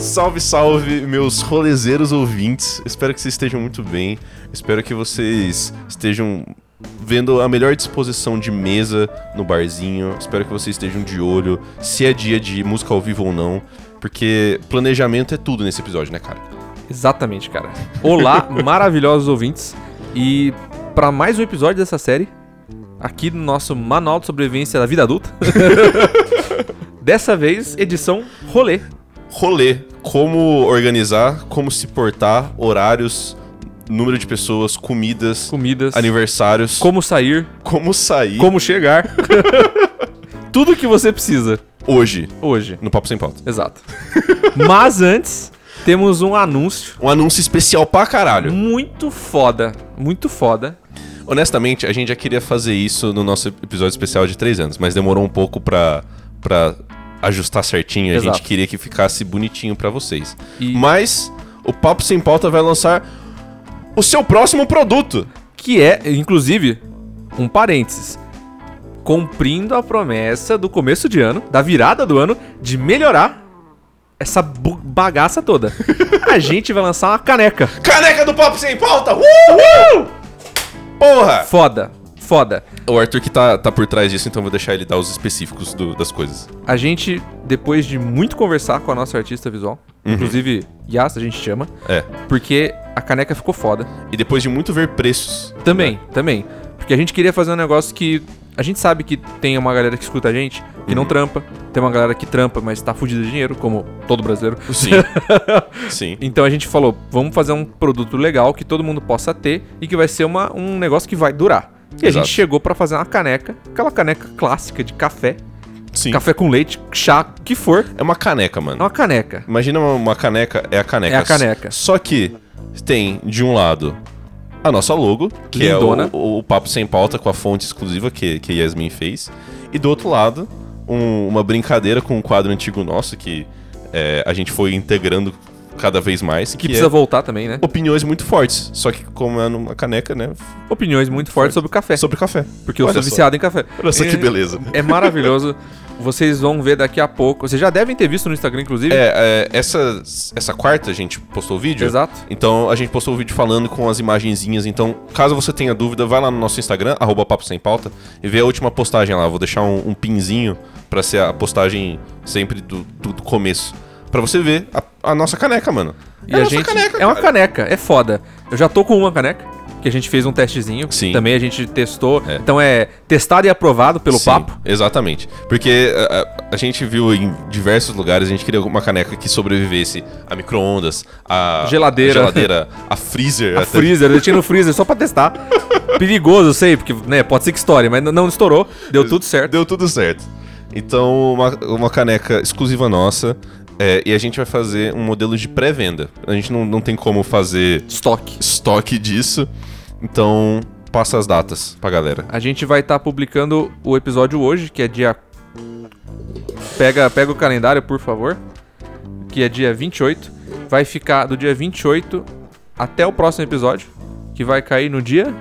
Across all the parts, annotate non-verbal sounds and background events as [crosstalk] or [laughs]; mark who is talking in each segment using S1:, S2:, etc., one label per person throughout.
S1: Salve, salve, meus rolezeiros ouvintes. Espero que vocês estejam muito bem. Espero que vocês estejam vendo a melhor disposição de mesa no barzinho. Espero que vocês estejam de olho se é dia de música ao vivo ou não, porque planejamento é tudo nesse episódio, né, cara?
S2: Exatamente, cara. Olá, maravilhosos ouvintes. E para mais um episódio dessa série, aqui no nosso Manual de Sobrevivência da Vida Adulta. dessa vez, edição rolê.
S1: Rolê, como organizar, como se portar, horários, número de pessoas, comidas,
S2: Comidas.
S1: aniversários,
S2: Como sair.
S1: como sair
S2: Como chegar. Tudo que você precisa
S1: hoje
S2: hoje.
S1: no Papo Sem Pauta.
S2: Exato. Mas antes, temos um anúncio
S1: Um anúncio especial pra caralho.
S2: muito foda. Muito foda.
S1: Honestamente, a gente já queria fazer isso no nosso episódio especial de 3 anos, mas demorou um pouco pra, pra ajustar certinho. A
S2: Exato.
S1: gente queria que ficasse bonitinho pra vocês.
S2: E-
S1: Mas o Papo Sem Pauta vai lançar o seu próximo produto.
S2: Que é, inclusive, um parênteses. Cumprindo a promessa do começo de ano, da virada do ano, de melhorar essa bu- bagaça toda. A gente vai lançar uma caneca.
S1: Caneca do Papo Sem Pauta! Uhul! Porra!
S2: Foda, foda.
S1: O Arthur que tá, tá por trás disso, então vou deixar ele dar os específicos do- das coisas.
S2: A gente, depois de muito conversar com a nossa artista visual, inclusive Yas, a gente chama,
S1: É.
S2: porque a caneca ficou foda.
S1: E depois de muito ver preços.
S2: Também, também. Porque a gente queria fazer um negócio que. A gente sabe que tem uma galera que escuta a gente, que
S1: Uhum.
S2: não trampa. Tem uma galera que trampa, mas tá fudido de dinheiro, como todo brasileiro.
S1: Sim. Sim.
S2: Então a gente falou, vamos fazer um produto legal que todo mundo possa ter e que vai ser uma, um negócio que vai durar. E a
S1: Exato.
S2: gente chegou pra fazer uma caneca, aquela caneca clássica de café,
S1: Sim.
S2: café com leite, chá, o que for,
S1: É uma caneca,
S2: é
S1: mano.
S2: uma caneca.
S1: Imagina uma, uma caneca, é a caneca.
S2: É a caneca.
S1: Só que tem, de um lado, a nossa logo, que
S2: Lindona.
S1: é o- o, o Papo Sem Pauta com a fonte exclusiva que, que a Yasmin fez. E do outro lado, um- uma brincadeira com um quadro antigo nosso que é, a gente foi integrando cada vez mais.
S2: Que
S1: Que,
S2: precisa
S1: é
S2: voltar também, né?
S1: opiniões muito fortes. Só que como é numa caneca, né? é
S2: Opiniões muito fortes sobre o café.
S1: Sobre café.
S2: Porque eu
S1: Olha
S2: sou
S1: só.
S2: viciado em café.
S1: Olha só que
S2: É-
S1: beleza.
S2: É maravilhoso. Vocês vão ver daqui a pouco. Vocês já devem ter visto no Instagram, inclusive.
S1: É, é, essa, essa quarta a gente postou o vídeo.
S2: Exato.
S1: Então a gente postou o vídeo falando com as imagenzinhas. Então, caso você tenha dúvida, vai lá no nosso Instagram, arroba papo sem pauta, e vê a última postagem lá. Vou deixar um, um pinzinho pra ser a postagem sempre do, do- do começo. Pra você ver a, a nossa caneca, mano.
S2: E a
S1: nossa
S2: gente.
S1: caneca,
S2: é uma
S1: cara.
S2: caneca, é foda. Eu já tô com uma caneca, que a gente fez um testezinho.
S1: Sim.
S2: Também a gente testou.
S1: É.
S2: Então é testado e aprovado pelo
S1: Sim,
S2: um papo.
S1: Exatamente. Porque a, a- a gente viu em diversos lugares, a gente queria uma caneca que sobrevivesse a micro-ondas, a
S2: Geladeira.
S1: a, geladeira, a freezer.
S2: [laughs] A
S1: até.
S2: freezer, eu tinha no freezer só
S1: [laughs]
S2: pra testar. Perigoso, eu sei, porque né, pode ser que estoure, mas n- não estourou. Deu tudo certo.
S1: Deu tudo certo. Então, uma, uma caneca exclusiva nossa. é, e a gente vai fazer um modelo de pré-venda. A gente não, não tem como fazer
S2: Estoque.
S1: estoque disso. Então, passa as datas pra galera.
S2: A gente vai estar publicando o episódio hoje, que é dia. Pega, pega o calendário, por favor. Que é dia 28. Vai ficar do dia 28 até o próximo episódio, que vai cair no dia.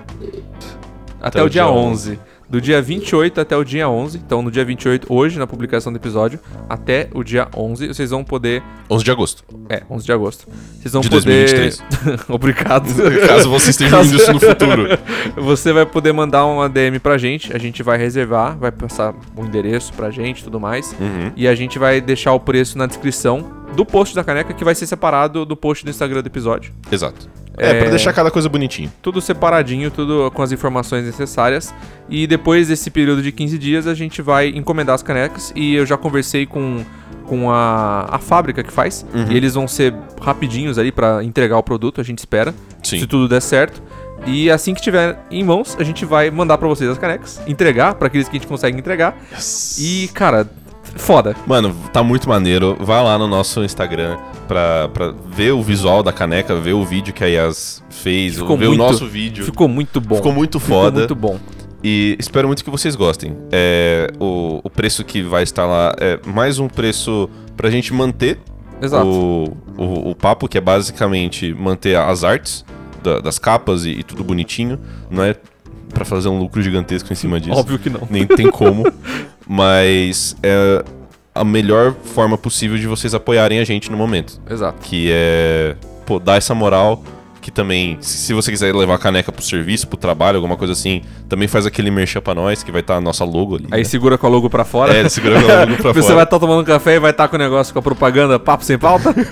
S2: Até, o dia, 11. Do dia 28 até o dia 11. Então, no dia 28, hoje, na publicação do episódio, até o dia 11, vocês vão poder.
S1: 11 de agosto.
S2: É, 11 de agosto. Vocês vão
S1: De
S2: poder.
S1: 2023.
S2: [laughs] Obrigado.
S1: Caso você esteja
S2: Caso-
S1: vendo isso no
S2: [laughs]
S1: futuro.
S2: Você vai poder mandar um uma DM pra gente, a gente vai reservar, vai passar o endereço pra gente e tudo mais.
S1: Uhum.
S2: E a gente vai deixar o preço na descrição do post da caneca, que vai ser separado do post do Instagram do episódio.
S1: Exato. É, pra
S2: É.
S1: deixar cada coisa bonitinho.
S2: Tudo separadinho, tudo com as informações necessárias. E depois desse período de 15 dias, a gente vai encomendar as canecas. E eu já conversei com, com a, a fábrica que faz. E eles vão ser rapidinhos ali pra entregar o produto, a gente espera.
S1: Sim.
S2: Se tudo der certo. E assim que tiver em mãos, a gente vai mandar pra vocês as canecas, entregar pra aqueles que a gente consegue entregar. E, cara, foda.
S1: Mano, tá muito maneiro. Vai lá no nosso Instagram pra, pra ver o visual da caneca, ver o vídeo que a Yas fez,
S2: Ficou
S1: ver
S2: muito-
S1: o nosso vídeo.
S2: Ficou muito bom.
S1: Ficou muito foda.
S2: Ficou muito bom.
S1: E espero muito que vocês gostem. É, o, o preço que vai estar lá é mais um preço pra gente manter
S2: Exato.
S1: O, o, o papo, que é basicamente manter as artes. da- das capas e, e tudo bonitinho. Não é pra fazer um lucro gigantesco em cima disso.
S2: Óbvio que
S1: [laughs]
S2: não.
S1: Nem tem como. mas é a melhor forma possível de vocês apoiarem a gente no momento.
S2: Exato.
S1: Que é pô, dar essa moral. Que também, se se você quiser levar a caneca pro serviço, pro trabalho, alguma coisa assim, também faz aquele merchan pra nós, que vai estar a nossa logo ali.
S2: Aí
S1: né?
S2: segura com a logo pra fora.
S1: É, segura com a logo pra
S2: [laughs] Você
S1: fora.
S2: vai estar tomando café e vai estar com o negócio com a propaganda papo sem pauta. [laughs]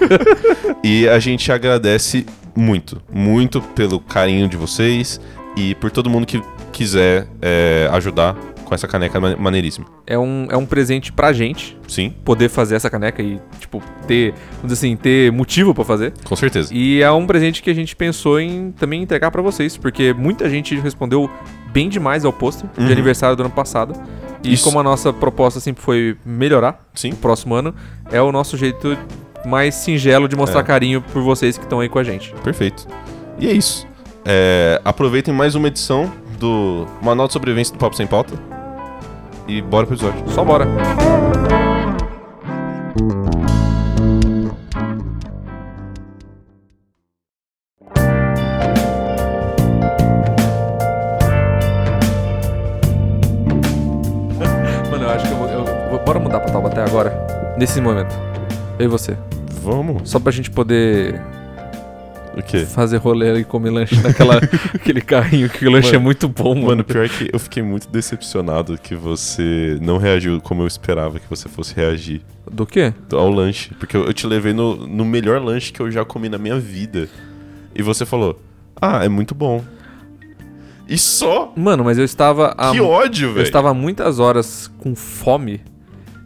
S1: E a gente agradece muito, muito pelo carinho de vocês e por todo mundo que quiser é, ajudar com essa caneca ma- maneiríssima.
S2: é, um, é um presente pra gente
S1: Sim,
S2: poder fazer essa caneca e, tipo, ter, vamos dizer assim, ter motivo pra fazer.
S1: com certeza.
S2: E é um presente que a gente pensou em também entregar pra vocês, porque muita gente respondeu bem demais ao pôster
S1: Uhum.
S2: de aniversário do ano passado. E
S1: Isso.
S2: como a nossa proposta sempre foi melhorar
S1: Sim.
S2: o próximo ano, é o nosso jeito mais singelo de mostrar
S1: É.
S2: carinho por vocês que estão aí com a gente.
S1: Perfeito. E é isso. É, aproveitem mais uma edição do Manual de Sobrevivência do Papo Sem Pauta. E bora pro episódio.
S2: Só bora. [laughs] Mano, eu acho que eu vou. eu vou- bora mudar pra Taubaté agora. Nesse momento. Eu e você.
S1: Vamos.
S2: Só pra gente poder
S1: O quê?
S2: fazer rolê e comer lanche naquela [laughs] aquele carrinho, que o lanche
S1: Mano,
S2: é muito bom, mano.
S1: Mano, pior que eu fiquei muito decepcionado que você não reagiu como eu esperava que você fosse reagir
S2: Do quê?
S1: ao lanche. Porque eu eu te levei no, no melhor lanche que eu já comi na minha vida. E você falou: Ah, é muito bom. E só?
S2: Mano, mas eu estava a
S1: que ódio,
S2: Ah, Eu
S1: velho.
S2: estava muitas horas com fome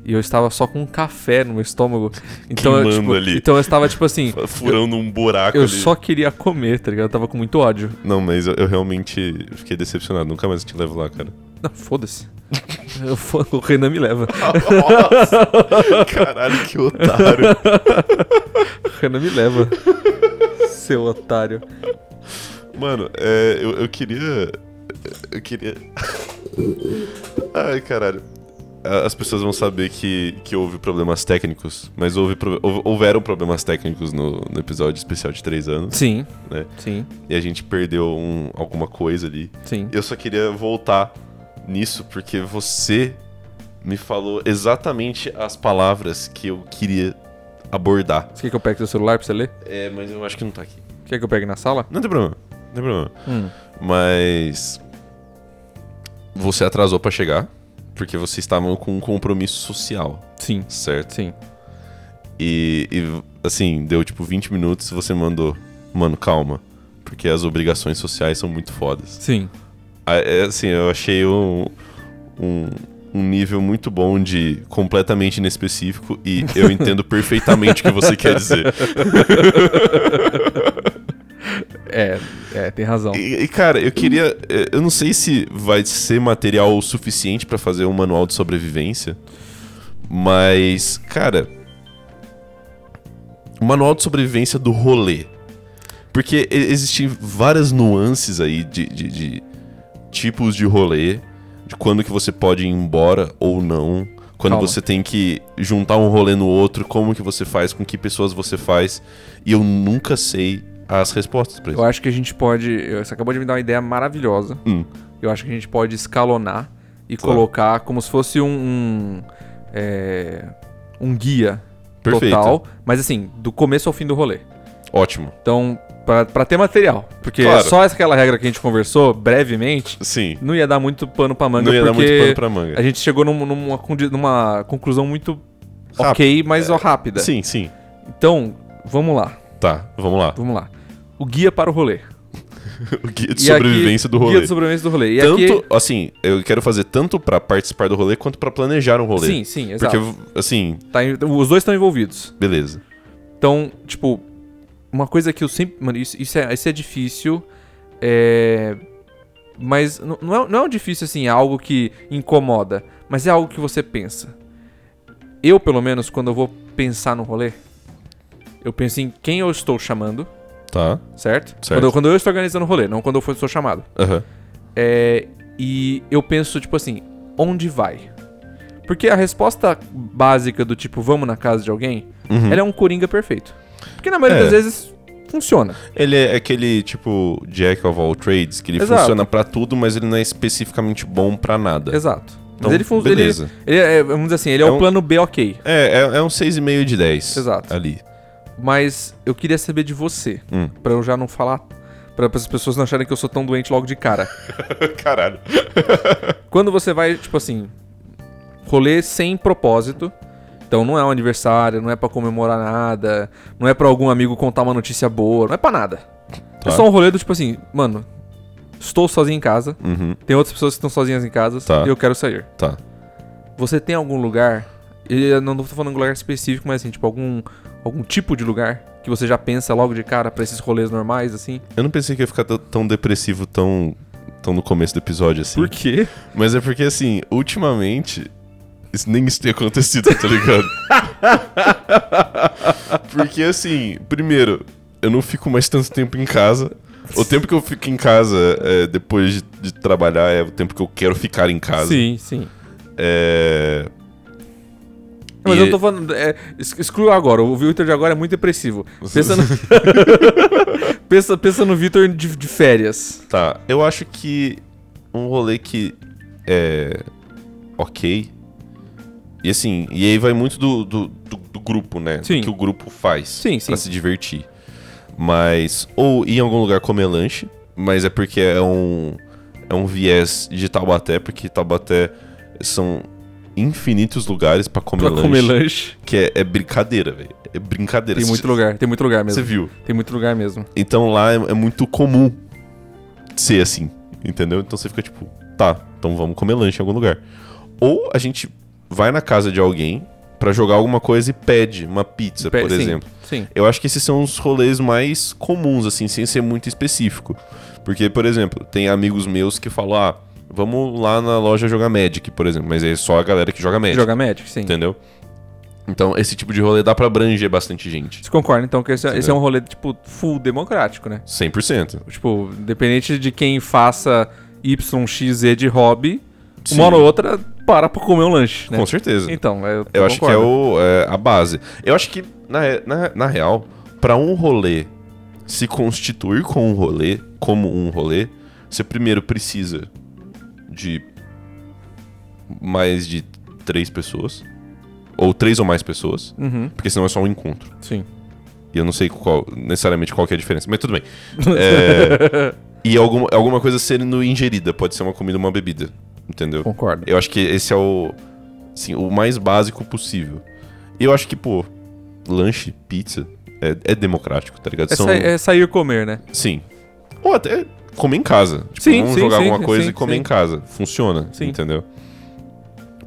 S2: e eu estava só com um café no meu estômago. Então, eu,
S1: Queimando
S2: tipo,
S1: ali.
S2: então eu estava tipo assim,
S1: Furando um buraco
S2: eu
S1: ali.
S2: só queria comer, tá ligado? Eu tava com muito ódio.
S1: Não, mas eu, eu realmente fiquei decepcionado. Nunca mais eu te levo lá, cara.
S2: Não, foda-se. Eu fo- o Renan me leva.
S1: Nossa! [laughs] Caralho, que otário.
S2: O Renan me leva. Seu otário.
S1: Mano, é, eu, eu queria. Eu queria. [laughs] Ai, caralho. A- As pessoas vão saber que, que houve problemas técnicos, mas houve, pro- houve- houveram problemas técnicos no, no episódio especial de 3 anos,
S2: Sim,
S1: né?
S2: sim,
S1: E a gente perdeu um- alguma coisa ali.
S2: sim.
S1: Eu só queria voltar nisso, porque você me falou exatamente as palavras que eu queria abordar.
S2: Você quer que eu pegue seu celular pra você ler?
S1: É, mas eu acho que não tá aqui.
S2: Quer que eu pegue na sala?
S1: Não tem problema, não tem problema.
S2: Hum.
S1: Mas você atrasou pra chegar porque vocês estavam com um compromisso social,
S2: Sim,
S1: certo?
S2: sim.
S1: E, e, assim, deu tipo 20 minutos e você mandou, mano, calma, porque as obrigações sociais são muito fodas.
S2: Sim.
S1: Ah, é, Assim, eu achei um, um, um nível muito bom de completamente inespecífico e eu entendo perfeitamente o que você quer dizer.
S2: É, é, tem razão.
S1: E, e, cara, eu queria. eh, Eu não sei se vai ser material o suficiente pra fazer um manual de sobrevivência. Mas, cara. O manual de sobrevivência do rolê. Porque e- existem várias nuances aí de, de- de tipos de rolê. De quando que você pode ir embora ou não. Quando
S2: Calma.
S1: você tem que juntar um rolê no outro, como que você faz, com que pessoas você faz. E eu nunca sei as respostas pra isso.
S2: Eu acho que a gente pode. eu- Você acabou de me dar uma ideia maravilhosa.
S1: Hum.
S2: Eu acho que a gente pode escalonar e
S1: Claro.
S2: colocar como se fosse um. Um, é, um guia
S1: Perfeito.
S2: total. Mas assim, do começo ao fim do rolê.
S1: Ótimo.
S2: Então, pra, pra ter material. Porque
S1: Claro.
S2: só aquela regra que a gente conversou brevemente
S1: Sim.
S2: não ia dar muito pano pra manga.
S1: não ia dar
S2: porque
S1: muito pano pra manga.
S2: A gente chegou num- numa, condi- numa conclusão muito
S1: Rápido.
S2: ok, mas ó, rápida.
S1: É. Sim, sim.
S2: Então, vamos lá.
S1: Tá, vamos lá.
S2: Vamos lá. O guia para o rolê.
S1: [laughs] O guia de
S2: E
S1: sobrevivência
S2: aqui-
S1: do rolê.
S2: Guia de sobrevivência do rolê. E aqui-
S1: Tanto, assim, eu quero fazer tanto pra participar do rolê quanto pra planejar um rolê.
S2: Sim, sim, exato.
S1: Porque, assim,
S2: Tá em- os dois estão envolvidos.
S1: beleza.
S2: Então, tipo, uma coisa que eu sempre. Mano, isso, isso é, isso é difícil. É. Mas n- não é, não é um difícil assim, é algo que incomoda. Mas é algo que você pensa. Eu, pelo menos, quando eu vou pensar no rolê, eu penso em quem eu estou chamando,
S1: Tá.
S2: certo?
S1: Certo.
S2: Quando, eu- quando eu estou organizando o rolê, não quando eu for- sou chamado.
S1: Aham.
S2: É, e eu penso, tipo assim, onde vai? Porque a resposta básica do tipo, vamos na casa de alguém,
S1: Uhum.
S2: ela é um coringa perfeito. Porque na maioria
S1: É.
S2: das vezes funciona.
S1: Ele é aquele tipo Jack of all trades, que ele
S2: Exato.
S1: funciona pra tudo, mas ele não é especificamente bom pra nada.
S2: Exato.
S1: Então,
S2: Mas ele funciona.
S1: beleza.
S2: Ele, é, vamos dizer assim, ele é,
S1: É
S2: o
S1: um-
S2: plano B ok.
S1: É, é, é um 6,5 de 10.
S2: Exato.
S1: Ali.
S2: Mas eu queria saber de você,
S1: Hum.
S2: pra eu já não falar. Pra as pessoas não acharem que eu sou tão doente logo de cara.
S1: Caralho.
S2: Quando você vai, tipo assim, rolê sem propósito. Então não é um aniversário, não é pra comemorar nada, não é pra algum amigo contar uma notícia boa, não é pra nada.
S1: Tá.
S2: É só um rolê do tipo assim, mano, estou sozinho em casa,
S1: Uhum,
S2: tem outras pessoas que estão sozinhas em casa
S1: Tá.
S2: e eu quero sair.
S1: tá.
S2: Você tem algum lugar, e eu não tô falando de um lugar específico, mas assim, tipo algum algum tipo de lugar que você já pensa logo de cara pra esses rolês normais assim?
S1: Eu não pensei que ia ficar t- tão depressivo tão, tão no começo do episódio assim.
S2: quê?
S1: Mas é porque, assim, ultimamente. Isso, nem isso tem acontecido, tá ligado? porque, assim, primeiro, eu não fico mais tanto tempo em casa. O tempo que eu fico em casa é, depois de, de trabalhar é o tempo que eu quero ficar em casa.
S2: Sim, sim.
S1: É.
S2: Mas
S1: E-
S2: eu tô falando. É, ex- exclua agora. O Victor de agora é muito depressivo. Pensa [laughs] no, pensa, pensa no Victor de, de férias.
S1: Tá, eu acho que um rolê que é ok. E assim, e aí vai muito do, do, do- do grupo, né?
S2: Sim.
S1: Do que o grupo faz
S2: Sim,
S1: pra
S2: sim.
S1: se divertir. Mas. Ou ir em algum lugar comer lanche, mas é porque é um. É um viés de Taubaté, porque Taubaté são infinitos lugares pra comer
S2: Pra
S1: lanche.
S2: comer lanche.
S1: Que é, é brincadeira, velho. É brincadeira.
S2: Tem
S1: Cê-
S2: muito lugar, tem muito lugar
S1: Você
S2: mesmo.
S1: viu?
S2: Tem muito lugar mesmo.
S1: Então lá é, é muito comum ser assim, entendeu? Então você fica tipo, tá, então vamos comer lanche em algum lugar. Ou a gente vai na casa de alguém pra jogar alguma coisa e pede uma pizza,
S2: Pe-
S1: por
S2: sim,
S1: exemplo.
S2: Sim.
S1: Eu acho que esses são os rolês mais comuns, assim, sem ser muito específico. Porque, por exemplo, tem amigos meus que falam, ah, vamos lá na loja jogar Magic, por exemplo. Mas é só a galera que joga Magic,
S2: Joga Magic, sim.
S1: entendeu? Então esse tipo de rolê dá pra abranger bastante gente.
S2: Você concorda, então, que esse,
S1: Sim,
S2: esse é um rolê, tipo, full democrático, né?
S1: 100%.
S2: Tipo, independente de quem faça Y, X, Z de hobby,
S1: Sim.
S2: uma hora ou outra para pra comer um lanche, né?
S1: Com certeza.
S2: Então, eu,
S1: Eu acho que é,
S2: concordo.
S1: o, é a base. Eu acho que, na, re- na, na real, pra um rolê se constituir com um rolê, como um rolê, você primeiro precisa de mais de três pessoas. Ou três ou mais pessoas.
S2: Uhum,
S1: Porque senão é só um encontro.
S2: sim.
S1: E eu não sei qual, necessariamente qual que é a diferença, mas tudo bem. É, e alguma, alguma coisa sendo ingerida. Pode ser uma comida ou uma bebida. Entendeu?
S2: Concordo.
S1: Eu acho que esse é o, assim, o mais básico possível. E eu acho que, pô, lanche, pizza, é, é democrático, tá ligado?
S2: É, sa- é sair comer, né?
S1: Sim. Ou até comer em casa. Tipo,
S2: Sim,
S1: vamos
S2: sim,
S1: jogar
S2: sim,
S1: alguma coisa
S2: sim,
S1: e comer
S2: sim.
S1: em casa. Funciona,
S2: Sim.
S1: entendeu?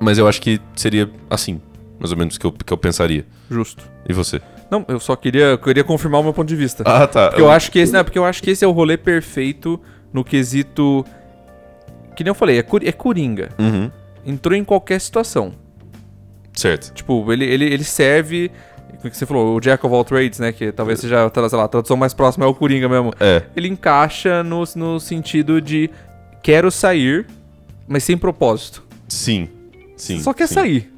S1: Mas eu acho que seria assim, mais ou menos, que eu, que eu pensaria.
S2: Justo.
S1: E você?
S2: Não, eu só queria, eu queria confirmar o meu ponto de vista.
S1: Ah, tá.
S2: Porque eu acho que esse, não, porque eu acho que esse é o rolê perfeito no quesito que nem eu falei, é, cori- é coringa.
S1: Uhum.
S2: Entrou em qualquer situação.
S1: Certo.
S2: Tipo, ele, ele, ele serve, como é que você falou, o Jack of all trades, né, que talvez seja, sei lá, a tradução mais próxima é o coringa mesmo.
S1: É.
S2: Ele encaixa no, no sentido de quero sair, mas sem propósito.
S1: Sim. Sim.
S2: Só quer
S1: sim.
S2: sair.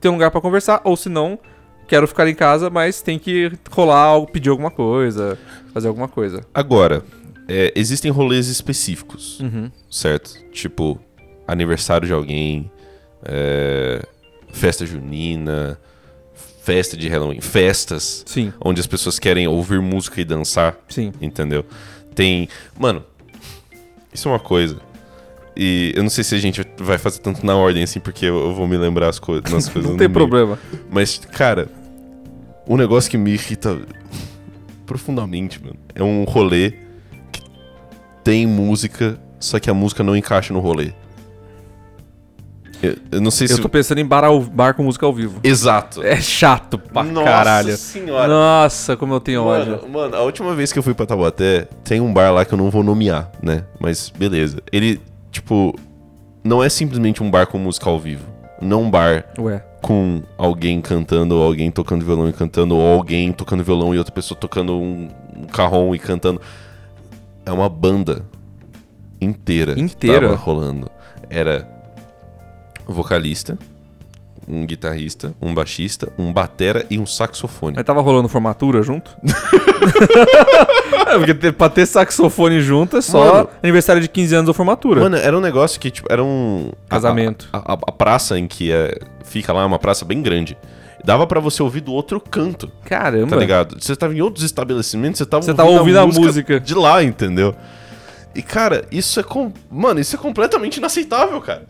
S2: Tem um lugar pra conversar, ou se não, quero ficar em casa, mas tem que rolar algo, pedir alguma coisa, fazer alguma coisa.
S1: Agora, é, existem rolês específicos. certo? Tipo, aniversário de alguém, é, festa junina, festa de Halloween, festas
S2: Sim,
S1: onde as pessoas querem ouvir música e dançar,
S2: sim.
S1: entendeu? Tem. Mano, isso é uma coisa. E eu não sei se a gente vai fazer tanto na ordem assim, porque eu, eu vou me lembrar as co das coisas.
S2: [laughs] Não
S1: no
S2: tem
S1: meio.
S2: problema.
S1: Mas, cara, um negócio que me irrita profundamente, mano, é um rolê que tem música, só que a música não encaixa no rolê. Eu, eu não sei se.
S2: Eu tô pensando em bar, ao- bar com música ao vivo.
S1: Exato.
S2: É chato pra
S1: Nossa
S2: caralho.
S1: senhora.
S2: Nossa, como eu tenho ódio.
S1: Mano, mano, a última vez que eu fui pra Taubaté, tem um bar lá que eu não vou nomear, né? Mas beleza. Ele, tipo, não é simplesmente um bar com música ao vivo. Não é um bar
S2: Ué,
S1: com alguém cantando, ou alguém tocando violão e cantando, ou alguém tocando violão e outra pessoa tocando um, um carrom e cantando. É uma banda inteira. que
S2: Inteira?
S1: tava rolando. Era o vocalista, um guitarrista, um baixista, um batera e um saxofone.
S2: Mas tava rolando
S1: [laughs]
S2: formatura junto? é, porque te- pra ter saxofone junto é só
S1: Mano.
S2: aniversário de 15 anos ou formatura.
S1: Mano, era um negócio que, tipo, era um. a-
S2: Casamento.
S1: A, a- a praça em que é- fica lá é uma praça bem grande. Dava pra você ouvir do outro canto,
S2: Caramba.
S1: tá ligado? Você tava em outros estabelecimentos, você tava
S2: Você tava ouvindo a música.
S1: de lá, entendeu? E, cara, isso é. Com... Mano, isso é completamente inaceitável, cara.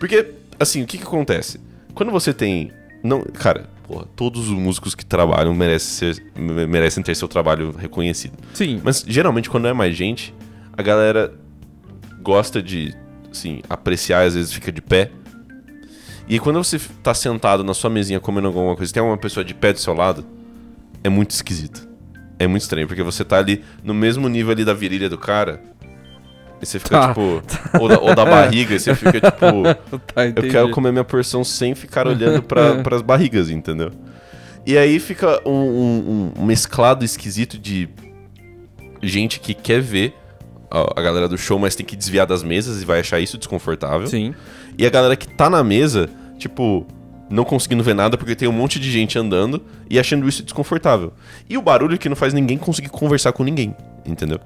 S1: Porque, assim, o que que acontece? Quando você tem. Não, cara, porra, todos os músicos que trabalham merecem, ser- merecem ter seu trabalho reconhecido.
S2: Sim.
S1: Mas geralmente quando é mais gente, a galera gosta de, assim, apreciar, às vezes fica de pé. E aí, quando você f- tá sentado na sua mesinha comendo alguma coisa, e tem uma pessoa de pé do seu lado, é muito esquisito. É muito estranho, porque você tá ali no mesmo nível ali da virilha do cara. E você fica,
S2: Tá.
S1: tipo. Ou da, ou da barriga, e você fica, tipo.
S2: Tá,
S1: Eu
S2: entendi.
S1: quero comer minha porção sem
S2: [laughs]
S1: ficar olhando pra, pras barrigas, entendeu? E aí fica um, um- um mesclado esquisito de gente que quer ver a, a galera do show, mas tem que desviar das mesas e vai achar isso desconfortável.
S2: Sim.
S1: E a galera que tá na mesa, tipo, não conseguindo ver nada porque tem um monte de gente andando e achando isso desconfortável. E o barulho que não faz ninguém conseguir conversar com ninguém, entendeu?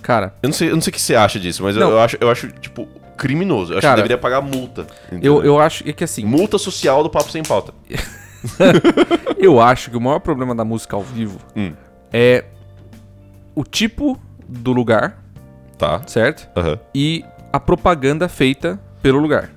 S2: Cara,
S1: Eu não sei, eu não sei o que você acha disso, mas eu,
S2: Não.
S1: eu acho, eu acho, tipo, criminoso. Eu acho
S2: Cara,
S1: que deveria pagar multa.
S2: eu,
S1: entendeu?
S2: eu acho é que assim,
S1: Multa social do Papo Sem Pauta.
S2: eu acho que o maior problema da música ao vivo
S1: Hum.
S2: é o tipo do lugar,
S1: Tá.
S2: certo?
S1: Aham.
S2: E a propaganda feita pelo lugar.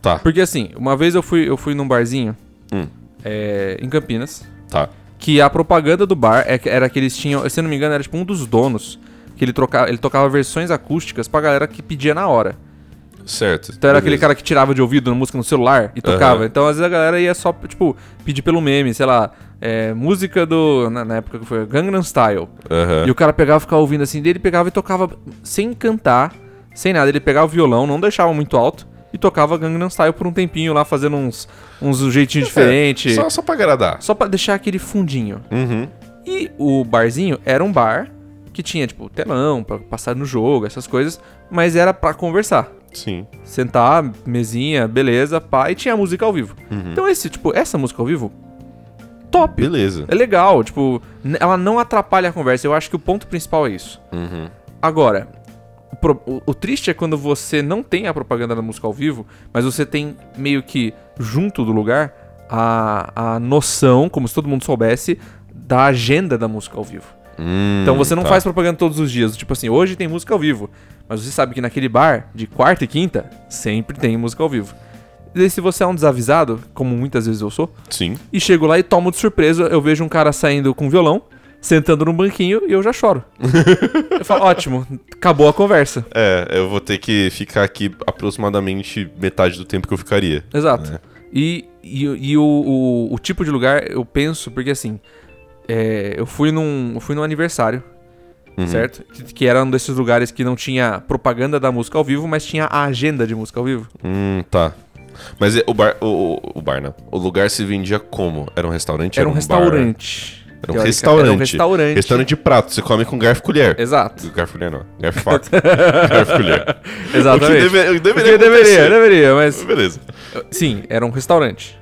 S1: Tá.
S2: Porque assim, uma vez eu fui, eu fui num barzinho
S1: Hum.
S2: é, em Campinas,
S1: Tá.
S2: que a propaganda do bar é que- era que eles tinham, se eu não me engano, era tipo um dos donos, que ele, troca, ele tocava versões acústicas pra galera que pedia na hora.
S1: Certo.
S2: Então era aquele
S1: Beleza.
S2: cara que tirava de ouvido na música no celular e tocava.
S1: Aham.
S2: Então às vezes a galera ia só, tipo, pedir pelo meme, sei lá, é, música do. Na, na época que foi Gangnam Style.
S1: Aham.
S2: E o cara pegava e ficava ouvindo assim, dele pegava e tocava sem cantar, sem nada. Ele pegava o violão, não deixava muito alto e tocava Gangnam Style por um tempinho lá, fazendo uns, uns jeitinhos diferentes.
S1: É, Só, só pra agradar.
S2: Só pra deixar aquele fundinho.
S1: Uhum.
S2: E o barzinho era um bar que tinha, tipo, telão pra passar no jogo, essas coisas, mas era pra conversar.
S1: Sim.
S2: Sentar, mesinha, beleza, pá, e tinha música ao vivo. Então esse, tipo, essa música ao vivo, top.
S1: Ah, Beleza.
S2: É legal, tipo, n- ela não atrapalha a conversa. Eu acho que o ponto principal é isso.
S1: Uhum.
S2: Agora, o, pro- o- o triste é quando você não tem a propaganda da música ao vivo, mas você tem meio que junto do lugar a, a noção, como se todo mundo soubesse, da agenda da música ao vivo.
S1: Hum,
S2: Então você não
S1: tá.
S2: faz propaganda todos os dias, tipo assim, hoje tem música ao vivo, mas você sabe que naquele bar, de quarta e quinta, sempre tem música ao vivo. E daí, se você é um desavisado, como muitas vezes eu sou,
S1: Sim.
S2: e chego lá e tomo de surpresa. Eu vejo um cara saindo com violão, sentando num banquinho e eu já
S1: [laughs]
S2: choro. eu falo, ótimo, acabou a conversa.
S1: É, eu vou ter que ficar aqui aproximadamente metade do tempo que eu ficaria.
S2: Exato. E, e, e o, o, o tipo de lugar, eu penso, porque assim, é, eu, fui num, eu fui num aniversário,
S1: Uhum.
S2: certo? Que, que era um desses lugares que não tinha propaganda da música ao vivo, mas tinha a agenda de música ao vivo.
S1: Hum, tá. Mas é, o bar. O, o- o bar, não. O lugar se vendia como? Era um restaurante?
S2: Era um
S1: bar?
S2: restaurante.
S1: Era um
S2: teórica-
S1: restaurante.
S2: Era um restaurante.
S1: Restaurante de prato. Você come com garfo e colher.
S2: Exato.
S1: Garfo e colher não. Garfo e
S2: [laughs]
S1: faca. garfo e colher.
S2: Exatamente.
S1: O que deve- o que
S2: O que
S1: deveria
S2: deveria,
S1: acontecer.
S2: deveria, mas
S1: Beleza.
S2: Sim, era um restaurante.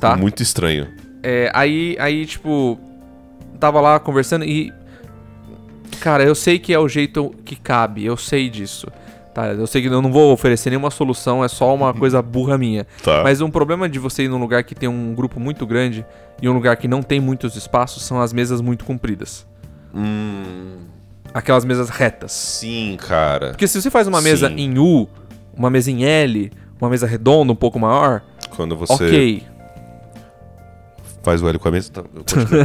S2: Tá?
S1: Muito estranho.
S2: É, aí, aí, tipo, tava lá conversando e. Cara, eu sei que é o jeito que cabe, eu sei disso. Tá? Eu sei que eu não vou oferecer nenhuma solução, é só uma
S1: [laughs]
S2: coisa burra minha.
S1: Tá.
S2: Mas um problema de você ir num lugar que tem um grupo muito grande e um lugar que não tem muitos espaços são as mesas muito compridas.
S1: Hum.
S2: Aquelas mesas retas.
S1: Sim, cara.
S2: Porque se você faz uma mesa
S1: Sim.
S2: em U, uma mesa em L, uma mesa redonda um pouco maior,
S1: Quando você
S2: ok.
S1: faz o L com a mesa, tá, eu
S2: [laughs]
S1: continuo.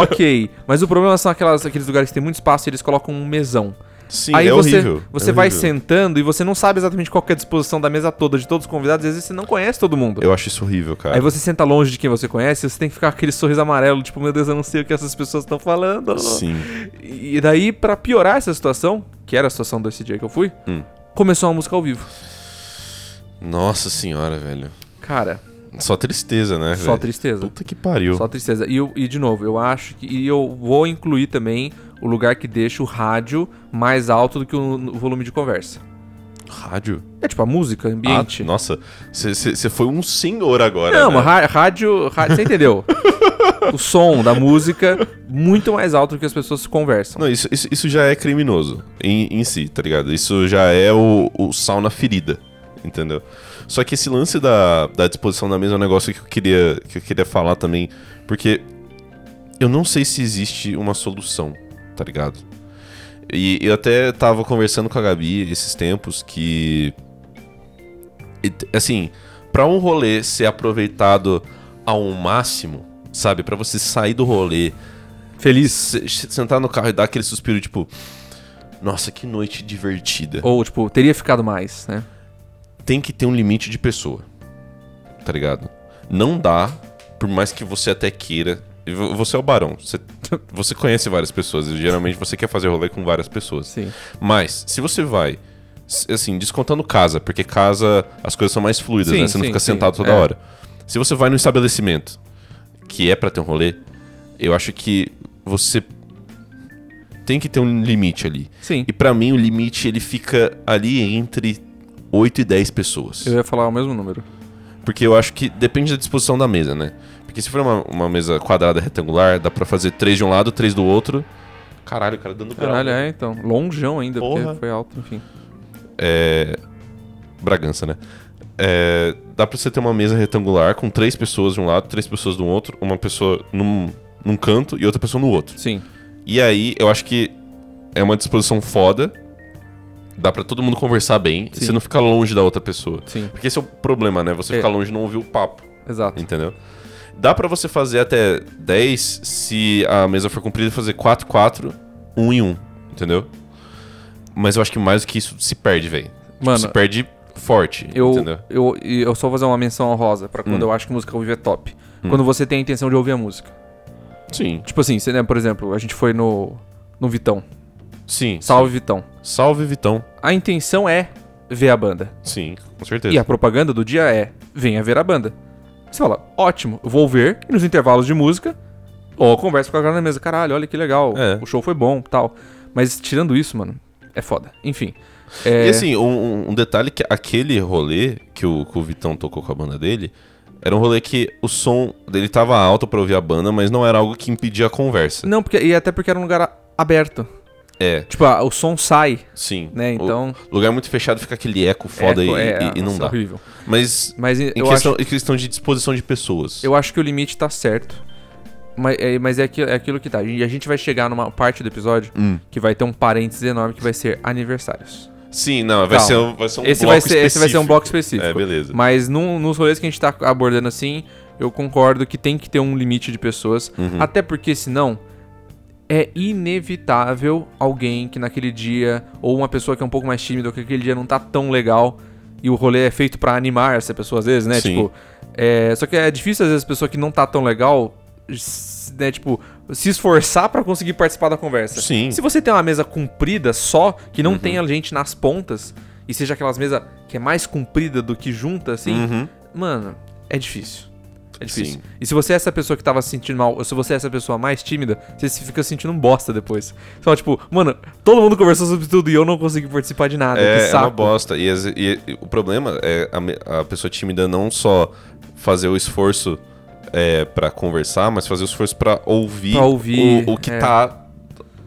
S2: ok. Mas o problema são aquelas, aqueles lugares que tem muito espaço e eles colocam um mesão.
S1: Sim,
S2: Aí
S1: é
S2: você,
S1: horrível.
S2: você
S1: é
S2: vai
S1: horrível.
S2: sentando e você não sabe exatamente qual que é a disposição da mesa toda, de todos os convidados, e às vezes você não conhece todo mundo.
S1: Eu acho isso horrível, cara.
S2: Aí você senta longe de quem você conhece, e você tem que ficar com aquele sorriso amarelo, tipo, meu Deus, eu não sei o que essas pessoas estão falando.
S1: Sim.
S2: E daí, pra piorar essa situação, que era a situação desse dia que eu fui,
S1: Hum.
S2: começou uma música ao vivo.
S1: Nossa senhora, velho.
S2: Cara,
S1: Só tristeza, né,
S2: só
S1: velho?
S2: tristeza.
S1: Puta que pariu.
S2: Só tristeza. E, eu- e, de novo, eu acho que. E eu vou incluir também o lugar que deixa o rádio mais alto do que o volume de conversa.
S1: Rádio?
S2: É tipo a música, ambiente.
S1: Ah, nossa, você foi um senhor agora.
S2: Não,
S1: né?
S2: mas ra- rádio, rádio. Você entendeu? o som da música muito mais alto do que as pessoas se conversam.
S1: Não, isso, isso, isso já é criminoso em, em si, tá ligado? Isso já é o, o sal na ferida, entendeu? Só que esse lance da, da disposição da mesa é um negócio que eu, queria, que eu queria falar também, porque eu não sei se existe uma solução, tá ligado? E eu até tava conversando com a Gabi esses tempos que. e t- Assim, pra um rolê ser aproveitado ao máximo, sabe? Pra você sair do rolê feliz, se- se- sentar no carro e dar aquele suspiro, tipo, nossa, que noite divertida.
S2: Ou, tipo, teria ficado mais, né?
S1: Tem que ter um limite de pessoa, tá ligado? Não dá, por mais que você até queira. e vo- Você é o barão, você, você conhece várias pessoas, e geralmente você quer fazer rolê com várias pessoas.
S2: Sim.
S1: Mas, se você vai, s- assim, descontando casa, porque casa as coisas são mais fluidas,
S2: Sim,
S1: né? Você não
S2: sim,
S1: fica
S2: sim,
S1: sentado toda
S2: é.
S1: hora. Se você vai num estabelecimento que é pra ter um rolê, eu acho que você tem que ter um limite ali.
S2: Sim.
S1: E pra mim o limite ele fica ali entre 8 e 10 pessoas.
S2: Eu ia falar o mesmo número.
S1: Porque eu acho que depende da disposição da mesa, né? Porque se for uma, uma mesa quadrada retangular, dá pra fazer três de um lado, três do outro. Caralho, o cara dando grau.
S2: Caralho, é, então. Longeão ainda,
S1: Porra.
S2: porque foi alto, enfim.
S1: É, Bragança, né? É, dá pra você ter uma mesa retangular com três pessoas de um lado, três pessoas do outro, uma pessoa num, num canto e outra pessoa no outro.
S2: Sim.
S1: E aí, eu acho que é uma disposição foda. Dá pra todo mundo conversar bem.
S2: Sim.
S1: Você não fica longe da outra pessoa.
S2: Sim.
S1: Porque esse é o problema, né? Você
S2: É.
S1: ficar longe e não ouvir o papo,
S2: Exato.
S1: entendeu? Dá pra você fazer até 10 se a mesa for comprida e fazer 4, 4, 1 e 1, entendeu? Mas eu acho que mais do que isso se perde, velho.
S2: Mano,
S1: se perde forte,
S2: Eu,
S1: entendeu?
S2: eu, e eu só vou fazer uma menção honrosa pra quando
S1: Hum.
S2: eu acho que música ao vivo é top. Quando você tem a intenção de ouvir a música.
S1: Sim.
S2: Tipo assim, você lembra, por exemplo, a gente foi no, no Vitão.
S1: Sim.
S2: Salve Vitão.
S1: Salve, Vitão.
S2: A intenção é ver a banda.
S1: Sim, com certeza.
S2: E a propaganda do dia é: venha ver a banda. Você fala, ótimo, eu vou ver. E nos intervalos de música, ou eu converso com a galera na mesa. Caralho, olha que legal.
S1: É.
S2: O show foi bom tal. Mas tirando isso, mano, é foda. Enfim. É,
S1: E assim, um- um, um detalhe que aquele rolê que o, que o Vitão tocou com a banda dele, era um rolê que o som dele tava alto pra ouvir a banda, mas não era algo que impedia a conversa.
S2: Não, porque, e até porque era um lugar a- aberto.
S1: É,
S2: Tipo, ah, o som sai,
S1: sim.
S2: né?
S1: O-
S2: Então.
S1: lugar é muito fechado fica aquele eco foda
S2: Eco,
S1: e,
S2: é,
S1: e- e não
S2: nossa,
S1: dá.
S2: horrível.
S1: Mas
S2: Mas
S1: em
S2: eu
S1: questão,
S2: acho,
S1: em questão de disposição de pessoas.
S2: eu acho que o limite tá certo. Mas é, mas é aqui- é aquilo que tá. E a gente vai chegar numa parte do episódio
S1: Hum.
S2: que vai ter um parênteses enorme que vai ser aniversários.
S1: Sim, não, vai,
S2: Calma.
S1: ser, um- vai ser um
S2: esse,
S1: bloco
S2: vai ser, esse vai ser um bloco específico.
S1: É, beleza.
S2: Mas num- nos rolês que a gente tá abordando assim, eu concordo que tem que ter um limite de pessoas.
S1: Uhum.
S2: Até porque senão é inevitável alguém que naquele dia, ou uma pessoa que é um pouco mais tímida, ou que aquele dia não tá tão legal, e o rolê é feito pra animar essa pessoa às vezes, né?
S1: Sim.
S2: Tipo, é, só que é difícil às vezes a pessoa que não tá tão legal, s- né, tipo, se esforçar pra conseguir participar da conversa.
S1: Sim.
S2: Se você tem uma mesa comprida só, que
S1: Uhum.
S2: não tenha gente nas pontas, e seja aquelas mesas que é mais comprida do que junta, assim,
S1: Uhum.
S2: mano, é difícil. É difícil.
S1: Sim.
S2: E se você é essa pessoa que tava se sentindo mal, ou se você é essa pessoa mais tímida, você se fica sentindo um bosta depois. Você fala, tipo, mano, todo mundo conversou sobre tudo e eu não consegui participar de nada. que
S1: É, é
S2: saco.
S1: uma bosta. E, as- e- e o problema é a, me- a pessoa tímida não só fazer o esforço é, para conversar, mas fazer o esforço pra ouvir,
S2: Pra ouvir,
S1: o, o que
S2: é.
S1: tá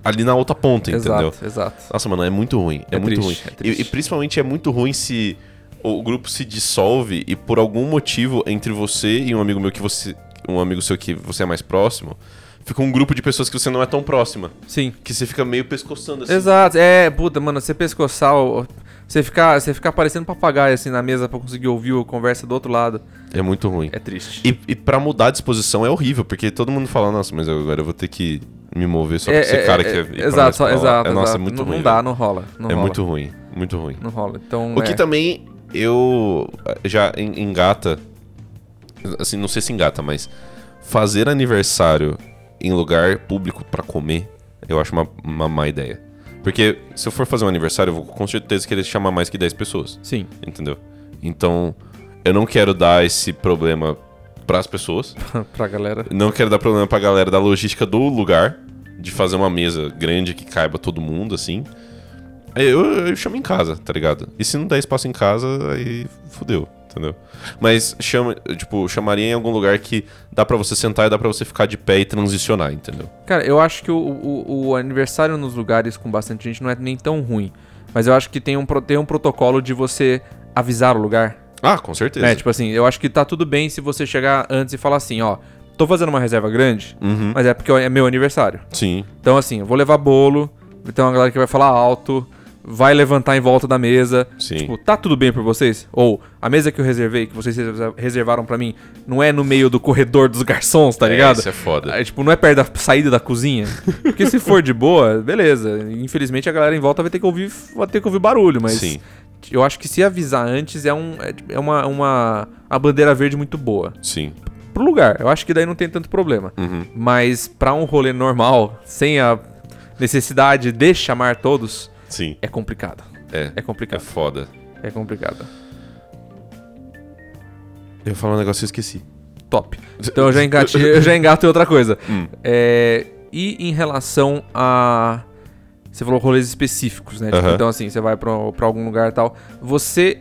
S1: ali na outra ponta,
S2: Exato,
S1: entendeu?
S2: exato.
S1: Nossa, mano, é muito ruim. É,
S2: É
S1: muito
S2: triste,
S1: ruim.
S2: é triste.
S1: e, e principalmente é muito ruim se o grupo se dissolve e por algum motivo entre você e um amigo meu que você. Um amigo seu que você é mais próximo, fica um grupo de pessoas que você não é tão próxima.
S2: Sim.
S1: Que você fica meio pescoçando assim.
S2: Exato. É, puta, mano, você pescoçar, o- você ficar, você ficar parecendo papagaio assim na mesa pra conseguir ouvir a conversa do outro lado.
S1: É muito ruim.
S2: É triste.
S1: E, e pra mudar a disposição é horrível, porque todo mundo fala, nossa, mas eu- agora eu vou ter que me mover só pra
S2: é,
S1: esse
S2: é,
S1: cara
S2: é,
S1: que é. ir pra lá,
S2: Exato,
S1: pra
S2: só,
S1: lá.
S2: exato.
S1: É, nossa, é
S2: exato.
S1: muito
S2: não,
S1: ruim.
S2: Não dá,
S1: velho.
S2: não rola. Não
S1: É
S2: rola.
S1: muito ruim, muito ruim.
S2: Não rola. Então.
S1: O que tá-
S2: é,
S1: também eu eh, já en- engata. Assim, não sei se engata, mas fazer aniversário em lugar público pra comer, eu acho uma, uma má ideia. Porque se eu for fazer um aniversário, eu vou com certeza querer chamar mais que 10 pessoas.
S2: Sim.
S1: Entendeu? Então, eu não quero dar esse problema pras pessoas.
S2: [laughs] pra galera.
S1: Não quero dar problema pra galera da logística do lugar, de fazer uma mesa grande que caiba todo mundo, assim. Eu, eu chamo em casa, tá ligado? E se não der espaço em casa, aí fudeu, entendeu? Mas chama, tipo, chamaria em algum lugar que dá pra você sentar e dá pra você ficar de pé e transicionar, entendeu?
S2: Cara, eu acho que o, o- o aniversário nos lugares com bastante gente não é nem tão ruim. Mas eu acho que tem um, pro- tem um protocolo de você avisar o lugar.
S1: Ah, com certeza.
S2: É, tipo assim, eu acho que tá tudo bem se você chegar antes e falar assim, ó, tô fazendo uma reserva grande,
S1: Uhum.
S2: mas é porque é meu aniversário.
S1: Sim.
S2: Então, assim, eu vou levar bolo, vai ter uma galera que vai falar alto, vai levantar em volta da mesa.
S1: Sim.
S2: Tipo, tá tudo bem por vocês? Ou a mesa que eu reservei, que vocês reserva- reservaram pra mim, não é no meio do corredor dos garçons, tá
S1: É,
S2: ligado?
S1: isso é foda.
S2: Aí, tipo, não é perto da saída da cozinha. Porque se for de boa, beleza. Infelizmente a galera em volta vai ter que ouvir, vai ter que ouvir barulho, mas
S1: Sim.
S2: eu acho que se avisar antes é, um, é, é uma, uma, uma bandeira verde muito boa.
S1: Sim.
S2: Pro lugar, eu acho que daí não tem tanto problema.
S1: Uhum.
S2: Mas pra um rolê normal, sem a necessidade de chamar todos,
S1: Sim.
S2: é complicado.
S1: É.
S2: É
S1: É
S2: complicado.
S1: foda.
S2: É complicado.
S1: Eu ia falar um negócio e eu esqueci.
S2: Top. Então eu
S1: [laughs]
S2: já, engati, eu já engato em outra coisa.
S1: Hum,
S2: É, e em relação a. Você falou rolês específicos, né? Tipo,
S1: Aham.
S2: então, assim, você vai pra, pra algum lugar e tal. Você.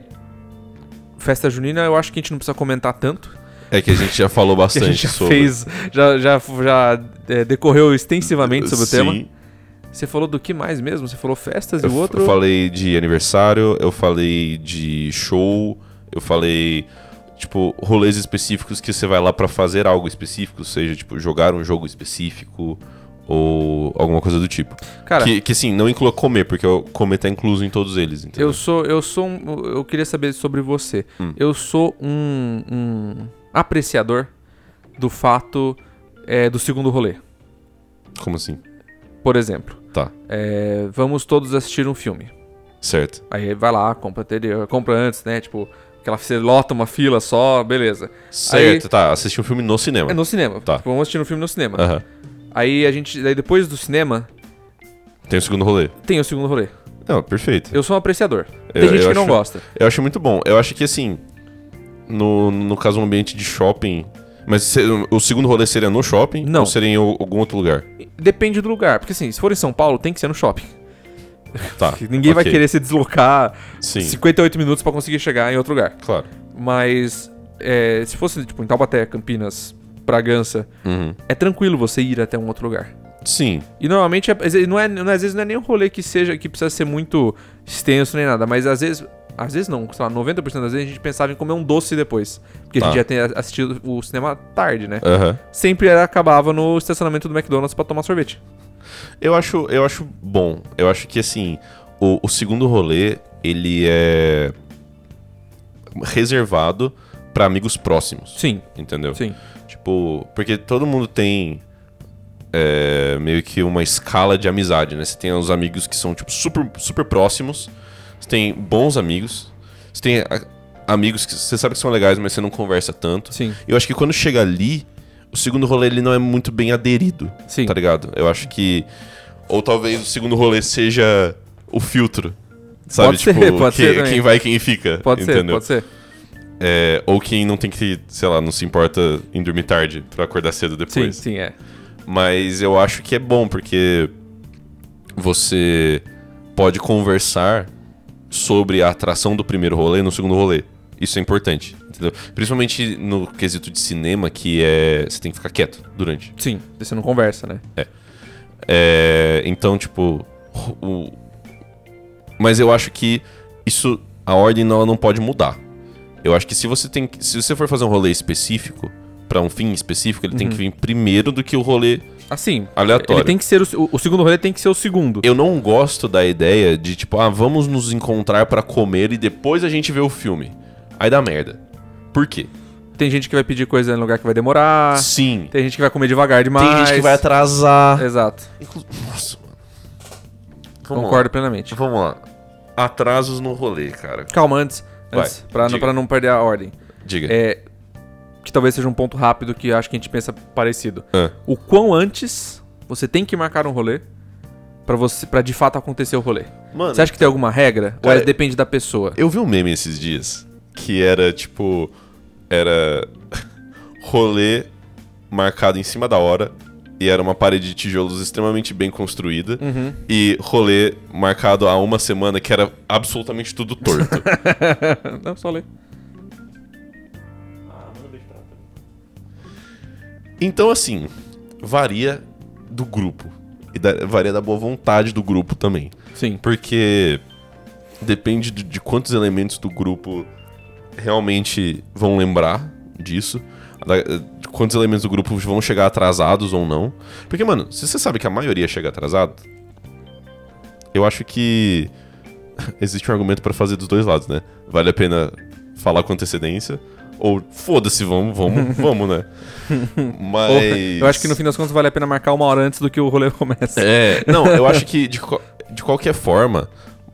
S2: Festa junina, eu acho que a gente não precisa comentar tanto.
S1: É que a gente já falou
S2: [laughs] Que
S1: bastante
S2: a gente já
S1: sobre.
S2: fez. Já, já, já é, decorreu extensivamente sobre o tema.
S1: Sim.
S2: Você falou do que mais mesmo? Você falou festas
S1: Eu,
S2: e o
S1: f-
S2: outro.
S1: eu falei de aniversário, eu falei de show, eu falei, tipo, rolês específicos que você vai lá pra fazer algo específico, seja, tipo, jogar um jogo específico ou alguma coisa do tipo.
S2: Cara,
S1: que, que, sim, não inclua comer, porque o comer tá incluso em todos eles, entendeu?
S2: eu sou. Eu sou um, Eu queria saber sobre você.
S1: Hum.
S2: Eu sou um, um apreciador do fato é, do segundo rolê.
S1: Como assim?
S2: Por exemplo,
S1: Tá,
S2: é, vamos todos assistir um filme.
S1: certo.
S2: Aí vai lá, compra, anterior- compra antes, né? Tipo, aquela, você lota uma fila só, beleza.
S1: Certo, tá, assistir um filme no cinema.
S2: É no cinema.
S1: Tá. É.
S2: Tipo, vamos assistir um filme no cinema.
S1: Aham.
S2: Aí a gente. Daí depois do cinema,
S1: Tem o segundo rolê.
S2: tem o segundo rolê.
S1: Não, perfeito.
S2: Eu sou um apreciador. Tem
S1: Eu-
S2: gente
S1: eu
S2: que não
S1: acho-
S2: gosta.
S1: Eu acho muito bom. Eu acho que assim, no, no caso um ambiente de shopping, mas se- o segundo rolê seria no shopping
S2: Não.
S1: ou seria em al- algum outro lugar?
S2: Depende do lugar. Porque assim, se for em São Paulo, tem que ser no shopping.
S1: Tá.
S2: Ninguém vai
S1: ok.
S2: querer se deslocar
S1: Sim.
S2: 58 minutos pra conseguir chegar em outro lugar.
S1: Claro.
S2: Mas é, se fosse, tipo, em Taubaté, Campinas, Bragança,
S1: Uhum.
S2: é tranquilo você ir até um outro lugar.
S1: Sim.
S2: E normalmente, às vezes, não é, não- às vezes não é nem um rolê que seja que precisa ser muito extenso nem nada, mas às vezes, às vezes não, sei lá, 90% das vezes a gente pensava em comer um doce depois, porque a gente
S1: Tá.
S2: já tinha assistido o cinema tarde, né?
S1: Aham.
S2: Sempre era, acabava no estacionamento do McDonald's pra tomar sorvete.
S1: Eu acho, eu acho bom. Eu acho que assim, o, o segundo rolê, ele é reservado pra amigos próximos,
S2: Sim,
S1: entendeu?
S2: sim.
S1: Tipo, porque todo mundo tem é, meio que uma escala de amizade, né? Você tem os amigos que são, tipo, super, super próximos. Você tem bons amigos. Você tem a- amigos que você sabe que são legais, mas você não conversa tanto.
S2: Sim.
S1: Eu acho que quando chega ali, o segundo rolê ele não é muito bem aderido.
S2: Sim.
S1: Tá ligado? Eu acho que. Ou talvez o segundo rolê seja o filtro. Sabe?
S2: Pode ser,
S1: tipo,
S2: pode
S1: quem,
S2: ser também.
S1: quem vai quem fica.
S2: Pode ser,
S1: entendeu?
S2: pode ser.
S1: É, ou quem não tem que, sei lá, não se importa em dormir tarde pra acordar cedo
S2: Sim,
S1: depois.
S2: sim, é.
S1: Mas eu acho que é bom, porque você pode conversar sobre a atração do primeiro rolê no segundo rolê. Isso é importante, entendeu? Principalmente no quesito de cinema, que é. Você tem que ficar quieto durante.
S2: Sim, você não conversa, né?
S1: É, então, tipo. o- Mas eu acho que isso. A ordem não, não pode mudar. Eu acho que se você tem. que- Se você for fazer um rolê específico, pra um fim específico, ele tem que vir primeiro do que o rolê
S2: Assim,
S1: aleatório.
S2: Uhum. ele tem que ser o, se- o- o segundo rolê tem que ser o segundo.
S1: Eu não gosto da ideia de, tipo, ah, vamos nos encontrar pra comer e depois a gente vê o filme. Aí dá merda. Por quê?
S2: Tem gente que vai pedir coisa no lugar que vai demorar,
S1: Sim.
S2: Ah, tem gente que vai comer devagar demais.
S1: Tem gente que vai atrasar.
S2: Exato.
S1: Inclu- Nossa, mano. Vamos
S2: É. Concordo plenamente.
S1: lá. Vamos lá. Atrasos no rolê, cara.
S2: Calma, antes.
S1: Vai,
S2: antes pra, não,
S1: diga.
S2: pra não perder a ordem.
S1: Diga.
S2: É. Que talvez seja um ponto rápido que eu acho que a gente pensa parecido.
S1: Ah,
S2: O quão antes você tem que marcar um rolê pra você para de fato acontecer o rolê.
S1: Mano,
S2: Você acha que tem alguma regra? Ou
S1: Cara,
S2: é- depende
S1: [laughs]
S2: da pessoa?
S1: eu vi um meme esses dias que era, [laughs] tipo, era rolê marcado em cima da hora e era uma parede de tijolos extremamente bem construída. E rolê marcado há uma semana que era absolutamente tudo torto.
S2: Não, só ler.
S1: então, assim, varia do grupo. E da- varia da boa vontade do grupo também.
S2: Sim.
S1: Porque depende de, de quantos elementos do grupo realmente vão lembrar disso. da- de quantos elementos do grupo vão chegar atrasados ou não. Porque, mano, se você sabe que a maioria chega atrasado, eu acho que [laughs] existe um argumento pra fazer dos dois lados, né? Vale a pena falar com antecedência. Ou foda-se, vamos,
S2: [laughs]
S1: vamos, vamos, né?
S2: Ou-
S1: Mas.
S2: Eu acho que no fim das contas vale a pena marcar uma hora antes do que o rolê [laughs] começa.
S1: É, não, eu acho que de, qual- de qualquer forma,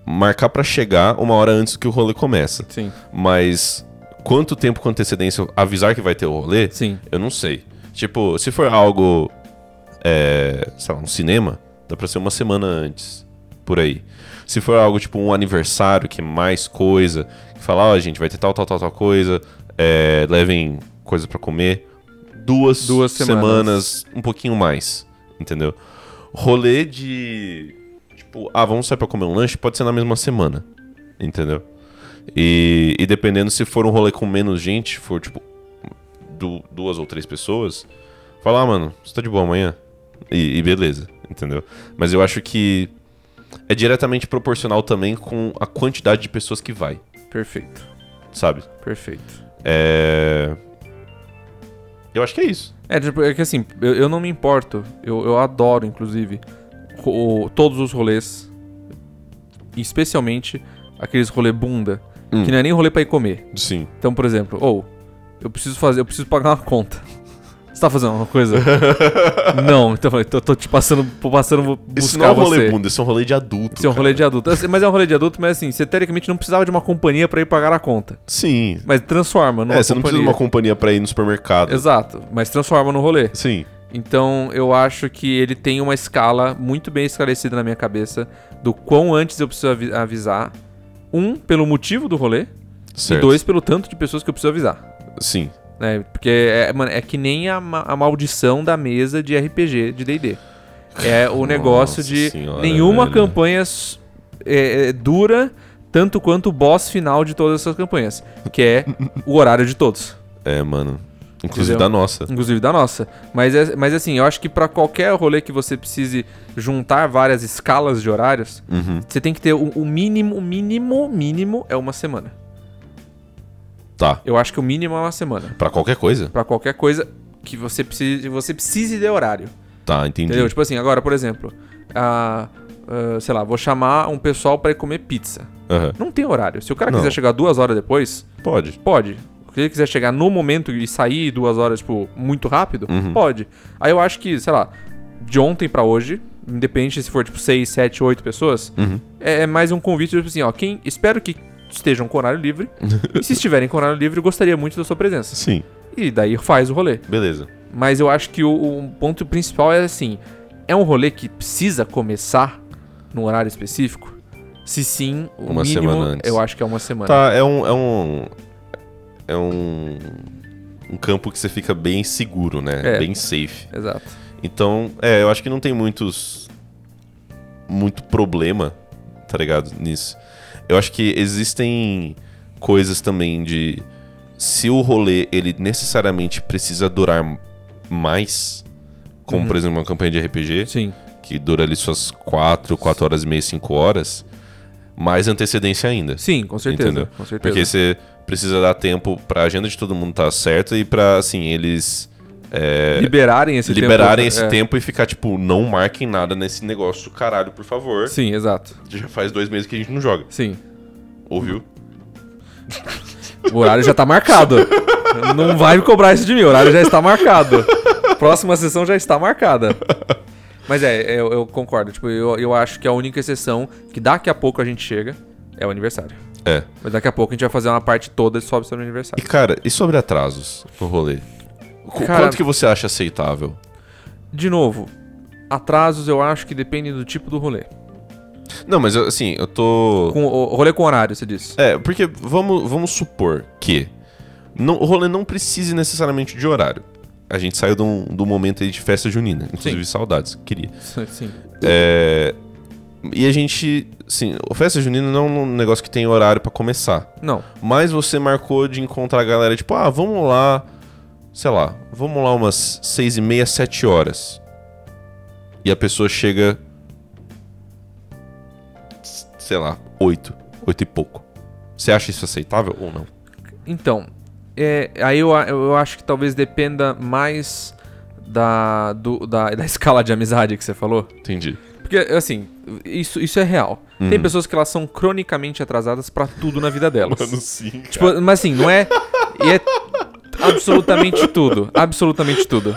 S1: marcar pra chegar uma hora antes que o rolê começa.
S2: Sim,
S1: Mas quanto tempo com antecedência avisar que vai ter o rolê,
S2: sim.
S1: eu não sei. Tipo, se for algo, é, sei lá, um cinema, dá pra ser uma semana antes, por aí. Se for algo tipo um aniversário, que é mais coisa, que fala, ó, gente, vai ter tal, tal, tal, tal coisa, é, levem coisa pra comer, duas,
S2: Duas
S1: semanas. um pouquinho mais, entendeu? Rolê de, tipo, ah, vamos sair pra comer um lanche, pode ser na mesma semana, entendeu? E, e dependendo se for um rolê com menos gente, for tipo du- duas ou três pessoas, fala, ah, mano, você tá de boa amanhã. E, e beleza, entendeu? Mas eu acho que é diretamente proporcional também com a quantidade de pessoas que vai,
S2: Perfeito,
S1: sabe?
S2: perfeito.
S1: É. Eu acho que é isso.
S2: É, tipo, é que assim, eu, eu não me importo. Eu, eu adoro, inclusive, ro- o- todos os rolês. Especialmente aqueles rolê bunda.
S1: Hum.
S2: Que não é nem rolê pra ir comer.
S1: Sim.
S2: Então, por exemplo, ou eu preciso fazer, eu preciso pagar uma conta. Você tá fazendo
S1: [laughs]
S2: alguma coisa? não, então eu falei, tô, tô te passando, passando vou buscar
S1: Isso não é um rolê
S2: você.
S1: bunda, isso é um rolê de adulto.
S2: Isso é um
S1: cara.
S2: rolê de adulto. Eu sei, Mas é um rolê de adulto, mas assim, você teoricamente não precisava de uma companhia pra ir pagar a conta.
S1: Sim.
S2: Mas transforma numa
S1: é, você não precisa de uma companhia pra ir no supermercado.
S2: Exato, mas transforma no rolê.
S1: Sim.
S2: Então eu acho que ele tem uma escala muito bem esclarecida na minha cabeça do quão antes eu preciso avi- avisar. Um, pelo motivo do rolê,
S1: Certo.
S2: e dois, pelo tanto de pessoas que eu preciso avisar.
S1: Sim.
S2: Né? Porque é, mano, é que nem a, ma- a maldição da mesa de RPG de DD. É o negócio
S1: Nossa
S2: de
S1: senhora,
S2: nenhuma
S1: velho.
S2: campanha s- é- é dura tanto quanto o boss final de todas essas campanhas, que é o horário de todos.
S1: É, mano. Inclusive
S2: Entendeu?
S1: da nossa.
S2: Inclusive da nossa. Mas, é- mas assim, eu acho que pra qualquer rolê que você precise juntar várias escalas de horários,
S1: Uhum.
S2: você tem que ter o, o mínimo, o mínimo, mínimo é uma semana.
S1: Tá.
S2: Eu acho que o mínimo é uma semana.
S1: Pra qualquer coisa?
S2: Pra qualquer coisa que você precise, você precise de horário.
S1: Tá, entendi.
S2: Entendeu? Tipo assim, agora, por exemplo, ah, ah, sei lá, vou chamar um pessoal pra ir comer pizza.
S1: Aham.
S2: Não tem horário. Se o cara
S1: Não.
S2: quiser chegar duas horas depois,
S1: Pode.
S2: Pode. Se ele quiser chegar no momento e sair duas horas, tipo, muito rápido,
S1: Uhum.
S2: pode. Aí eu acho que, sei lá, de ontem pra hoje, independente se for, tipo, seis, sete, oito pessoas,
S1: Uhum.
S2: é, é mais um convite, tipo assim, ó, quem... Espero que estejam com
S1: [laughs]
S2: horário livre. e se estiverem com horário livre, gostaria muito da sua presença.
S1: Sim.
S2: E daí faz o rolê.
S1: Beleza.
S2: Mas eu acho que o, o ponto principal é assim: é um rolê que precisa começar num horário específico? Se sim, o
S1: Uma
S2: mínimo,
S1: semana antes.
S2: eu acho que é uma semana.
S1: Tá, é um. É um. É um. Um campo que você fica bem seguro, né?
S2: É.
S1: Bem safe.
S2: Exato.
S1: Então, é, eu acho que não tem muitos. Muito problema, tá ligado? Nisso. Eu acho que existem coisas também de. Se o rolê ele necessariamente precisa durar mais, como
S2: Uhum.
S1: por exemplo uma campanha de RPG,
S2: Sim.
S1: que dura ali suas 4, 4 horas e meia, 5 horas, mais antecedência ainda.
S2: Sim, com certeza.
S1: Entendeu?
S2: Com certeza.
S1: Porque você precisa dar tempo pra agenda de todo mundo estar certa e pra, assim, eles é,
S2: liberarem esse
S1: liberarem
S2: tempo.
S1: esse
S2: é.
S1: tempo e ficar, tipo, não marquem nada nesse negócio, caralho, por favor.
S2: Sim, exato.
S1: Já faz dois meses que a gente não joga,
S2: Sim.
S1: ouviu?
S2: O horário já tá marcado. [laughs] Não vai me cobrar isso de mim, o horário já está marcado. Próxima sessão já está marcada. Mas é, eu, eu concordo. Tipo, eu, eu acho que a única exceção que daqui a pouco a gente chega é o aniversário.
S1: É.
S2: Mas daqui a pouco a gente vai fazer uma parte toda sobre sobre o
S1: E,
S2: aniversário.
S1: cara, e sobre atrasos no rolê? Qu-
S2: Cara-
S1: Quanto que você acha aceitável?
S2: De novo, atrasos eu acho que depende do tipo do rolê.
S1: Não, mas eu, assim, eu tô.
S2: Com, o rolê com horário, você disse.
S1: É, porque vamos, vamos supor que não- o rolê não precise necessariamente de horário. a gente saiu de um, de um momento aí de festa junina. Inclusive, saudades, queria.
S2: Sim.
S1: É, e a gente, assim, a festa junina não é um negócio que tem horário pra começar.
S2: Não.
S1: Mas você marcou de encontrar a galera, tipo, ah, vamos lá, sei lá, vamos lá umas seis e meia, sete horas. E a pessoa chega, s- sei lá, oito, oito e pouco. Você acha isso aceitável ou não?
S2: Então, é, aí eu, a- eu acho que talvez dependa mais da, do- da, [laughs] da escala de amizade que você falou.
S1: Entendi.
S2: Porque, assim, isso, isso é real. Tem pessoas que elas são cronicamente atrasadas pra tudo na vida delas.
S1: [laughs] sim, cara.
S2: Tipo, mas assim, não é. E é absolutamente tudo. Absolutamente tudo.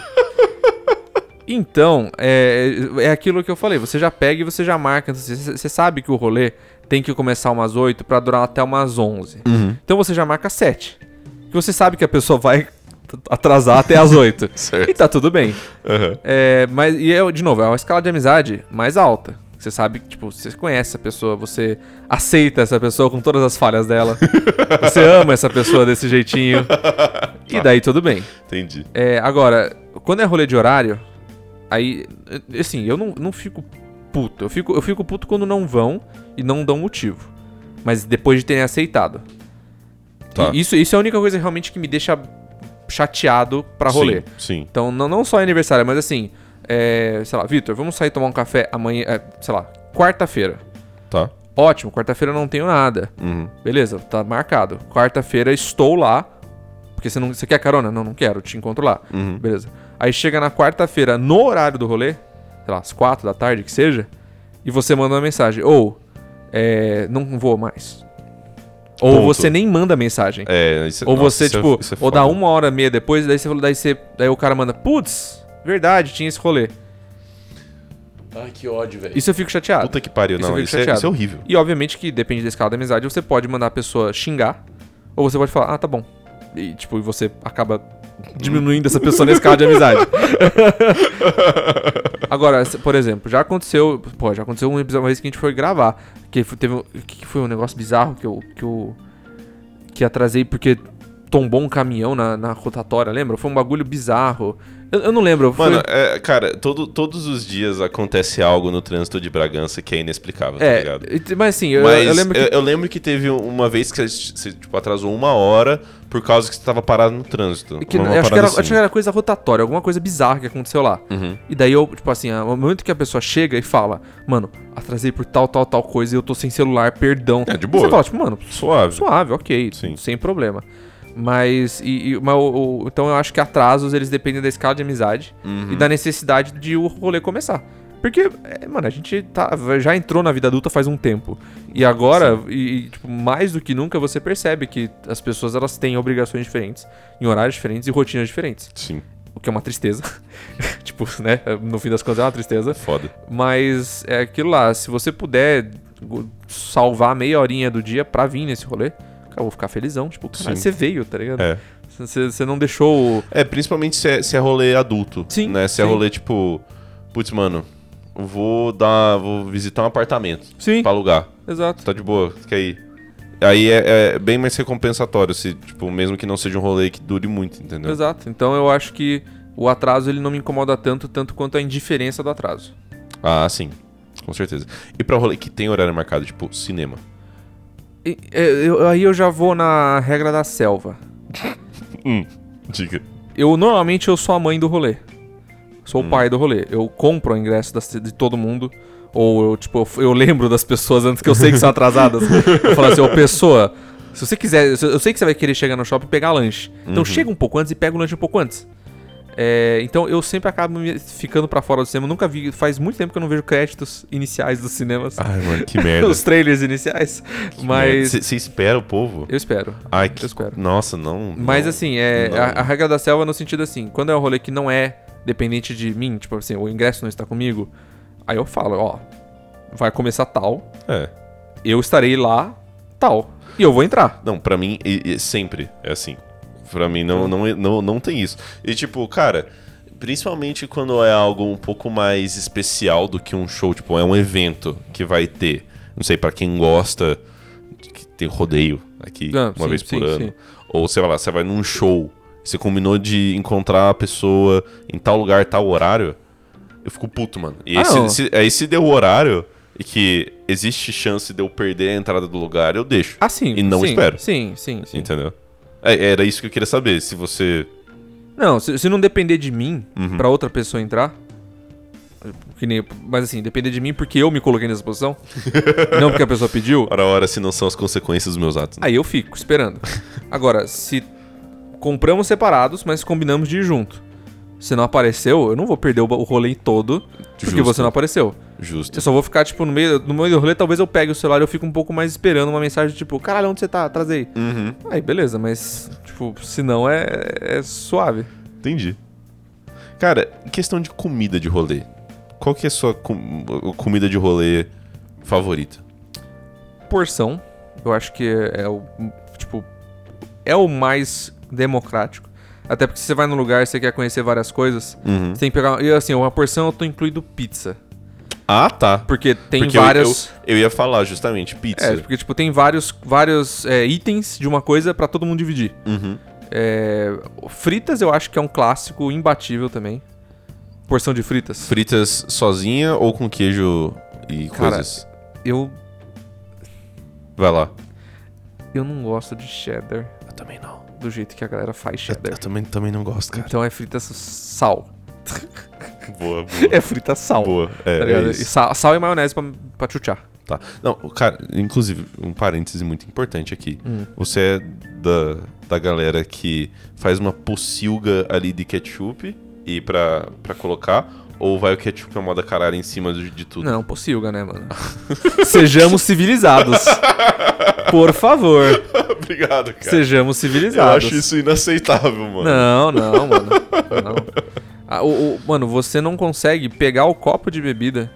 S2: Então, é, é aquilo que eu falei. Você já pega e você já marca. Você, você sabe que o rolê tem que começar umas 8 pra durar até umas 11. Então você já marca 7. Que você sabe que a pessoa vai t- atrasar até as 8.
S1: Certo.
S2: E tá tudo bem.
S1: Aham.
S2: É, mas, e é, de novo, é uma escala de amizade mais alta. Você sabe que, tipo, você conhece essa pessoa, você aceita essa pessoa com todas as falhas dela. você ama essa pessoa desse jeitinho. E daí tudo bem.
S1: Entendi.
S2: É, agora, quando é rolê de horário, aí, eh, assim, eu não, não fico puto. Eu fico, eu fico puto quando não vão e não dão motivo. Mas depois de terem aceitado.
S1: Tá.
S2: E Isso, isso é a única coisa realmente que me deixa chateado pra rolê.
S1: Sim. sim.
S2: Então, não, não só é aniversário, mas assim, é, sei lá, Vitor, vamos sair tomar um café amanhã, é, sei lá, quarta-feira.
S1: Tá.
S2: Ótimo, quarta-feira eu não tenho nada.
S1: Uhum.
S2: Beleza, tá marcado. Quarta-feira estou lá. Porque você não. Você quer carona? Não, não quero, te encontro lá.
S1: Uhum.
S2: Beleza. Aí chega na quarta-feira, no horário do rolê, sei lá, às quatro da tarde que seja, e você manda uma mensagem. Ou, é, não vou mais. Ou
S1: Ponto.
S2: você nem manda mensagem.
S1: É, isso
S2: Ou
S1: nossa,
S2: você,
S1: isso é-
S2: tipo,
S1: isso é
S2: ou dá
S1: foda.
S2: uma hora e meia depois, daí você, daí você- daí o cara manda, putz, verdade, tinha esse rolê.
S3: Ai, que ódio, velho.
S2: Isso eu fico chateado.
S1: Puta que pariu,
S2: Isso eu
S1: não.
S2: fico
S1: Isso é,
S2: chateado.
S1: isso é horrível.
S2: E obviamente que depende da escala da amizade, você pode mandar a pessoa xingar, ou você pode falar, ah, tá bom. E tipo, e você acaba diminuindo essa pessoa na escala
S1: [laughs]
S2: de amizade. Agora, se- por exemplo, já aconteceu. Pô, já aconteceu um episódio uma vez que a gente foi gravar. Que foi- teve um- que foi um negócio bizarro que eu. que, eu, que atrasei porque tombou um caminhão na, na rotatória, lembra? Foi um bagulho bizarro. Eu, eu não lembro. foi-
S1: Mano, é, cara, todo, todos os dias acontece algo no trânsito de Bragança que é inexplicável, tá
S2: é,
S1: ligado?
S2: e- mas assim, eu,
S1: Mas
S2: eu lembro que.
S1: teve uma vez que você tipo, atrasou uma hora por causa que você tava parado no trânsito.
S2: que-
S1: Uma- uma
S2: eu acho, que
S1: parada
S2: era,
S1: assim.
S2: acho que era coisa rotatória, alguma coisa bizarra que aconteceu lá.
S1: Uhum.
S2: E daí eu, tipo assim, ah, no momento que a pessoa chega e fala, mano, atrasei por tal, tal, tal coisa e eu tô sem celular, perdão.
S1: É, de boa.
S2: Você fala, tipo, mano,
S1: Suave.
S2: suave, ok,
S1: Sim.
S2: sem problema. Mas, e, e- mas o- o- então eu acho que atrasos eles dependem da escala de amizade e da necessidade de o rolê começar. Porque, é, mano, a gente tá, já entrou na vida adulta faz um tempo. E agora, e, e, tipo, mais do que nunca, você percebe que as pessoas elas têm obrigações diferentes, em horários diferentes e rotinas diferentes.
S1: Sim,
S2: O que é uma tristeza. [laughs] tipo, né? No fim das contas é uma tristeza.
S1: foda.
S2: Mas é aquilo lá, se você puder go- salvar meia horinha do dia pra vir nesse rolê, cara, eu vou ficar felizão. Tipo, caralho,
S1: Sim.
S2: você veio, tá ligado?
S1: É.
S2: Você você não deixou. o-
S1: É, principalmente se é, se é rolê adulto.
S2: Sim,
S1: Né? Se é
S2: sim.
S1: rolê, tipo, putz, mano, vou dar. vou visitar um apartamento
S2: Sim,
S1: pra alugar.
S2: exato.
S1: Tá de boa, quer ir. Aí é, é bem mais recompensatório, se, tipo, mesmo que não seja um rolê que dure muito, entendeu?
S2: Exato. Então eu acho que o atraso ele não me incomoda tanto, tanto quanto a indiferença do atraso.
S1: Ah, sim. Com certeza. E pra rolê que tem horário marcado, tipo, cinema.
S2: E- é, eu- aí eu já vou na regra da selva.
S1: Diga.
S2: Eu normalmente eu sou a mãe do rolê. Sou o pai do rolê. Eu compro o ingresso das- de todo mundo. Ou eu, tipo, eu f- eu lembro das pessoas antes que eu sei que são atrasadas. Eu falo assim, ô pessoa, se você quiser. se- Eu sei que você vai querer chegar no shopping e pegar lanche. Então chega um pouco antes e pega o lanche um pouco antes. É, então eu sempre acabo me- ficando pra fora do cinema. Eu nunca vi. Faz muito tempo que eu não vejo créditos iniciais dos cinemas.
S1: Ai, mano, que merda.
S2: [laughs] Os trailers iniciais. Mas.
S1: Você espera o povo?
S2: Eu espero.
S1: Ai, que.
S2: eu espero.
S1: Nossa, não.
S2: Mas
S1: não.
S2: assim, é
S1: Não.
S2: a, a regra da selva no sentido assim, quando é um rolê que não é dependente de mim, tipo assim, o ingresso não está comigo, aí eu falo, ó, vai começar tal,
S1: É.
S2: eu estarei lá, tal, e eu vou entrar.
S1: Não, pra mim, e- e sempre é assim. Pra mim, não, não, não, não tem isso. E tipo, cara, principalmente quando é algo um pouco mais especial do que um show, tipo, é um evento que vai ter. Não sei, pra quem gosta, que tem rodeio aqui
S2: Ah,
S1: uma
S2: sim,
S1: vez por
S2: sim,
S1: ano.
S2: sim.
S1: Ou sei lá, você vai num show Você combinou de encontrar a pessoa em tal lugar, tal horário. Eu fico puto, mano. E aí,
S2: Ah, não.
S1: se, se- aí se deu o horário e que existe chance de eu perder a entrada do lugar, eu deixo.
S2: Ah, sim.
S1: E não
S2: sim,
S1: espero.
S2: Sim, sim. sim.
S1: Entendeu? É, era isso que eu queria saber. Se você.
S2: Não, se, se não depender de mim
S1: Uhum.
S2: pra outra pessoa entrar. Que nem, mas assim, depender de mim porque eu me coloquei
S1: [laughs]
S2: nessa posição. e não porque a pessoa pediu.
S1: Ora, ora, se não são as consequências dos meus atos. né?
S2: Aí eu fico esperando. Agora, se compramos separados, mas combinamos de ir junto. Se não apareceu, eu não vou perder o ba- o rolê todo porque
S1: Justo.
S2: você não apareceu.
S1: Justo.
S2: Eu só vou ficar, tipo, no meio, no meio do rolê, talvez eu pegue o celular e eu fico um pouco mais esperando uma mensagem, tipo, caralho, onde você tá? Traz aí.
S1: Uhum.
S2: Aí, beleza, mas, tipo, se não é, é suave.
S1: Entendi. Cara, em questão de comida de rolê. Qual que é a sua com- comida de rolê favorita?
S2: Porção, eu acho que é o, tipo, é o mais democrático. Até porque se você vai num lugar e você quer conhecer várias coisas,
S1: Uhum.
S2: você tem que pegar. E assim, uma porção eu tô incluindo pizza.
S1: Ah, tá.
S2: Porque tem
S1: Porque eu-
S2: vários.
S1: Eu, eu ia falar justamente pizza.
S2: É, porque, tipo, tem vários, vários é, itens de uma coisa pra todo mundo dividir.
S1: Uhum.
S2: É, fritas eu acho que é um clássico imbatível também. Porção de fritas.
S1: Fritas sozinha ou com queijo e
S2: Cara,
S1: coisas?
S2: Eu,
S1: Vai lá.
S2: eu não gosto de cheddar
S1: Eu também não.
S2: do jeito que a galera faz
S1: Eu,
S2: cheddar.
S1: também, também não gosto, cara.
S2: Então é frita s- sal.
S1: Boa, boa.
S2: É frita sal.
S1: boa.
S2: tá
S1: É,
S2: ligado?
S1: é
S2: E
S1: isso.
S2: sal, sal e maionese pra, pra chuchar.
S1: Tá. Não, cara, inclusive, um parêntese muito importante aqui.
S2: Hum.
S1: Você é da, da galera que faz uma pocilga ali de ketchup e pra, pra colocar, ou vai o ketchup a moda caralho em cima de, de tudo?
S2: Não, pocilga, né, mano? [laughs] Sejamos civilizados. Por favor,
S1: [laughs] Obrigado, cara.
S2: sejamos
S1: Eu
S2: civilizados.
S1: acho isso inaceitável, mano.
S2: Não, não, mano. Não. Ah, o- o- mano, você não consegue pegar o copo de bebida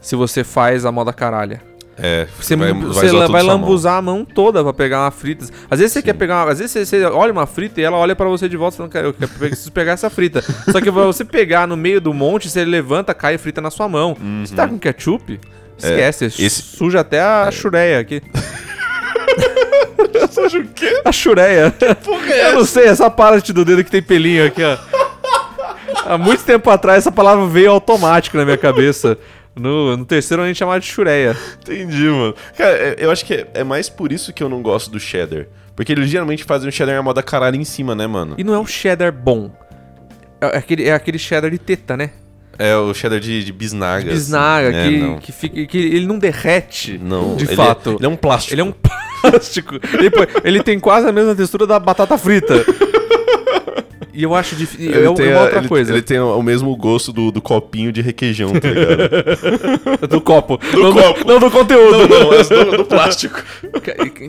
S2: se você faz a moda caralha.
S1: É,
S2: Você vai, você
S1: zoar
S2: la-
S1: tudo
S2: vai
S1: sua mão. [laughs]
S2: lambuzar a mão toda pra pegar uma frita. Às vezes você quer pegar uma, Às vezes você, você olha uma frita e ela olha pra você de volta falando, cara, eu quero- preciso pegar essa frita. Só que pra você pegar no meio do monte, você levanta, cai a frita na sua mão. Você tá com ketchup? Esquece,
S1: esse-
S2: suja até a chureia [laughs] aqui.
S1: Seja o quê?
S2: A chureia. Eu não sei, é essa parte do dedo que tem pelinho aqui, ó. Há muito tempo atrás essa palavra veio automático na minha cabeça. No, no terceiro a gente chamava de chureia.
S1: Entendi, mano. Cara, é- eu acho que é, é mais por isso que eu não gosto do cheddar. Porque eles geralmente fazem o cheddar na moda caralho em cima, né, mano?
S2: E não é um cheddar bom. É aquele, é aquele cheddar de teta, né?
S1: É o cheddar de, de bisnaga. assim.
S2: Bisnaga,
S1: É,
S2: que,
S1: não.
S2: que, fica, que ele não derrete.
S1: Não,
S2: de
S1: ele é-
S2: fato.
S1: ele é um plástico.
S2: Ele é um
S1: [laughs]
S2: plástico. ele, pô- ele tem quase a mesma textura da batata frita. E eu acho difícil. É uma
S1: tem a-
S2: outra
S1: ele-
S2: coisa.
S1: Ele tem o mesmo gosto do, do copinho de requeijão, tá ligado?
S2: Do
S1: [laughs]
S2: copo. não,
S1: copo.
S2: Do, [laughs] não do conteúdo.
S1: não, é do, do plástico.
S2: [laughs]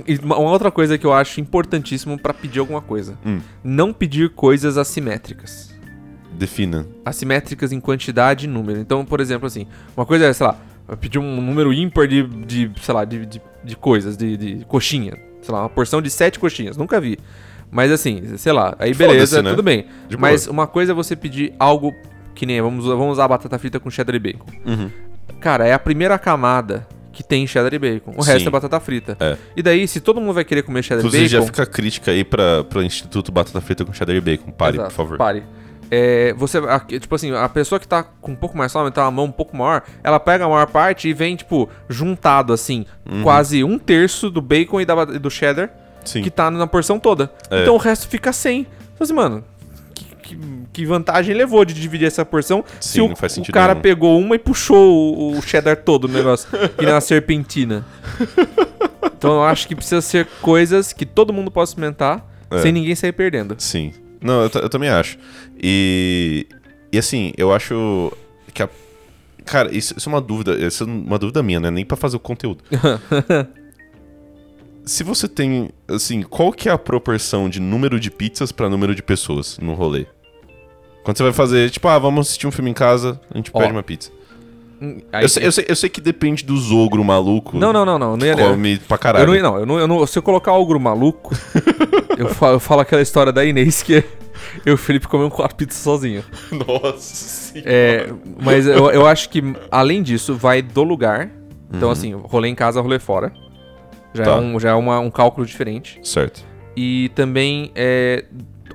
S2: E- e Uma uma outra coisa que eu acho importantíssimo pra pedir alguma coisa:
S1: Hum.
S2: não pedir coisas assimétricas.
S1: Defina.
S2: Assimétricas em quantidade e número. Então, por exemplo, assim, uma coisa é, sei lá, eu pedir um número ímpar de, de sei lá, de, de, de coisas, de, de coxinha. Sei lá, uma porção de sete coxinhas. Nunca vi. Mas assim, sei lá, aí beleza,
S1: Foda-se, né?
S2: tudo bem.
S1: De boa.
S2: Mas uma coisa é você pedir algo que nem, vamos, vamos usar batata frita com cheddar e bacon.
S1: Uhum.
S2: Cara, é a primeira camada que tem cheddar e bacon. O resto
S1: Sim.
S2: é batata frita.
S1: É.
S2: E daí, se todo mundo vai querer comer cheddar
S1: Inclusive,
S2: e É
S1: já
S2: bacon.
S1: fica a crítica aí pra, pro Instituto Batata Frita com cheddar e bacon. Pare,
S2: Exato,
S1: por favor.
S2: Pare. É, você, a- tipo assim, a pessoa que tá com um pouco mais fome, tá uma mão um pouco maior, ela pega a maior parte e vem, tipo, juntado, assim,
S1: Uhum.
S2: quase um terço do bacon e, da bat- e do cheddar
S1: Sim.
S2: que tá na porção toda.
S1: É.
S2: Então o resto fica sem. Então, assim, mano, que, que- que vantagem levou de dividir essa porção se
S1: Sim,
S2: o,
S1: não faz
S2: o
S1: sentido
S2: cara
S1: nenhum.
S2: pegou uma e puxou o, o cheddar todo o negócio,
S1: [laughs]
S2: que nem uma serpentina. Então eu acho que precisa ser coisas que todo mundo possa experimentar
S1: É.
S2: sem ninguém sair perdendo.
S1: Sim. Não, eu, ta- eu também acho. E, e assim, eu acho que a. Cara, isso, isso é uma dúvida. Isso é uma dúvida minha, né? Nem pra fazer o
S2: [laughs]
S1: conteúdo. Se você tem, assim, qual que é a proporção de número de pizzas pra número de pessoas no rolê? Quando você vai fazer, tipo, ah, vamos assistir um filme em casa, a gente
S2: Ó,
S1: pede uma pizza.
S2: Hum, aí-
S1: Eu sei, eu, sei, eu sei que depende do ogro maluco.
S2: Não, não, não, não. Não ia,
S1: Que come pra caralho.
S2: eu não, ia- não, eu não, eu não- Se eu colocar ogro [laughs] maluco, eu, falo, eu falo aquela história da Inês que [laughs] eu e o Felipe comeu uma pizza sozinho.
S1: [laughs] Nossa senhora.
S2: É, mas eu, eu acho que, além disso, vai do lugar. Então, assim, rolê em casa, rolê fora. Já
S1: Tá.
S2: é, um, já é uma- um cálculo diferente.
S1: Certo.
S2: E também é,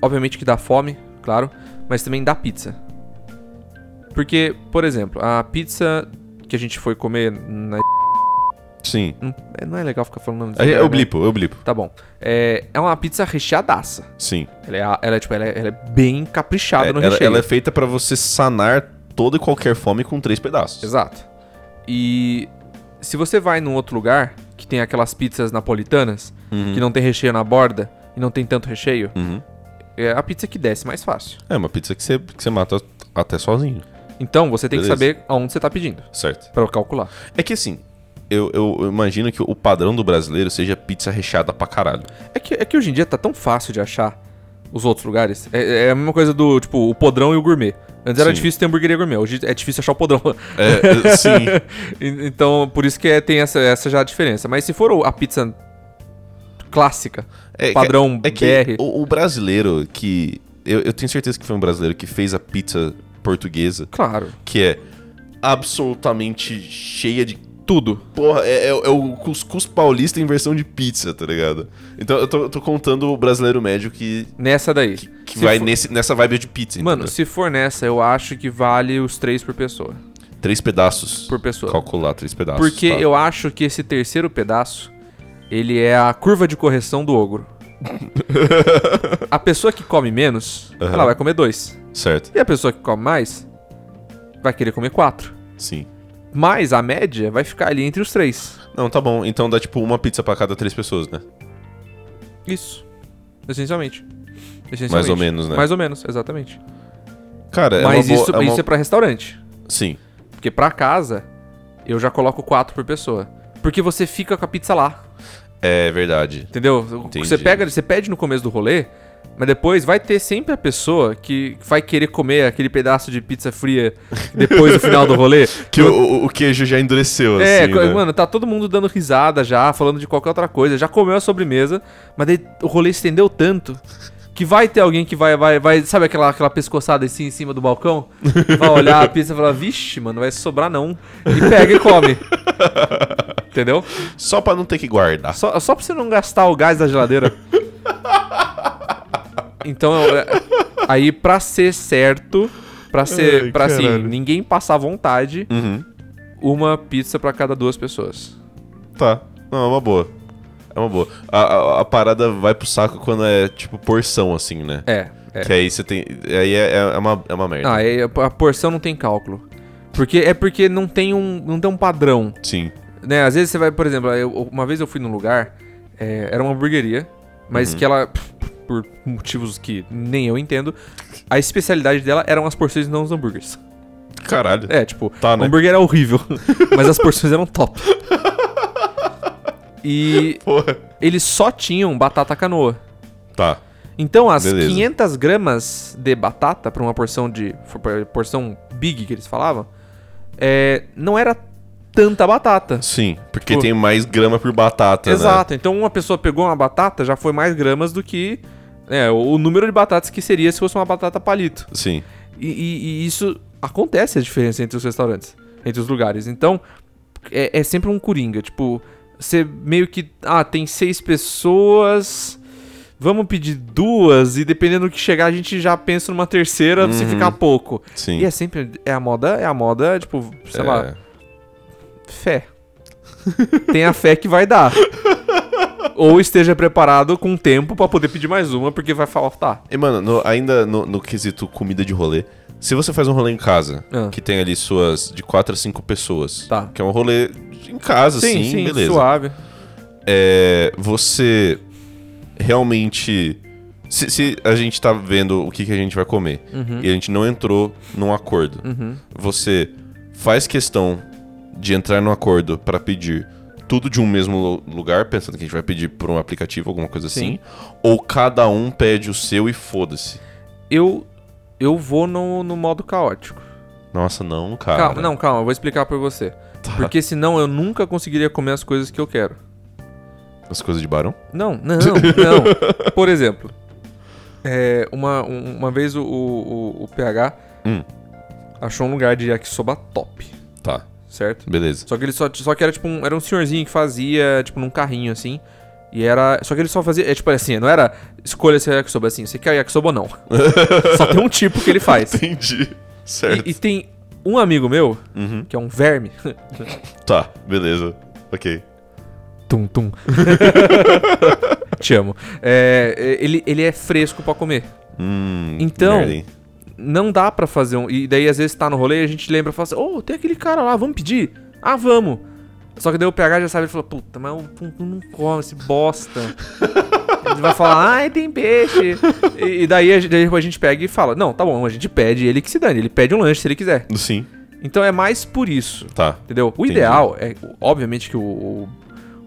S2: obviamente que dá fome, claro, mas também dá pizza. Porque, por exemplo, a pizza que a gente foi comer na.
S1: Sim.
S2: Não é- não é legal ficar falando o nome
S1: Aí
S2: lugar,
S1: eu
S2: né?
S1: blipo, eu blipo.
S2: Tá bom. É, é uma pizza recheadaça.
S1: Sim.
S2: Ela é, a- ela é, tipo, ela é, ela é bem caprichada
S1: É,
S2: no
S1: ela,
S2: recheio.
S1: ela é feita pra você sanar toda e qualquer fome com três pedaços.
S2: Exato. E se você vai num outro lugar que tem aquelas pizzas napolitanas, que não tem recheio na borda e não tem tanto recheio,
S1: Uhum.
S2: é a pizza que desce mais fácil.
S1: É uma pizza que você, que você mata até sozinho,
S2: Então você tem
S1: Beleza.
S2: que saber aonde você tá pedindo
S1: certo?
S2: Pra eu calcular.
S1: É que assim, eu, eu eu imagino que o padrão do brasileiro seja pizza recheada pra caralho.
S2: É que, é que hoje em dia tá tão fácil de achar os outros lugares. É, é a mesma coisa do, tipo, o podrão e o gourmet. Antes era
S1: Sim.
S2: difícil ter hamburgueria gourmet, hoje é difícil achar o podrão.
S1: É, sim.
S2: [laughs] E- então, por isso que é- tem essa, essa já a diferença. Mas se for o- a pizza clássica,
S1: É,
S2: padrão
S1: que, é
S2: BR,
S1: que o, o brasileiro que. Eu, eu tenho certeza que foi um brasileiro que fez a pizza portuguesa,
S2: claro,
S1: que é absolutamente cheia de
S2: tudo.
S1: Porra, é, é- é o cuscuz paulista em versão de pizza, tá ligado? Então eu tô, eu tô contando o brasileiro médio que,
S2: Nessa daí.
S1: que
S2: Se
S1: vai
S2: for-
S1: nesse, né? nessa vibe de pizza.
S2: Mano,
S1: entendeu?
S2: se for nessa, eu acho que vale os três por pessoa.
S1: três pedaços.
S2: Por pessoa.
S1: Calcular três pedaços.
S2: Porque eu acho que esse terceiro pedaço, ele é a curva de correção do
S1: [laughs]
S2: ogro. a pessoa que come menos,
S1: Aham.
S2: ela vai comer dois.
S1: Certo,
S2: E a pessoa que come mais, vai querer comer quatro.
S1: sim.
S2: Mas a média vai ficar ali entre os três.
S1: Não, tá bom. Então dá tipo uma pizza pra cada três pessoas, né?
S2: Isso. Essencialmente. Essencialmente.
S1: Mais ou menos, né?
S2: Mais ou menos, exatamente.
S1: Cara,
S2: Mas
S1: é uma boa-
S2: isso,
S1: é uma-
S2: isso é pra restaurante.
S1: Sim.
S2: Porque pra casa, eu já coloco quatro por pessoa. Porque você fica com a pizza lá,
S1: É verdade.
S2: entendeu? Você pega, você pede no começo do rolê, mas depois vai ter sempre a pessoa que vai querer comer aquele pedaço de pizza fria depois do final
S1: [laughs]
S2: do rolê.
S1: Que o, o- o queijo já endureceu,
S2: É,
S1: Tipo assim,
S2: co-
S1: né?
S2: mano, tá todo mundo dando risada já, falando de qualquer outra coisa, já comeu a sobremesa, mas daí o rolê estendeu tanto que vai ter alguém que vai, vai, vai, sabe aquela, aquela pescoçada assim em cima do balcão? Vai olhar a pizza e falar, vixe, mano, vai sobrar não. E pega e
S1: [laughs]
S2: come. Entendeu?
S1: Só pra não ter que guardar.
S2: Só, só pra você não gastar o gás da geladeira. então, eu- é- aí pra ser certo, pra ser,
S1: Ai,
S2: pra assim,
S1: caralho.
S2: ninguém passar vontade,
S1: Uhum.
S2: uma pizza pra cada duas pessoas.
S1: Tá. Não, é uma boa. É uma boa. A, a- a parada vai pro saco quando é, tipo, porção, assim, né?
S2: É, é. Ah,
S1: Que aí você tem. Aí é, é uma, é uma merda.
S2: Não, aí a a porção não tem cálculo. Porque é porque não tem um, não tem um padrão,
S1: Sim.
S2: né? Às vezes você vai, por exemplo, eu- uma vez eu fui num lugar, é, era uma hamburgueria,
S1: Uhum.
S2: mas que ela, pff, por motivos que nem eu entendo, a especialidade dela eram as porções e não os hambúrgueres.
S1: Caralho.
S2: É, tipo,
S1: Tá,
S2: o
S1: né?
S2: hambúrguer era horrível, [laughs] mas as porções eram top. E
S1: Porra.
S2: eles só tinham batata canoa.
S1: Tá.
S2: Então, as
S1: Beleza.
S2: 500 gramas de batata pra uma porção de. pra porção big que eles falavam, é, não era tanta batata.
S1: Sim. Porque
S2: Pô.
S1: tem mais grama por batata, né?
S2: Exato. Então, uma pessoa pegou uma batata, já foi mais gramas do que. é, o o número de batatas que seria se fosse uma batata palito.
S1: Sim.
S2: E, e- e isso acontece a diferença entre os restaurantes, entre os lugares. Então, é, é sempre um coringa. Tipo, você meio que. Ah, tem seis pessoas. Vamos pedir duas e dependendo do que chegar a gente já pensa numa terceira se ficar pouco.
S1: Uhum. Sim.
S2: E é sempre é a moda, é a moda, tipo, sei
S1: É.
S2: lá, fé. tem a fé que
S1: [laughs]
S2: vai dar. Ou esteja preparado com tempo pra poder pedir mais uma porque vai tá, faltar.
S1: E, mano, no- ainda no, no quesito comida de rolê, se você faz um rolê em casa,
S2: Ah.
S1: que tem ali suas de quatro a cinco pessoas,
S2: Tá.
S1: que é um rolê em casa, sim, sim, beleza.
S2: suave.
S1: é, você realmente. Se, se a gente tá vendo o que, que a gente vai comer
S2: Uhum.
S1: e a gente não entrou num acordo, você faz questão de entrar num acordo pra pedir tudo de um mesmo lu- lugar, pensando que a gente vai pedir por um aplicativo, alguma coisa
S2: Sim.
S1: assim, ou cada um pede o seu e foda-se.
S2: eu eu vou no, no modo caótico.
S1: Nossa, não, cara. Tá.
S2: Calma, não, calma, eu vou explicar pra você. Porque senão eu nunca conseguiria comer as coisas que eu quero.
S1: As coisas de barão? [laughs]
S2: Não, não, não. Por exemplo, é, uma, um- uma vez o, o, o- o PH
S1: Hum.
S2: achou um lugar de yakisoba top,
S1: Tá,
S2: certo?
S1: beleza.
S2: [laughs] Só que ele só, só que era tipo um, era um senhorzinho que fazia, tipo, num carrinho assim. E era. Só que ele só fazia. É tipo assim, não era escolha se é yakisoba, assim, você quer
S1: [laughs]
S2: yakisoba ou não. só tem um tipo que ele faz. E-
S1: Entendi. Certo.
S2: E, tem um amigo meu, que é um verme. [laughs]
S1: Tá, beleza. Ok.
S2: tum, tum. Te amo. É, ele, ele é fresco pra comer.
S1: Hum,
S2: Então-
S1: merda, hein?
S2: Não dá pra fazer um. E daí, às vezes, tá no rolê e a gente lembra e fala assim: Ô, tem aquele cara lá, vamos pedir? Ah, vamos. Só que daí o PH já sabe e fala: Puta, mas o Pum Pum não come esse bosta. ele vai falar: Ai, tem peixe. E, e daí, a gente, daí a gente pega e fala: Não, tá bom, a gente pede, ele que se dane. Ele pede um lanche se ele quiser.
S1: Sim,
S2: Então é mais por isso.
S1: tá.
S2: Entendeu? O
S1: Entendi.
S2: ideal é, obviamente, que o, o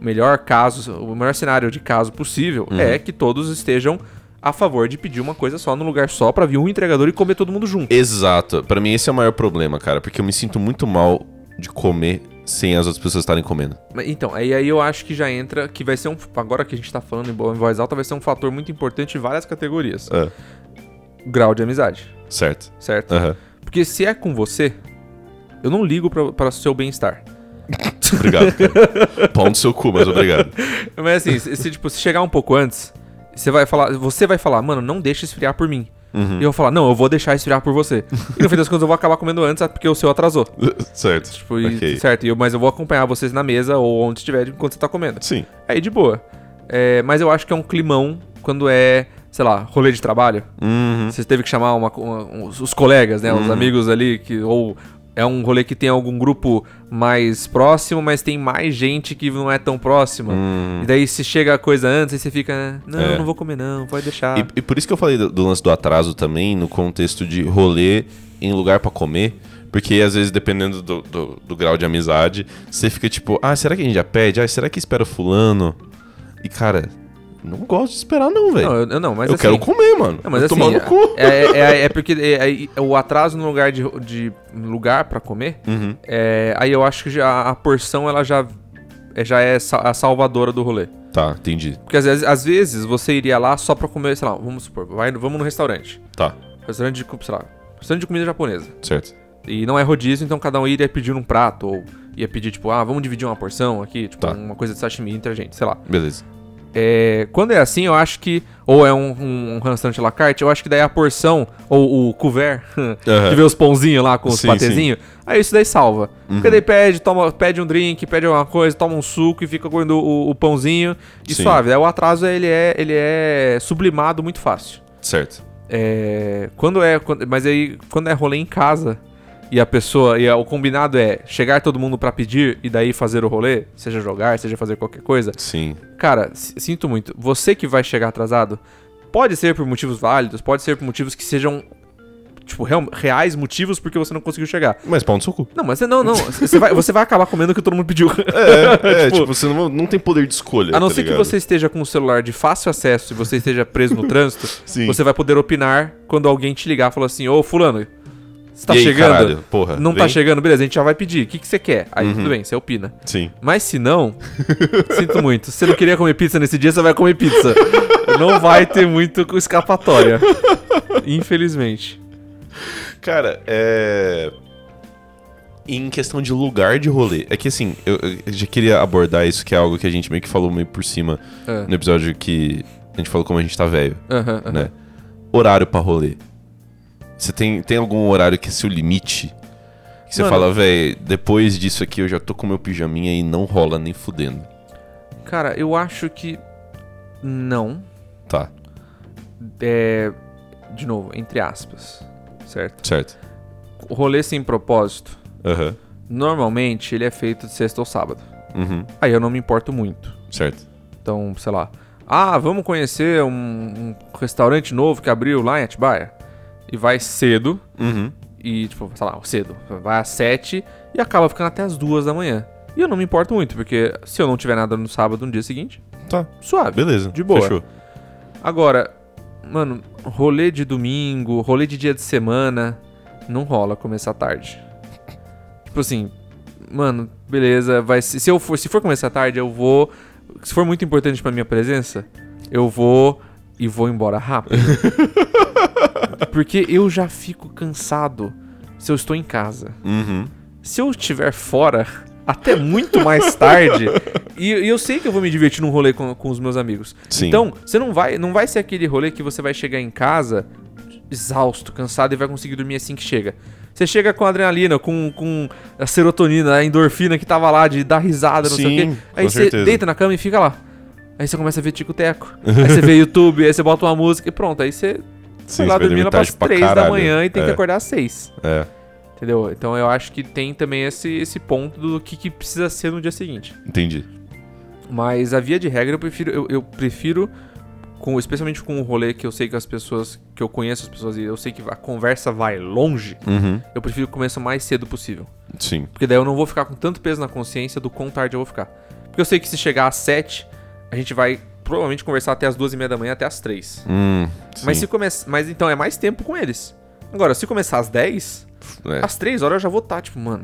S2: melhor caso, o melhor cenário de caso possível
S1: Uhum.
S2: é que todos estejam a favor de pedir uma coisa só num lugar só pra vir um entregador e comer todo mundo junto.
S1: Exato. Pra mim esse é o maior problema, cara, porque eu me sinto muito mal de comer sem as outras pessoas estarem comendo.
S2: Mas, Então, aí, aí eu acho que já entra, que vai ser um. Agora que a gente tá falando em bo- em voz alta, vai ser um fator muito importante em várias categorias.
S1: É,
S2: Grau de amizade,
S1: certo.
S2: certo?
S1: Aham.
S2: Porque se é com você, eu não ligo pra, pra seu bem-estar. [laughs]
S1: Obrigado, cara. Pau no seu cu, mas obrigado. [laughs]
S2: Mas assim, se, se, tipo, se chegar um pouco antes, você vai falar, você vai falar, mano, não deixa esfriar por mim. E eu vou falar, não, eu vou deixar esfriar por você. E no fim das contas eu vou acabar comendo antes ah, porque o seu atrasou.
S1: certo.
S2: Tipo, e-
S1: ok.
S2: certo? E eu- mas eu vou acompanhar vocês na mesa ou onde estiver enquanto você tá comendo.
S1: Sim.
S2: Aí de boa. É, mas eu acho que é um climão quando é, sei lá, rolê de trabalho.
S1: Uhum.
S2: Hum? Você teve que chamar uma- uma- os, os colegas, né? Os amigos ali, que, ou é um rolê que tem algum grupo mais próximo, mas tem mais gente que não é tão próxima. E daí se chega a coisa antes, aí você fica, não,
S1: Hum. É.
S2: não vou comer não, pode deixar.
S1: E, e por isso que eu falei do, do lance do atraso também, no contexto de rolê em lugar pra comer. Porque às vezes, dependendo do, do- do grau de amizade, você fica tipo, ah, será que a gente já pede? Ah, será que espera o fulano? E, cara, não gosto de esperar, não, velho.
S2: Não,
S1: Eu,
S2: eu, eu não, mas assim,
S1: quero comer, mano.
S2: Não, mas
S1: Vou
S2: assim,
S1: tomar no cu.
S2: é, é, é- é porque é- é- o atraso no lugar de, de lugar pra comer,
S1: Uhum.
S2: é, aí eu acho que já, a porção ela já é, já é sa- a salvadora do rolê.
S1: Tá, entendi.
S2: Porque às vezes, às vezes você iria lá só pra comer, sei lá, vamos supor, vai, no- vamos no restaurante.
S1: Tá,
S2: Restaurante de, co- sei lá, restaurante de comida japonesa.
S1: certo.
S2: E não é rodízio, então cada um iria pedir um prato, ou ia pedir, tipo, ah, vamos dividir uma porção aqui, tipo,
S1: Tá.
S2: uma coisa de sashimi entre a gente, sei lá.
S1: Beleza.
S2: É, quando é assim, eu acho que. Ou é um, um, um restaurante à la carte, eu acho que daí a porção, ou o couvert, [laughs] que vê os pãozinhos lá com os
S1: É. Sim, Uhum.
S2: patezinhos, aí isso daí salva. Porque daí pede, toma, pede um drink, pede alguma coisa, toma um suco e fica comendo o, o pãozinho e
S1: Sim.
S2: suave. Aí o atraso ele é, ele é sublimado muito fácil.
S1: Certo.
S2: É, quando é. quando- mas aí, quando é rolê em casa e a pessoa. E a- o combinado é chegar todo mundo pra pedir e daí fazer o rolê, seja jogar, seja fazer qualquer coisa,
S1: Sim.
S2: Cara, s- sinto muito. Você que vai chegar atrasado, pode ser por motivos válidos, pode ser por motivos que sejam, tipo, real- reais motivos porque você não conseguiu chegar.
S1: Mas pau no
S2: [laughs]
S1: seu cu.
S2: Não, mas você- não, não. Você vai, você vai acabar comendo o que todo mundo pediu. [laughs]
S1: É, é tipo, você não, não tem poder de escolha.
S2: A não
S1: tá
S2: ser que
S1: ligado?
S2: você esteja com um celular de fácil acesso e você esteja preso
S1: [laughs]
S2: no trânsito,
S1: Sim.
S2: você vai poder opinar quando alguém te ligar e falar assim: Ô, Fulano, você tá
S1: E aí,
S2: chegando?
S1: caralho, porra,
S2: não tá
S1: vem. Uhum.
S2: chegando? Beleza, a gente já vai pedir. O que, que você quer? Aí tudo bem, você opina.
S1: Sim.
S2: Mas
S1: [laughs]
S2: se não, sinto muito. Se você não queria comer pizza nesse dia, você vai comer pizza. Não vai ter muito escapatória. Infelizmente.
S1: Cara, é. Em questão de lugar de rolê. É que assim, eu, eu já queria abordar isso, que é algo que a gente meio que falou meio por cima
S2: É.
S1: no episódio que a gente falou como a gente tá velho,
S2: Aham, aham.
S1: né? Horário pra rolê. Você tem, tem algum horário que é seu limite? Que você
S2: Mano.
S1: fala, velho, depois disso aqui eu já tô com meu pijaminha e não rola nem fudendo.
S2: Cara, eu acho que. Não.
S1: Tá,
S2: É. De novo, entre aspas. Certo?
S1: certo.
S2: O rolê sem propósito,
S1: Aham.
S2: normalmente ele é feito de sexta ou sábado.
S1: Uhum.
S2: Aí eu não me importo muito.
S1: Certo.
S2: Então, sei lá. Ah, vamos conhecer um, um restaurante novo que abriu lá em Atibaia. E vai cedo.
S1: Uhum.
S2: e, tipo, sei lá, cedo. Vai às 7 e acaba ficando até as 2 da manhã. E eu não me importo muito, porque se eu não tiver nada no sábado, no dia seguinte,
S1: Tá.
S2: suave.
S1: Beleza.
S2: De boa.
S1: Fechou.
S2: Agora, mano, rolê de domingo, rolê de dia de semana, não rola começar tarde. Tipo assim, mano, beleza, vai se, se eu for, se for começar tarde, eu vou, se for muito importante pra minha presença, eu vou e vou embora rápido. Porque eu já fico cansado se eu estou em casa.
S1: Uhum.
S2: Se eu estiver fora até muito mais tarde, E, e eu sei que eu vou me divertir num rolê com, com os meus amigos.
S1: Sim.
S2: Então, você não vai, não vai ser aquele rolê que você vai chegar em casa exausto, cansado e vai conseguir dormir assim que chega. Você chega com a adrenalina, com, com a serotonina, a endorfina que tava lá de dar risada, não sei o
S1: Sim,
S2: quê. Aí
S1: com
S2: você
S1: certeza.
S2: deita na cama e fica lá. Aí você começa a ver
S1: [laughs]
S2: Tico-Teco. aí você vê YouTube, aí você bota uma música e pronto. Aí você
S1: Sim,
S2: vai lá
S1: você vai
S2: dormir lá
S1: dormir
S2: pras
S1: tarde pra
S2: 3 da
S1: caralho.
S2: manhã e tem que
S1: É.
S2: acordar às 6.
S1: É,
S2: Entendeu? Então eu acho que tem também esse, esse ponto do que, que precisa ser no dia seguinte.
S1: entendi.
S2: Mas a via de regra eu prefiro, eu, eu prefiro com, especialmente com o rolê que eu sei que as pessoas, que eu conheço as pessoas e eu sei que a conversa vai longe,
S1: Uhum.
S2: eu prefiro que comece o mais cedo possível.
S1: Sim.
S2: Porque daí eu não vou ficar com tanto peso na consciência do quão tarde eu vou ficar. Porque eu sei que se chegar às 7, a gente vai provavelmente conversar até as duas e meia da manhã, até as três.
S1: Hum, sim.
S2: Mas se começa, mas então é mais tempo com eles. Agora, se começar às 10,
S1: É,
S2: às três horas eu já vou estar, tipo, mano,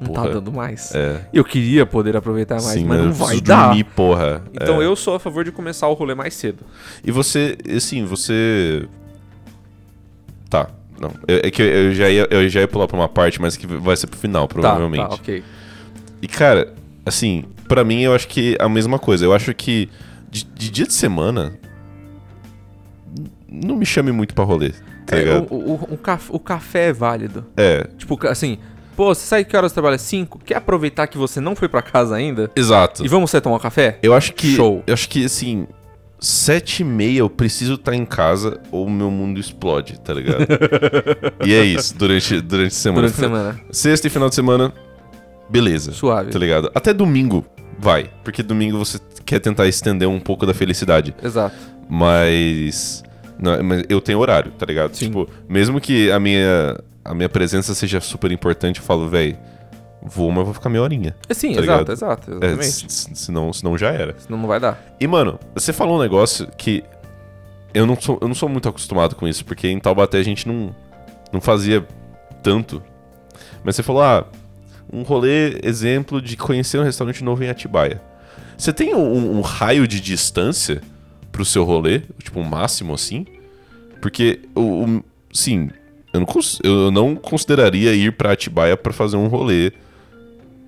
S2: não tá
S1: Porra.
S2: dando mais.
S1: é.
S2: Eu queria poder aproveitar mais,
S1: Sim, né?
S2: mas
S1: eu
S2: não vai
S1: preciso
S2: dar.
S1: dormir, porra.
S2: Então
S1: É.
S2: eu sou a favor de começar o rolê mais cedo. Tá,
S1: E você, assim, você. Tá, não. É é que eu- eu já ia, eu já ia pular pra uma parte, mas que vai ser pro final, provavelmente.
S2: Tá, tá, ok.
S1: E, cara, assim, pra mim eu acho que é a mesma coisa. Eu acho que de, de dia de semana. n- Não me chame muito pra rolê, tá
S2: É,
S1: ligado?
S2: o, o- o caf- o café é válido.
S1: É,
S2: Tipo, ca- assim, pô, você sai que horas você trabalha? 5? Quer aproveitar que você não foi pra casa ainda?
S1: exato.
S2: E vamos sair tomar um café?
S1: Eu acho que.
S2: Show.
S1: Eu acho que, assim. Sete e meia eu preciso estar em casa ou meu mundo explode, tá
S2: [laughs]
S1: ligado? e é isso, durante, durante a semana.
S2: Durante a semana.
S1: Sexta e final de semana, beleza.
S2: Suave.
S1: Tá ligado? Até domingo vai. Porque domingo você quer tentar estender um pouco da felicidade.
S2: Exato.
S1: Mas. não, mas eu tenho horário, tá ligado?
S2: Sim.
S1: Tipo, mesmo que a minha, a minha presença seja super importante, eu falo, véi, vou, mas vou ficar meia horinha.
S2: É, Sim,
S1: Tá
S2: exato,
S1: ligado?
S2: exato,
S1: É,
S2: exatamente.
S1: s- s- senão, senão já era.
S2: Senão não vai dar.
S1: E, mano, você falou um negócio que eu não sou, eu não sou muito acostumado com isso, porque em Taubaté a gente não, não fazia tanto. Mas você falou, ah, um rolê, exemplo de conhecer um restaurante novo em Atibaia. Você tem um, um raio de distância pro seu rolê? Tipo, um máximo assim? Porque, o, o- sim, eu não, cons- eu não consideraria ir pra Atibaia pra fazer um rolê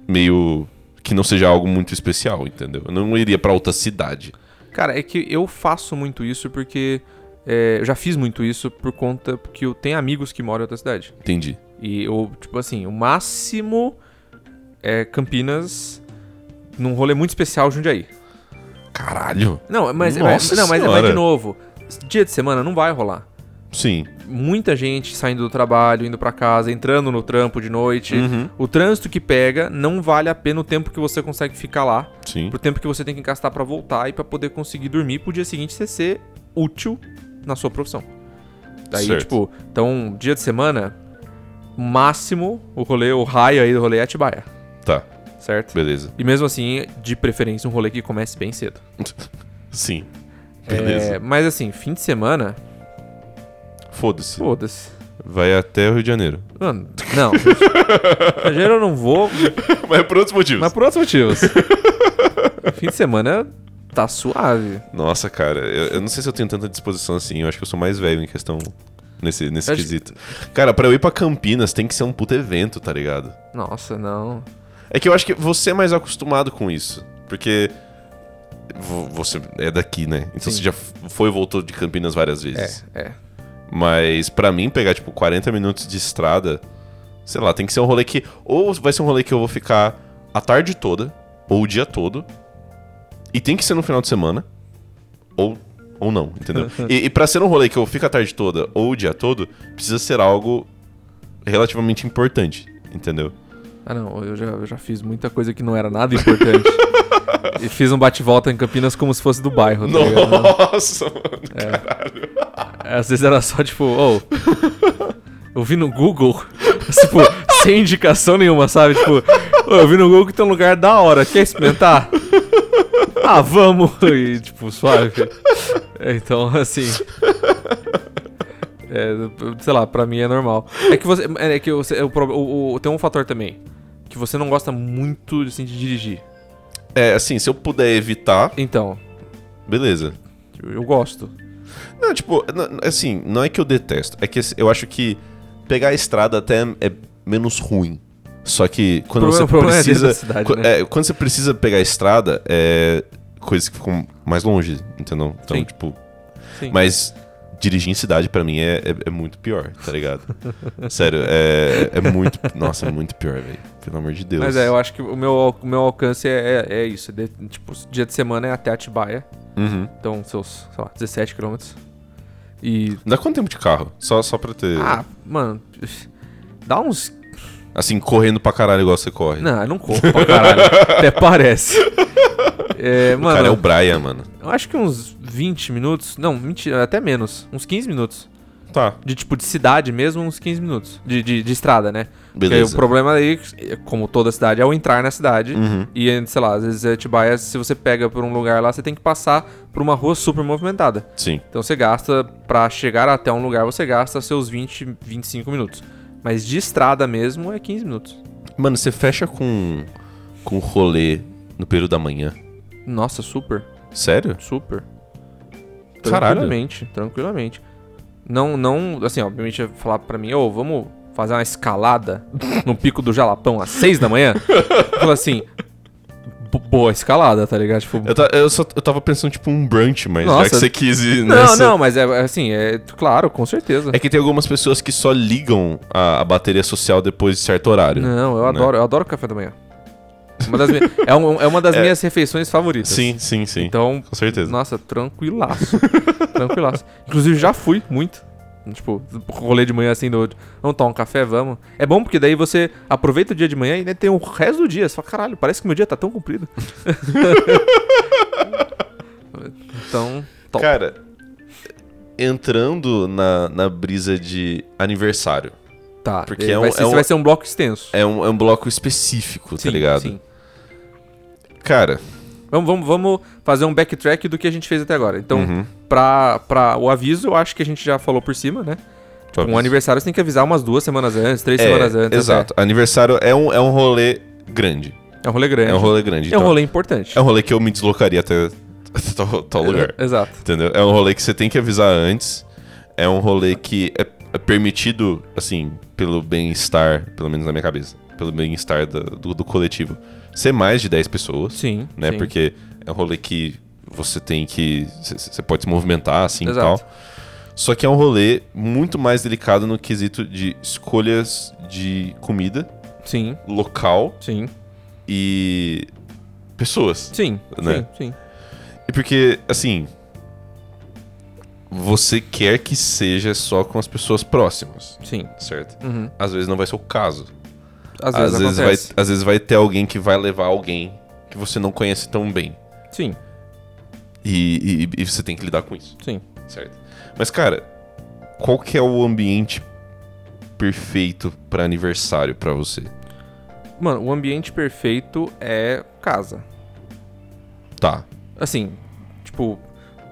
S1: meio... Que não seja algo muito especial, entendeu? Eu não iria pra outra cidade.
S2: Cara, é que eu faço muito isso porque. é, eu já fiz muito isso por conta que eu tenho amigos que moram em outra cidade.
S1: Entendi.
S2: E eu, tipo assim, o máximo é Campinas num rolê muito especial Jundiaí.
S1: Caralho.
S2: Não, mas,
S1: Nossa
S2: mas- não, mas, mas
S1: Senhora.
S2: de novo, dia de semana não vai rolar.
S1: Sim.
S2: Muita gente saindo do trabalho, indo pra casa, entrando no trampo de noite.
S1: Uhum.
S2: O trânsito que pega não vale a pena o tempo que você consegue ficar lá,
S1: Sim.
S2: pro tempo que você tem que gastar pra voltar e pra poder conseguir dormir pro dia seguinte você ser útil na sua profissão. Daí,
S1: Certo.
S2: tipo, então, dia de semana, máximo o rolê, o raio aí do rolê é Atibaia.
S1: Tá.
S2: certo?
S1: Beleza.
S2: E mesmo assim, de preferência, um rolê que comece bem cedo.
S1: Sim. Beleza.
S2: É, mas assim, fim de semana,
S1: Foda-se.
S2: foda-se.
S1: Vai até o Rio de [laughs] Janeiro.
S2: Mano, não. [laughs] Exagero eu não vou,
S1: Mas por outros motivos.
S2: mas por outros motivos. [laughs] fim de semana tá suave.
S1: Nossa, cara. Eu, eu não sei se eu tenho tanta disposição assim. Eu acho que eu sou mais velho em questão. Nesse, nesse
S2: Eu acho-
S1: quesito. Cara, pra eu ir pra Campinas tem que ser um puta evento, tá ligado?
S2: Nossa, não.
S1: É que eu acho que você é mais acostumado com isso. Porque. vo- Você é daqui, né? Então você
S2: Sim.
S1: já f- foi e voltou de Campinas várias vezes.
S2: É, é.
S1: Mas pra mim, pegar, tipo, 40 minutos de estrada, sei lá, tem que ser um rolê que. Ou vai ser um rolê que eu vou ficar a tarde toda, ou o dia todo. E tem que ser no final de semana. Ou, ou não, entendeu? e, e pra ser um rolê que eu fico a tarde toda ou o dia todo, precisa ser algo relativamente importante, entendeu?
S2: Ah, não, eu já, eu já fiz muita coisa que não era nada importante. e fiz um bate-volta em Campinas como se fosse do bairro, tá ligado?
S1: [laughs] Nossa, mano.
S2: Às vezes era só tipo, oh, eu vi no Google, [laughs] tipo, sem indicação nenhuma, sabe? Tipo, "Ô, eu vi no Google que tem um lugar da hora, quer experimentar? Ah, vamos! E tipo, suave. É, Então, assim. é, sei lá, pra mim é normal. É que você. É que você, é o, pro- o- o- tem um fator também. Que você não gosta muito assim, de dirigir.
S1: É, assim, se eu puder evitar,
S2: Então,
S1: beleza.
S2: eu eu gosto.
S1: Não, tipo, n- n- assim, não é que eu detesto. É que eu acho que pegar a estrada até é menos ruim, Só que quando
S2: Problema-
S1: você
S2: problema é dele
S1: precisa.
S2: da cidade,
S1: qu-
S2: né?
S1: é, quando você precisa pegar a estrada, é. Coisas que ficam mais longe, entendeu? Então,
S2: Sim.
S1: tipo.
S2: Sim.
S1: Mas dirigir em cidade, pra mim, é, é, é muito pior, tá
S2: [laughs]
S1: ligado? Sério, é, é muito. Nossa, é muito pior, velho. Pelo amor de Deus.
S2: Mas é, eu acho que o meu, al- o meu alcance é, é, é isso. De- tipo, dia de semana é até Atibaia.
S1: Uhum.
S2: Então, seus, sei lá, 17 km. E.
S1: Dá quanto tempo de carro? Só, só pra ter.
S2: Ah, mano. [sighs] Dá uns.
S1: Assim, correndo pra caralho igual você corre.
S2: Não, eu não corro pra caralho.
S1: [laughs]
S2: até parece. É,
S1: o cara é o
S2: mano,
S1: Brian, mano.
S2: eu acho que uns 20 minutos. Não, mentira, até menos. Uns 15 minutos.
S1: Tá,
S2: De tipo, de cidade mesmo, uns 15 minutos. De, de, de estrada, né? Porque aí o
S1: beleza.
S2: problema aí, como toda cidade, é o entrar na cidade.
S1: Uhum.
S2: E, sei lá, às vezes Atibaia, se você pega por um lugar lá, você tem que passar por uma rua super movimentada.
S1: Sim.
S2: Então você gasta, pra chegar até um lugar, você gasta seus 20, 25 minutos. Mas de estrada mesmo é 15 minutos.
S1: Mano, você fecha com. com rolê no período da manhã.
S2: Nossa, super,
S1: Sério?
S2: super.
S1: Caralho.
S2: Tranquilamente, tranquilamente. Não, não, assim, obviamente falar pra mim, ô, vamos fazer
S1: [laughs]
S2: uma escalada no pico do Jalapão às 6 da manhã? Fala assim, bo- boa escalada, tá ligado? Tipo,
S1: Eu, ta- eu só, eu tava pensando, tipo, um brunch, mas já
S2: Nossa.
S1: que você quis ir
S2: Não,
S1: nessa...
S2: não, mas é assim, é claro, com certeza.
S1: É que tem algumas pessoas que só ligam a, a bateria social depois de certo horário.
S2: Não, eu
S1: né?
S2: adoro, eu adoro café da manhã. Uma das minha- é, um- é uma das minhas refeições favoritas.
S1: Sim, sim, sim.
S2: Então,
S1: Com certeza.
S2: nossa, tranquilaço. [laughs] tranquilaço. Inclusive já fui muito. Tipo, rolê de manhã assim do Vamos tomar um café, vamos. É bom porque daí você aproveita o dia de manhã e ainda tem o resto do dia. Você fala, caralho, parece que meu dia tá
S1: [laughs]
S2: tão comprido. então, top.
S1: Cara, entrando na, na brisa de aniversário,
S2: tá.
S1: porque
S2: Ele
S1: é
S2: vai,
S1: um-
S2: ser,
S1: é um-
S2: vai ser um bloco extenso.
S1: é um, é um bloco específico, tá ligado?
S2: Sim.
S1: Cara,
S2: Vamos, vamos, vamos fazer um backtrack do que a gente fez até agora. Então,
S1: Uhum.
S2: pra, pra o aviso, eu acho que a gente já falou por cima, né?
S1: Top.
S2: Um aniversário você tem que avisar umas duas semanas antes, três
S1: é,
S2: semanas antes. né?
S1: exato. Aniversário é um, é um rolê grande.
S2: até. É um rolê grande.
S1: É um rolê grande.
S2: É um
S1: então-
S2: rolê importante.
S1: é um rolê que eu me deslocaria até tal- tal lugar.
S2: Exato.
S1: Entendeu? É um rolê que você tem que avisar antes. É um rolê que é é permitido, assim, pelo bem-estar, pelo menos na minha cabeça, pelo bem-estar da- do, do coletivo, ser mais de 10 pessoas.
S2: Sim.
S1: Né?
S2: sim.
S1: Porque é um rolê que você tem que. c- c- Você pode se movimentar, assim e
S2: Exato.
S1: tal. Só que é um rolê muito mais delicado no quesito de escolhas de comida,
S2: Sim,
S1: local
S2: sim.
S1: e pessoas.
S2: Sim.
S1: Né?
S2: Sim, sim.
S1: E porque, assim. Você quer que seja só com as pessoas próximas,
S2: Sim.
S1: certo?
S2: Uhum.
S1: Às vezes não vai ser o caso.
S2: Às vezes acontece.
S1: vai, às vezes vai ter alguém que vai levar alguém que você não conhece tão bem.
S2: Sim,
S1: E, e- e você tem que lidar com isso,
S2: sim.
S1: certo? Mas, cara, qual que é o ambiente perfeito pra aniversário pra você?
S2: Mano, o ambiente perfeito é casa.
S1: Tá.
S2: assim, tipo,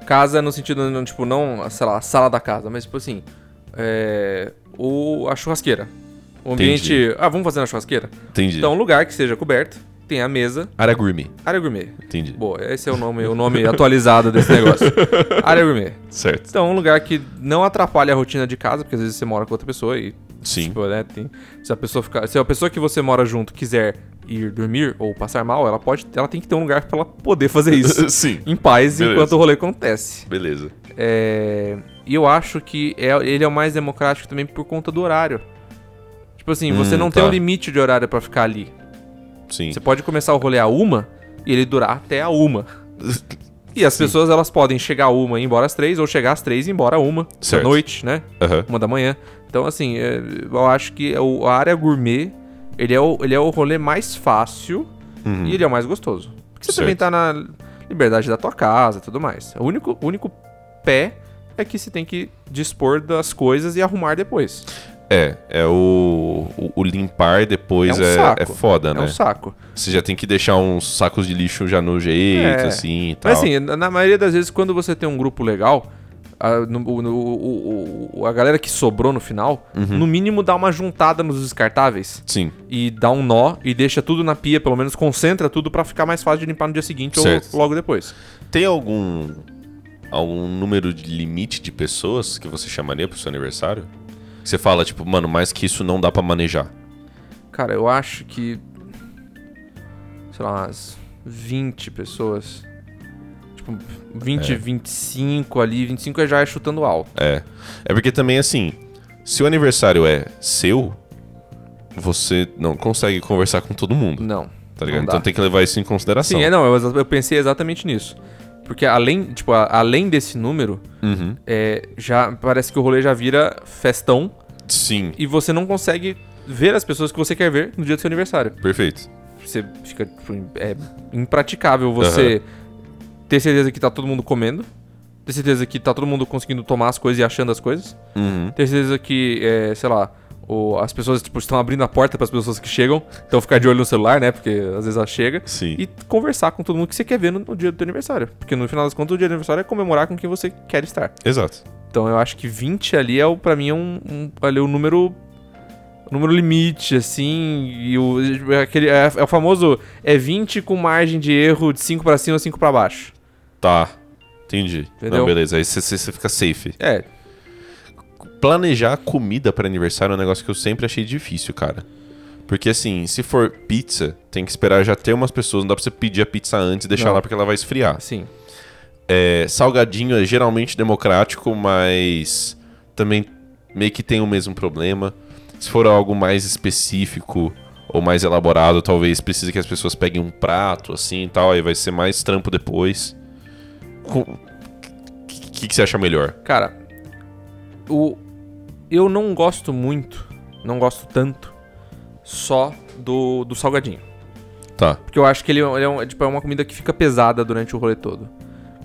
S2: casa no sentido, não, tipo, não, sei lá, a sala da casa, mas tipo assim, é, o, a churrasqueira. O ambiente.
S1: Entendi.
S2: Ah, vamos fazer na churrasqueira?
S1: Entendi.
S2: Então, um lugar que seja coberto, tem a mesa,
S1: área gourmet.
S2: área gourmet.
S1: Entendi.
S2: Boa, esse é o nome, o
S1: [laughs]
S2: nome atualizado desse negócio. área gourmet.
S1: Certo.
S2: Então, um lugar que não atrapalha a rotina de casa, porque às vezes você mora com outra pessoa e
S1: Sim.
S2: Tipo, né, tem- se a pessoa ficar, se a pessoa que você mora junto quiser ir dormir ou passar mal, ela pode, ela tem que ter um lugar pra ela poder fazer
S1: [laughs]
S2: isso
S1: Sim.
S2: em paz
S1: Beleza.
S2: enquanto o rolê acontece.
S1: Beleza.
S2: É, E eu acho que é- ele é o mais democrático também por conta do horário. Tipo assim, você
S1: Hum,
S2: não tem
S1: tá.
S2: um limite de horário pra ficar ali.
S1: Sim.
S2: Você pode começar o rolê a uma e ele durar até a uma. E as
S1: Sim.
S2: pessoas elas podem chegar a uma e ir embora às três, ou chegar às três e ir embora a uma.
S1: Certo.
S2: À noite, né?
S1: Aham.
S2: Uma da manhã. Então, assim, é, eu acho que é o- a área gourmet, ele é o, ele é o rolê mais fácil
S1: Uhum.
S2: e ele é o mais gostoso. Porque você também
S1: Certo.
S2: tá na liberdade da tua casa e tudo mais. O único, o único pé é que você tem que dispor das coisas e arrumar depois.
S1: É, é o, o, o limpar depois
S2: É um
S1: é,
S2: saco.
S1: é foda,
S2: É
S1: né?
S2: um saco.
S1: Você já tem que deixar uns sacos de lixo já no jeito,
S2: É.
S1: assim e tal.
S2: Mas assim, na na maioria das vezes, quando você tem um grupo legal, a, no- o- no- o- o- a galera que sobrou no final,
S1: Uhum.
S2: no mínimo dá uma juntada nos descartáveis.
S1: Sim,
S2: e dá um nó e deixa tudo na pia, pelo menos concentra tudo pra ficar mais fácil de limpar no dia seguinte
S1: Certo.
S2: ou logo depois.
S1: tem algum algum número de limite de pessoas que você chamaria pro seu aniversário? Que Você fala, tipo, mano, mais que isso não dá pra manejar.
S2: Cara, eu acho que. Sei lá, umas 20 pessoas. Tipo, 20, 25 ali. 25 já é chutando alto.
S1: É. É porque também, assim, se o aniversário é seu, você não consegue conversar com todo mundo,
S2: Não.
S1: tá
S2: não
S1: ligado?
S2: dá.
S1: Então tem que levar isso em consideração.
S2: Sim, é, não, eu, exa- eu pensei exatamente nisso. Porque além, tipo, a- além desse número,
S1: Uhum.
S2: é, já parece que o rolê já vira festão
S1: Sim,
S2: e você não consegue ver as pessoas que você quer ver no dia do seu aniversário.
S1: perfeito.
S2: Você fica, tipo, im- é impraticável você ter certeza que tá todo mundo comendo, ter certeza que tá todo mundo conseguindo tomar as coisas e achando as coisas,
S1: Uhum.
S2: ter certeza que, é, sei lá, o- as pessoas tipo, estão abrindo a porta para as pessoas que chegam, então ficar de olho no celular, né? Porque às vezes ela chega
S1: Sim.
S2: e conversar com todo mundo que você quer ver no, no dia do teu aniversário. Porque no final das contas, o dia do aniversário é comemorar com quem você quer estar.
S1: Exato.
S2: Então eu acho que 20 ali é, o- pra mim, é um, um, ali, é o número. o número limite, assim. E o, é aquele, é, é o famoso. É 20 com margem de erro de 5 pra cima, 5 pra baixo.
S1: Tá. Entendi.
S2: Entendeu?
S1: Não, beleza. Aí você- você você fica safe.
S2: É,
S1: planejar comida pra aniversário é um negócio que eu sempre achei difícil, cara. Porque assim, se for pizza, tem que esperar já ter umas pessoas, não dá pra você pedir a pizza antes e deixar
S2: Não.
S1: lá porque ela vai esfriar.
S2: assim.
S1: É, salgadinho é geralmente democrático, mas também meio que tem o mesmo problema. Se for algo mais específico ou mais elaborado, talvez precise que as pessoas peguem um prato assim e tal, aí vai ser mais trampo depois. O que, que você acha melhor?
S2: Cara, o, eu não gosto muito, não gosto tanto, só do, do salgadinho.
S1: Tá.
S2: Porque eu acho que ele, é um- ele é, um- é, tipo, é uma comida que fica pesada durante o rolê todo.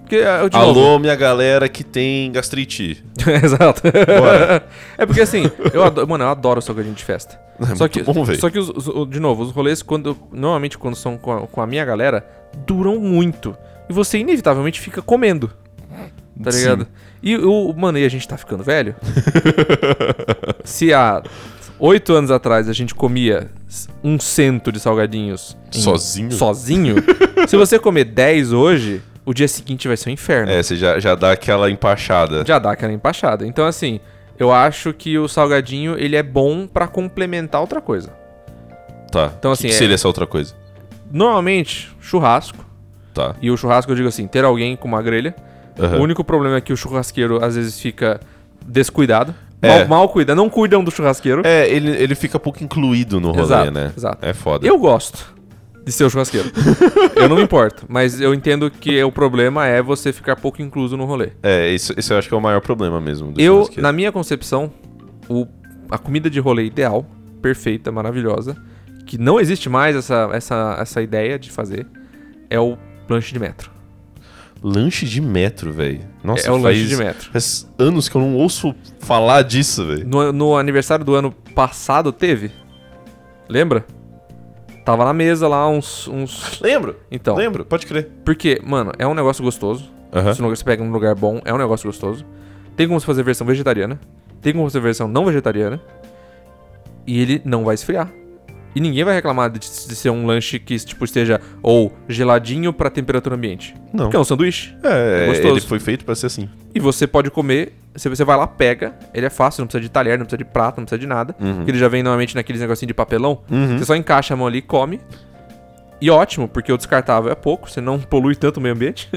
S2: Porque, ah, eu de
S1: Alô,
S2: novo- [laughs]
S1: minha galera que tem gastrite.
S2: Exato.
S1: Bora.
S2: [laughs] é porque assim, eu adoro, mano, eu adoro salgadinho de festa. só, que,
S1: É muito bom, véi.
S2: só que, os- os- o- de novo, os rolês, quando, normalmente quando são com a, com a minha galera, duram muito. E você inevitavelmente fica comendo. Tá
S1: Sim.
S2: ligado? E o. Mano, e a gente tá
S1: [laughs]
S2: ficando velho? Se há oito anos atrás a gente comia um cento de salgadinhos em-
S1: Sozinho? [laughs]
S2: sozinho, se você comer 10 hoje, o dia seguinte vai ser um inferno.
S1: É, você já, já dá aquela empachada.
S2: Já dá aquela empachada. Então, assim, eu acho que o salgadinho, ele é bom pra complementar outra coisa.
S1: Tá.
S2: Então, assim,
S1: que que
S2: é-
S1: seria essa outra coisa?
S2: Normalmente, churrasco.
S1: Tá.
S2: E o churrasco, eu digo assim, ter alguém com uma grelha.
S1: Aham.
S2: O único problema é que o churrasqueiro, às vezes, fica descuidado.
S1: É.
S2: Mal, mal cuida. Não cuidam do churrasqueiro.
S1: É, ele, ele fica pouco incluído no rolê,
S2: Exato,
S1: né?
S2: exato.
S1: É foda.
S2: Eu gosto de ser
S1: [laughs]
S2: o churrasqueiro. eu não me importo. Mas eu entendo que o problema é você ficar pouco incluso no rolê.
S1: É, isso, isso eu acho que é o maior problema mesmo. do
S2: Eu,
S1: churrasqueiro.
S2: na minha concepção, o- a comida de rolê ideal, perfeita, maravilhosa, que não existe mais essa, essa, essa ideia de fazer, é o lanche de metro.
S1: Lanche de metro, velho. Nossa,
S2: é o
S1: faz...
S2: lanche de metro.
S1: Faz anos que eu não ouço falar disso, velho.
S2: No, no aniversário do ano passado teve? Lembra? Tava na mesa lá uns. uns...
S1: Lembro.
S2: Então,
S1: Lembro, pode crer.
S2: porque, mano, é um negócio gostoso.
S1: Aham.
S2: Se você pega num lugar bom, é um negócio gostoso. Tem como você fazer versão vegetariana. Tem como você fazer versão não vegetariana. E ele não vai esfriar. E ninguém vai reclamar de, de ser um lanche que tipo, esteja ou geladinho pra temperatura ambiente.
S1: Não.
S2: Porque é um sanduíche.
S1: É,
S2: É gostoso.
S1: ele foi feito pra ser assim.
S2: E você pode comer, você, você vai lá, pega, ele é fácil, não precisa de talher, não precisa de prato, não precisa de nada. Porque ele já vem normalmente naqueles negocinhos de papelão.
S1: Uhum.
S2: Você só encaixa a mão ali e come. E ótimo, porque o descartável é pouco, você não [laughs] polui tanto o meio ambiente. [laughs]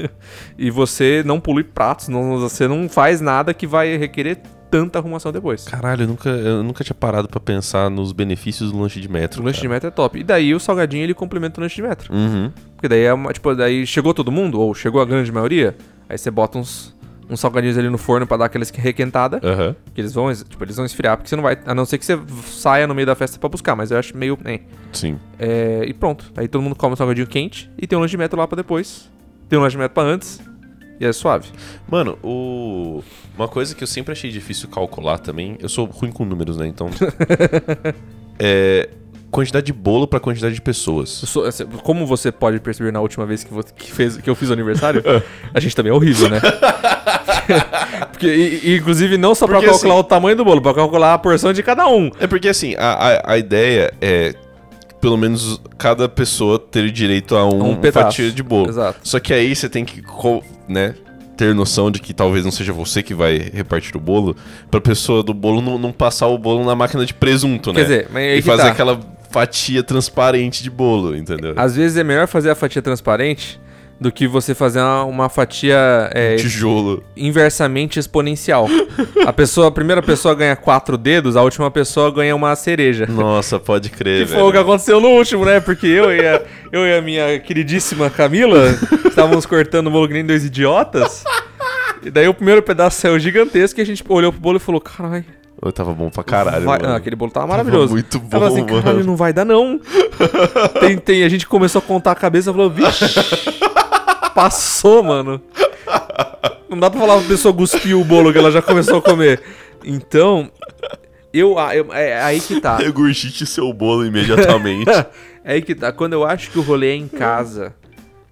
S2: e você não polui pratos, não- você não faz nada que vai requerer tanta arrumação depois.
S1: Caralho, eu nunca, eu nunca tinha parado pra pensar nos benefícios do lanche de metro.
S2: O lanche de metro é top. E daí o salgadinho ele complementa o lanche de metro.
S1: Uhum.
S2: Porque daí é uma, tipo, daí chegou todo mundo, ou chegou a grande maioria, aí você bota uns, uns salgadinhos ali no forno pra dar aquela esque- requentada.
S1: Aham.
S2: Que eles vão, es- tipo, eles vão esfriar, porque você não vai. A não ser que você saia no meio da festa pra buscar, mas eu acho meio. hein.
S1: Sim.
S2: É, e pronto. Aí todo mundo come um salgadinho quente e tem um lanche de metro lá pra depois. Tem um lanche de metro pra antes. E é suave.
S1: Mano, o... uma coisa que eu sempre achei difícil calcular também, eu sou ruim com números, né?
S2: [laughs]
S1: Então. é. Quantidade de bolo pra quantidade de
S2: Eu
S1: pessoas.
S2: sou- assim, como você pode perceber na última vez que, vo- que fez, que eu fiz o aniversário, a gente também [laughs] é horrível, [laughs] né? Porque, e- e, inclusive, não só pra
S1: Porque,
S2: calcular o tamanho do bolo, pra calcular a porção de cada um.
S1: É porque assim, a, a, a ideia é pelo menos cada pessoa ter direito a um,
S2: Um
S1: uma
S2: pedaço.
S1: fatia de bolo.
S2: Exato.
S1: Só que aí você tem que, co- né, ter noção de que talvez não seja você que vai repartir o bolo, pra pessoa do bolo não, não passar o bolo na máquina de presunto, né?
S2: Quer dizer, mas aí
S1: e
S2: que
S1: fazer
S2: tá.
S1: aquela fatia transparente de bolo, entendeu?
S2: Às vezes é melhor fazer a fatia transparente do que você fazer uma, uma fatia é,
S1: Tijolo.
S2: inversamente exponencial. A pessoa, a primeira pessoa ganha quatro dedos, a última pessoa ganha uma cereja.
S1: Nossa, pode crer,
S2: Que
S1: velho.
S2: foi o que aconteceu no último, né? Porque eu e a, eu e a minha queridíssima Camila estávamos cortando o bolo que nem dois idiotas. E daí o primeiro pedaço saiu gigantesco e a gente olhou pro bolo e falou: caralho.
S1: Eu tava bom pra caralho,
S2: vai-
S1: mano.
S2: Não, aquele bolo tava maravilhoso.
S1: muito
S2: Ela falou assim,
S1: bom, mano.
S2: caralho, não vai dar não. tem, tem, a gente começou a contar a cabeça e falou, vixe, passou, mano. Não dá pra falar que a pessoa cuspiu o bolo que ela já começou a comer. Então, eu, ah, eu- é aí que
S1: [laughs]
S2: tá.
S1: Regurgite seu bolo [laughs] imediatamente.
S2: É aí que tá. Quando eu acho que o rolê é em casa,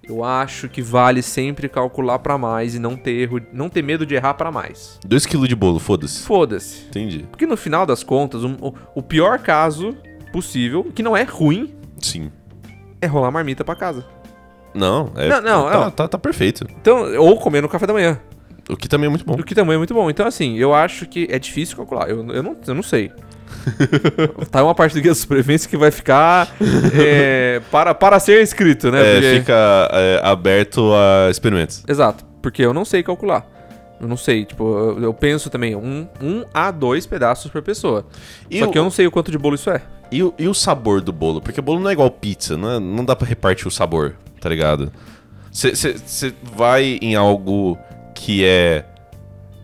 S2: eu acho que vale sempre calcular pra mais e não ter erro, não ter medo de errar pra mais.
S1: 2kg de bolo, foda-se.
S2: Foda-se.
S1: Entendi.
S2: Porque no final das contas, um- o, o pior caso possível, que não é ruim,
S1: Sim.
S2: é rolar marmita pra casa.
S1: Não, é,
S2: Não, não,
S1: tá,
S2: não.
S1: Tá, tá perfeito.
S2: Então, ou comer no café da manhã.
S1: O que também é muito bom.
S2: O que também é muito bom. Então, assim, eu acho que é difícil calcular. Eu, eu, não, eu não
S1: [laughs]
S2: sei. tá uma parte do guia de sobrevivência que vai ficar é, para, para ser escrito, né?
S1: É,
S2: Porque-
S1: fica é, aberto a experimentos.
S2: Exato, porque eu não sei calcular. Eu não sei, tipo, eu, eu penso também, um, um a dois pedaços por pessoa.
S1: E
S2: Só
S1: o-
S2: que eu não sei o quanto de bolo isso é.
S1: E, o- e o sabor do bolo? Porque bolo não é igual pizza, não, é- não dá pra repartir o sabor, tá ligado? Você vai em algo que é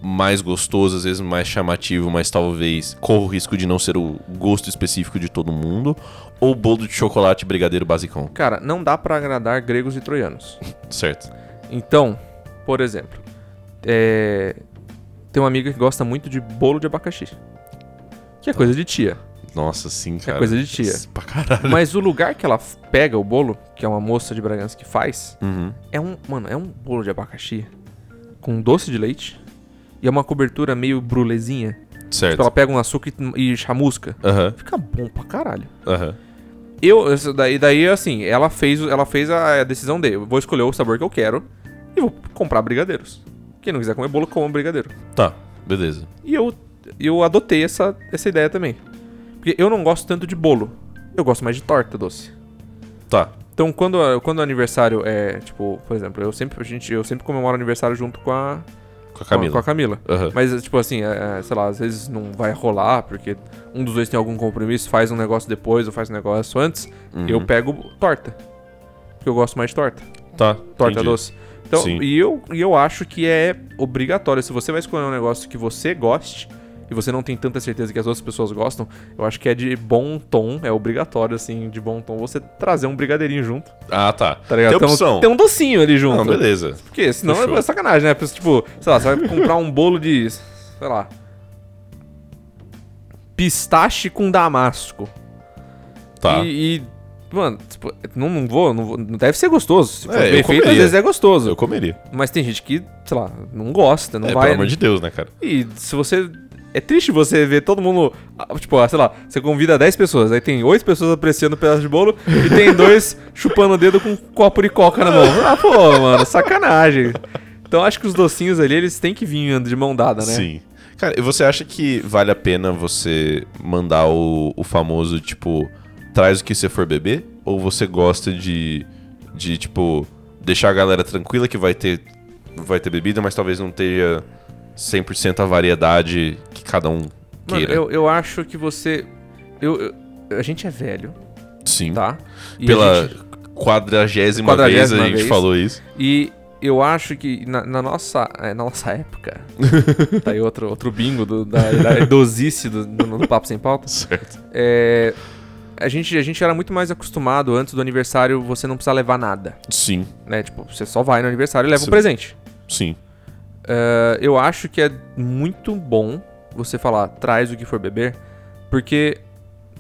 S1: mais gostoso, às vezes mais chamativo, mas talvez corra o risco de não ser o gosto específico de todo mundo, ou bolo de chocolate brigadeiro basicão,
S2: Cara, não dá pra agradar gregos e troianos.
S1: certo?
S2: Então, por exemplo, é, tem uma amiga que gosta muito de bolo de abacaxi. Que é coisa de tia.
S1: Nossa, sim, cara.
S2: É coisa de tia.
S1: Pra caralho.
S2: Mas o lugar que ela f- pega o bolo, que é uma moça de Bragança que faz,
S1: Uhum.
S2: é um. Mano, é um bolo de abacaxi com doce de leite e é uma cobertura meio brulezinha. Tipo, ela
S1: Certo.
S2: pega um açúcar e, e chamusca.
S1: Aham,
S2: Fica bom pra caralho.
S1: aham.
S2: Eu, essa daí, daí assim, ela fez, o- ela fez a decisão dele. Eu vou escolher o sabor que eu quero e vou comprar brigadeiros. Quem não quiser comer bolo, coma brigadeiro.
S1: Tá, beleza.
S2: E eu, eu adotei essa, essa ideia também. Porque eu não gosto tanto de bolo. Eu gosto mais de torta doce.
S1: Tá.
S2: Então, quando, quando o aniversário é, tipo, por exemplo, eu sempre, a gente, eu sempre comemoro aniversário junto com a
S1: Com a
S2: com a- Com
S1: Camila.
S2: a Camila.
S1: Aham.
S2: Mas, tipo assim, é, é, sei lá, às vezes não vai rolar, porque um dos dois tem algum compromisso, faz um negócio depois ou faz um negócio antes,
S1: Uhum.
S2: eu pego torta. Porque eu gosto mais de torta.
S1: Tá.
S2: Torta
S1: entendi.
S2: doce. Então,
S1: Sim.
S2: e eu, e eu acho que é obrigatório. Se você vai escolher um negócio que você goste, e você não tem tanta certeza que as outras pessoas gostam, eu acho que é de bom tom, é obrigatório, assim, de bom tom, você trazer um brigadeirinho junto.
S1: Ah, tá.
S2: Tá ligado?
S1: Tem
S2: Então,
S1: opção.
S2: Tem um docinho ali junto.
S1: Não, beleza.
S2: Porque senão
S1: Fechou.
S2: é sacanagem, né? Pessoa, Tipo, sei lá, você vai comprar um bolo de. sei lá. Pistache com damasco.
S1: Tá.
S2: E. e, mano, tipo, não, não vou, não vou- não Deve ser gostoso. Se for
S1: É, eu
S2: bem feito, às
S1: comeria.
S2: vezes é gostoso.
S1: Eu comeria.
S2: Mas tem gente que, sei lá, não gosta, não
S1: é,
S2: vai.
S1: pelo amor de Deus, né, cara?
S2: E se você. É triste você ver todo mundo. ah, Tipo, ah, sei lá, você convida 10 pessoas, aí tem 8 pessoas apreciando o pedaço de bolo e
S1: [laughs]
S2: tem dois chupando o dedo com um copo de coca na mão. Ah, pô, mano, sacanagem. Então acho que os docinhos ali, eles têm que vir andando de mão dada, né?
S1: Sim. Cara, e você acha que vale a pena você mandar o, o famoso, tipo, traz o que você for beber? Ou você gosta de, de, tipo, deixar a galera tranquila que vai ter, vai ter bebida, mas talvez não tenha 100% a variedade que cada um
S2: Mano,
S1: queira?
S2: eu, eu acho que você. Eu, eu- a gente é velho,
S1: Sim.
S2: tá? E a
S1: Pela
S2: gente-
S1: quadragésima,
S2: Quadragésima
S1: vez a gente
S2: vez.
S1: falou
S2: [laughs]
S1: isso.
S2: e eu acho que na, na nossa, eh, na nossa época. tá aí outro, outro bingo do, da, da idosice do, do- do Papo Sem Pauta.
S1: Certo.
S2: É, a, gente, a gente era muito mais acostumado antes do aniversário, você não precisa levar nada.
S1: Sim,
S2: Né? Tipo, você só vai no aniversário e leva
S1: Sim.
S2: um presente.
S1: sim.
S2: É, eu acho que é muito bom você falar, traz o que for beber, porque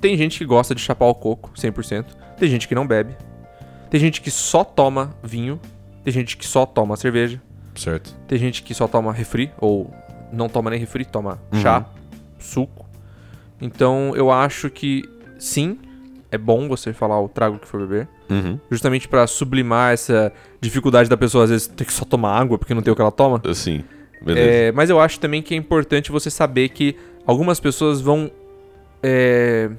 S2: tem gente que gosta de chapar o coco 100%, tem gente que não bebe, tem gente que só toma vinho, tem gente que só toma cerveja,
S1: Certo.
S2: tem gente que só toma refri, ou não toma nem refri, toma chá, suco. Então eu acho que sim, é bom você falar o trago que for beber.
S1: Uhum.
S2: Justamente pra sublimar essa dificuldade da pessoa, às vezes, ter que só tomar água porque não tem o que ela toma.
S1: Assim, beleza.
S2: É, mas eu acho também que é importante você saber que algumas pessoas vão é,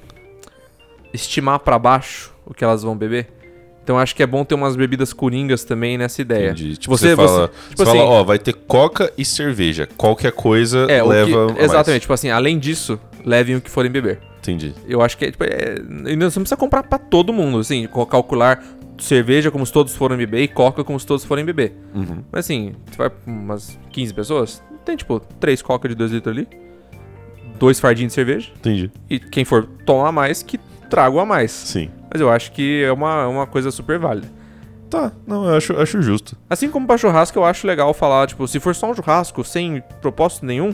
S2: estimar pra baixo o que elas vão beber. Então acho que é bom ter umas bebidas coringas também nessa ideia.
S1: Entendi. Tipo, você, fala,
S2: É. tipo
S1: você fala,
S2: assim,
S1: ó, vai ter coca e cerveja. Qualquer coisa
S2: é, o
S1: leva.
S2: que, exatamente, tipo assim, além disso, levem o que forem beber.
S1: Mais. Entendi.
S2: Eu acho que é, tipo, é, e não- você não precisa comprar pra todo mundo, assim, co- calcular cerveja como se todos forem beber e coca como se todos forem beber. Mas assim, você vai pra umas 15 pessoas, tem tipo três coca de 2 litros ali, dois fardinhos de cerveja,
S1: Entendi.
S2: e quem for tomar mais, que trago a mais.
S1: Sim.
S2: Mas eu acho que é uma, uma coisa super válida.
S1: Tá, não, eu acho, acho justo.
S2: Assim como pra churrasco, eu acho legal falar, tipo, se for só um churrasco sem propósito nenhum,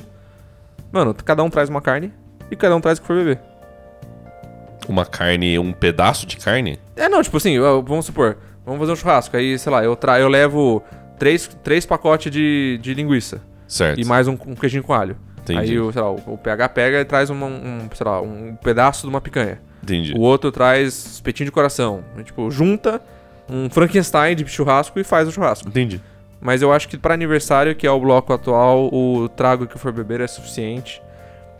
S2: mano, cada um traz uma carne e cada um traz o que for beber.
S1: Uma carne, um pedaço de carne?
S2: É, não, tipo assim, eu- vamos supor, vamos fazer um churrasco, aí, sei lá, eu, tra eu levo três, três pacotes de, de linguiça
S1: Certo.
S2: e mais um, um queijinho com alho.
S1: Entendi.
S2: Aí, o, sei lá, o, o PH pega e traz uma- um, sei lá, um pedaço de uma picanha.
S1: Entendi.
S2: O outro traz espetinho de coração. E, tipo, junta um Frankenstein de churrasco e faz o churrasco.
S1: Entendi.
S2: Mas eu acho que pra aniversário, que é o bloco atual, o trago que for beber é suficiente.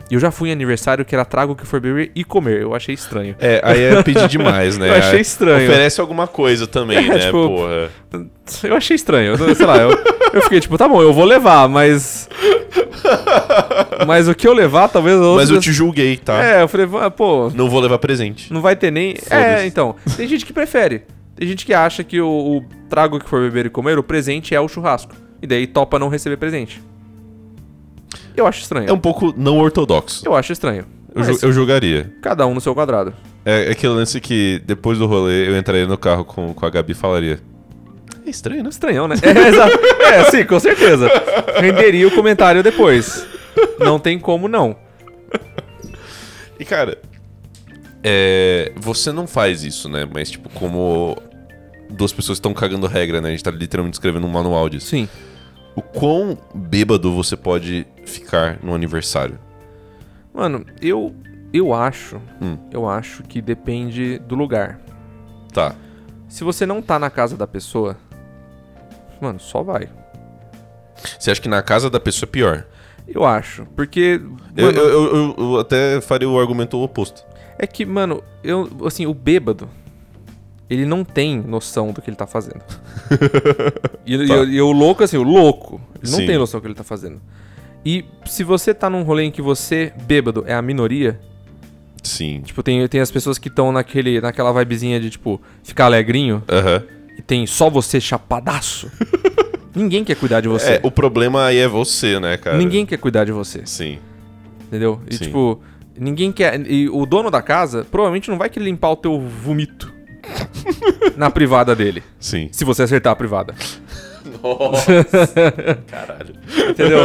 S2: E eu já fui em aniversário que era trago que for beber e comer. Eu achei estranho.
S1: É, aí é pedir
S2: [laughs]
S1: demais, né?
S2: Eu achei estranho.
S1: Oferece alguma coisa
S2: [laughs]
S1: também, né,
S2: tipo,
S1: porra?
S2: Eu achei estranho. Eu, sei lá, eu, eu fiquei tipo, tá bom, eu vou
S1: [laughs]
S2: levar, mas. Mas o que eu levar, talvez.
S1: Mas eu
S2: outras-
S1: te julguei, tá?
S2: É, eu falei, "Ah, pô,
S1: Não vou levar presente.
S2: não vai ter nem. É,
S1: Foda-se.
S2: então. Tem gente que prefere. Tem gente que acha que o, o trago que for beber e comer, o presente é o churrasco. E daí topa não receber presente. Eu acho estranho.
S1: É um pouco não ortodoxo.
S2: Eu acho estranho.
S1: Eu,
S2: Mas
S1: ju- eu julgaria.
S2: Cada um no seu quadrado.
S1: É é aquele lance que depois do rolê eu entraria no carro com, com a Gabi e falaria. É estranho, né? [laughs]
S2: Estranhão, né? É, exato. É, sim, com certeza. Renderia o comentário depois. Não tem como não.
S1: E cara, é, você não faz isso, né? Mas tipo, como duas pessoas estão cagando regra, né? A gente tá literalmente escrevendo um manual disso.
S2: Sim.
S1: O quão bêbado você pode ficar no aniversário?
S2: Mano, eu eu acho,
S1: Hum.
S2: eu acho que depende do lugar.
S1: Tá.
S2: Se você não tá na casa da pessoa, mano, só vai.
S1: Você acha que na casa da pessoa é pior?
S2: Eu acho, porque
S1: Eu,
S2: mano,
S1: eu- eu- eu- eu até faria o argumento oposto.
S2: é que, mano, eu assim, o bêbado ele não tem noção do que ele tá fazendo. [laughs] e, e-
S1: Tá.
S2: e o louco, assim, o louco, ele não
S1: Sim.
S2: tem noção do que ele tá fazendo. E se você tá num rolê em que você, bêbado, é a minoria,
S1: Sim.
S2: tipo, tem, tem as pessoas que estão naquele naquela vibezinha de, tipo, ficar alegrinho,
S1: Aham.
S2: e tem só você chapadaço, [laughs] ninguém quer cuidar de você.
S1: É, o problema aí é você, né, cara?
S2: ninguém quer cuidar de você,
S1: Sim.
S2: entendeu? E
S1: Sim.
S2: tipo, ninguém quer. E o dono da casa provavelmente não vai querer limpar o
S1: [laughs]
S2: teu vomito na privada dele.
S1: Sim.
S2: Se você acertar a privada. [laughs]
S3: Nossa, caralho.
S2: Entendeu?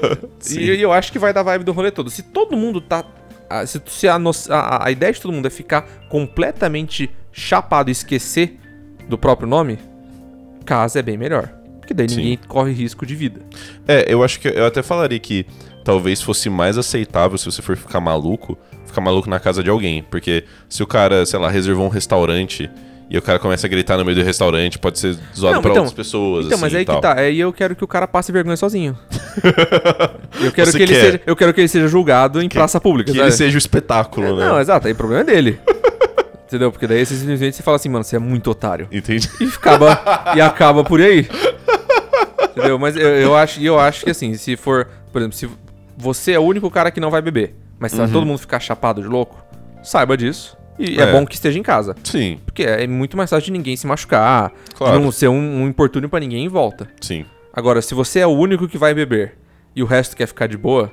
S1: [laughs]
S2: e, e eu acho que vai dar vibe do rolê todo. Se todo mundo tá. a- Se, se a, no- a- a ideia de todo mundo é ficar completamente chapado e esquecer do próprio nome, casa é bem melhor. Porque daí
S1: Sim.
S2: ninguém corre risco de vida.
S1: É, eu acho que eu até falaria que talvez fosse mais aceitável se você for ficar maluco, ficar maluco na casa de alguém, porque se o cara, sei lá, reservou um restaurante e o cara começa a gritar no meio do restaurante, pode ser zoado
S2: Não,
S1: pra
S2: então-
S1: outras pessoas.
S2: Então,
S1: assim,
S2: mas
S1: e
S2: aí
S1: tal.
S2: que tá. Aí eu quero que o cara passe
S1: [laughs]
S2: vergonha sozinho. eu, quero
S1: Você
S2: que ele
S1: quer.
S2: seja, eu quero que ele seja julgado em praça pública.
S1: Que
S2: sabe?
S1: ele seja o espetáculo, né?
S2: Não, exato. Aí o problema é dele. [laughs] Entendeu? Porque daí você simplesmente você fala assim, mano, você é muito otário.
S1: Entendi. [laughs]
S2: E acaba, e acaba por aí. Entendeu? Mas eu, eu acho, e eu acho que assim, se for, por exemplo, se você é o único cara que não vai beber, mas se todo mundo ficar chapado de louco, saiba disso. E é
S1: Uhum. É.
S2: bom que esteja em casa.
S1: Sim,
S2: Porque é muito mais fácil de ninguém se machucar,
S1: Claro.
S2: de não ser um, um importúnio pra ninguém em volta.
S1: sim.
S2: Agora, se você é o único que vai beber e o resto quer ficar de boa,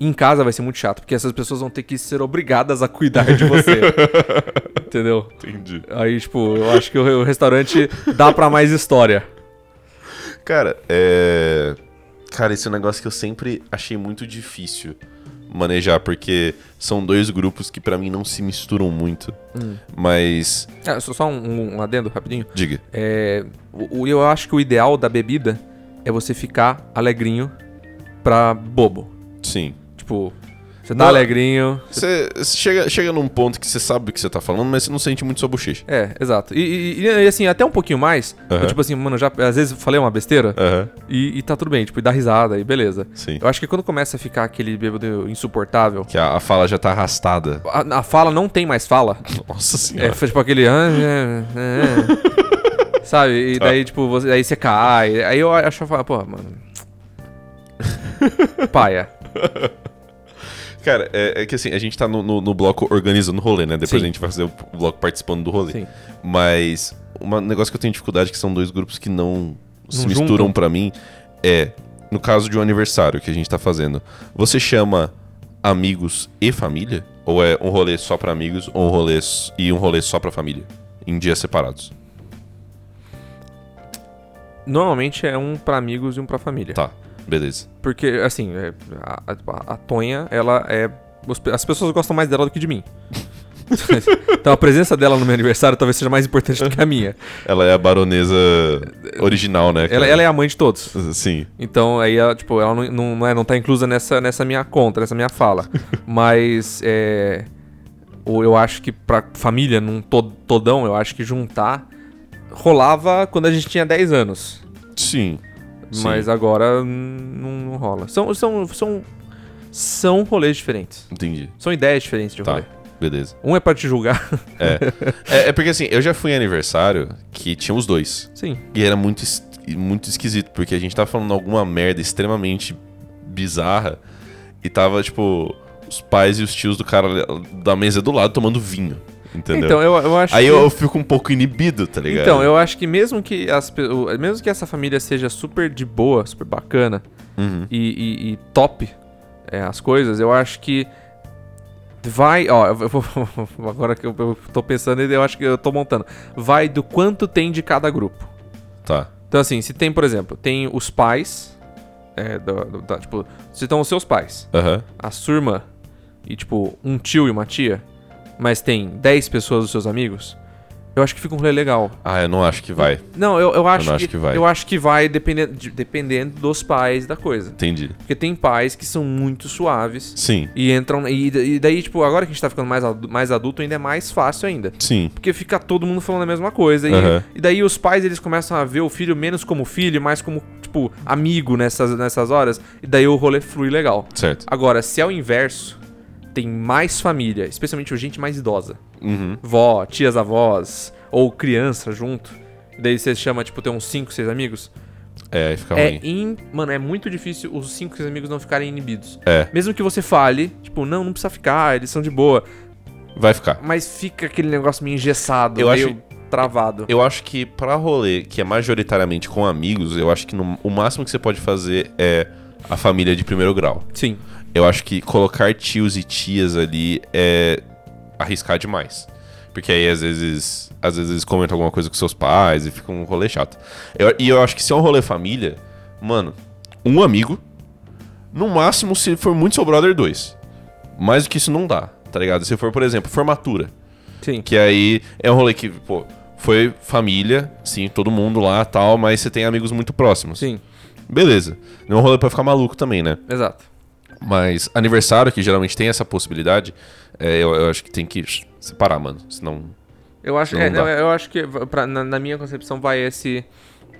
S2: em casa vai ser muito chato, porque essas pessoas vão ter que ser obrigadas a cuidar
S1: [laughs]
S2: de você. Entendeu?
S1: Entendi.
S2: Aí, tipo, eu acho que o, o restaurante dá pra mais história.
S1: Cara, é. Cara, esse é um negócio que eu sempre achei muito difícil manejar, porque são dois grupos que pra mim não se misturam muito.
S2: Hum.
S1: Mas.
S2: Ah, só só um, um adendo rapidinho.
S1: Diga.
S2: É, o, o- eu acho que o ideal da bebida é você ficar alegrinho pra bobo.
S1: Sim.
S2: Tipo, Você tá
S1: Não.
S2: alegrinho.
S1: Você você chega, chega num ponto que você sabe o que você tá falando, mas você não sente muito sua bochecha.
S2: É, exato. E, e- e- e, assim, até um pouquinho mais. eu,
S1: Aham.
S2: tipo assim, mano, já, às vezes eu falei uma besteira
S1: Aham,
S2: e, e tá tudo bem, tipo, e dá risada e beleza.
S1: sim.
S2: Eu acho que quando começa a ficar aquele bêbado insuportável,
S1: Que a, a fala já tá arrastada.
S2: a, a fala não tem mais fala.
S1: [laughs] Nossa
S2: É,
S1: senhora.
S2: foi tipo aquele. "Ah, é, é, [laughs] é". Sabe? E daí, tipo, você, aí você cai. Aí eu acho eu falo, "Ah, pô, mano. [laughs] Paia.
S1: Cara, é, é que assim, a gente tá no, no- no bloco organizando o rolê, né? Depois
S2: Sim.
S1: a gente vai fazer o bloco participando do rolê.
S2: Sim.
S1: Mas um negócio que eu tenho dificuldade, que são dois grupos que não, se
S2: Não
S1: misturam
S2: juntam?
S1: pra mim, é no caso de um aniversário que a gente tá fazendo. Você chama amigos e família? Ou é um rolê só pra amigos ou um rolê s- e um rolê só pra família? Em dias separados.
S2: Normalmente é um pra amigos e um pra família.
S1: Tá, beleza.
S2: Porque, assim, é, a, a- a Tonha, ela é. os pe- As pessoas gostam mais dela do que [laughs] de mim. então a presença dela no meu aniversário talvez seja mais importante do que a minha.
S1: Ela é a baronesa original, né?
S2: Ela, ela é a mãe de todos.
S1: é. Sim.
S2: Então aí ela, tipo, ela não, não, não, é, não tá inclusa nessa, nessa minha conta, nessa
S1: [laughs]
S2: minha fala. Mas é. Ou eu acho que pra família, num to- todão, eu acho que juntar rolava quando a gente tinha 10 anos.
S1: Sim. Sim.
S2: Mas agora hum, não, não rola. São, são, são, são rolês diferentes.
S1: Entendi.
S2: São ideias diferentes de
S1: Tá,
S2: rolê. [laughs]
S1: beleza.
S2: Um é pra te julgar.
S1: É. é, é porque assim, eu já fui em aniversário que tinha os dois.
S2: Sim.
S1: E era muito, es- e muito esquisito, porque a gente tava falando alguma merda extremamente bizarra e tava, tipo, os pais e os tios do cara da mesa do lado tomando vinho, entendeu?
S2: Então, eu, eu acho
S1: Aí
S2: que...
S1: eu, eu fico um pouco inibido, tá ligado?
S2: Então, eu acho que mesmo que as pe- o- mesmo que essa família seja super de boa, super bacana
S1: Uhum.
S2: e, e- e top é, as coisas, eu acho que vai, ó, eu vou- [laughs] agora que eu, eu tô pensando, eu acho que eu tô montando. Vai do quanto tem de cada grupo.
S1: Tá.
S2: Então, assim, se tem, por exemplo, tem os pais, é, do- do- da- tipo, se estão os seus pais,
S1: Aham.
S2: a sua irmã e, tipo, um tio e uma tia, mas tem 10 pessoas dos seus amigos, eu acho que fica um rolê legal.
S1: Ah, eu não acho que vai.
S2: Não, eu, eu acho,
S1: não
S2: que,
S1: acho que vai.
S2: Eu acho que vai dependendo, de- dependendo dos pais e da coisa.
S1: Entendi.
S2: Porque tem pais que são muito suaves
S1: Sim.
S2: e entram. E, e daí, tipo, agora que a gente tá ficando mais, adu- mais adulto, ainda é mais fácil ainda.
S1: Sim.
S2: Porque fica todo mundo falando a mesma coisa. e-
S1: Aham.
S2: E, daí os pais, eles começam a ver o filho menos como filho, mais como, tipo, amigo nessas, nessas horas. E daí o rolê flui legal.
S1: Certo.
S2: Agora, se é o inverso, tem mais família, especialmente gente mais idosa.
S1: Uhum.
S2: Vó, tias avós, ou criança junto. E daí você chama, tipo, ter uns 5, 6 amigos.
S1: É, aí fica
S2: É
S1: ruim.
S2: in... Mano, é muito difícil os 5, 6 amigos não ficarem inibidos.
S1: É,
S2: Mesmo que você fale, tipo, não, não precisa ficar, eles são de boa.
S1: vai ficar.
S2: Mas fica aquele negócio meio engessado,
S1: Eu
S2: meio
S1: acho-
S2: travado.
S1: Eu acho que pra rolê, que é majoritariamente com amigos, eu acho que no- o máximo que você pode fazer é a família de primeiro grau.
S2: Sim.
S1: Eu acho que colocar tios e tias ali é arriscar demais. Porque aí às vezes, às vezes eles comentam alguma coisa com seus pais e fica um rolê chato. Eu- e eu acho que se é um rolê família, mano, um amigo, no máximo se for muito seu brother, dois. Mais do que isso não dá, tá ligado? Se for, por exemplo, formatura,
S2: Sim.
S1: que aí é um rolê que, pô, foi família, sim, todo mundo lá tal, mas você tem amigos muito próximos.
S2: Sim,
S1: Beleza. Não é um rolê pra ficar maluco também, né?
S2: exato.
S1: Mas aniversário, que geralmente tem essa possibilidade, é, eu, eu acho que tem que separar, mano. Senão.
S2: Eu acho,
S1: Não
S2: é, não,
S1: dá.
S2: eu acho que pra- na, na minha concepção vai esse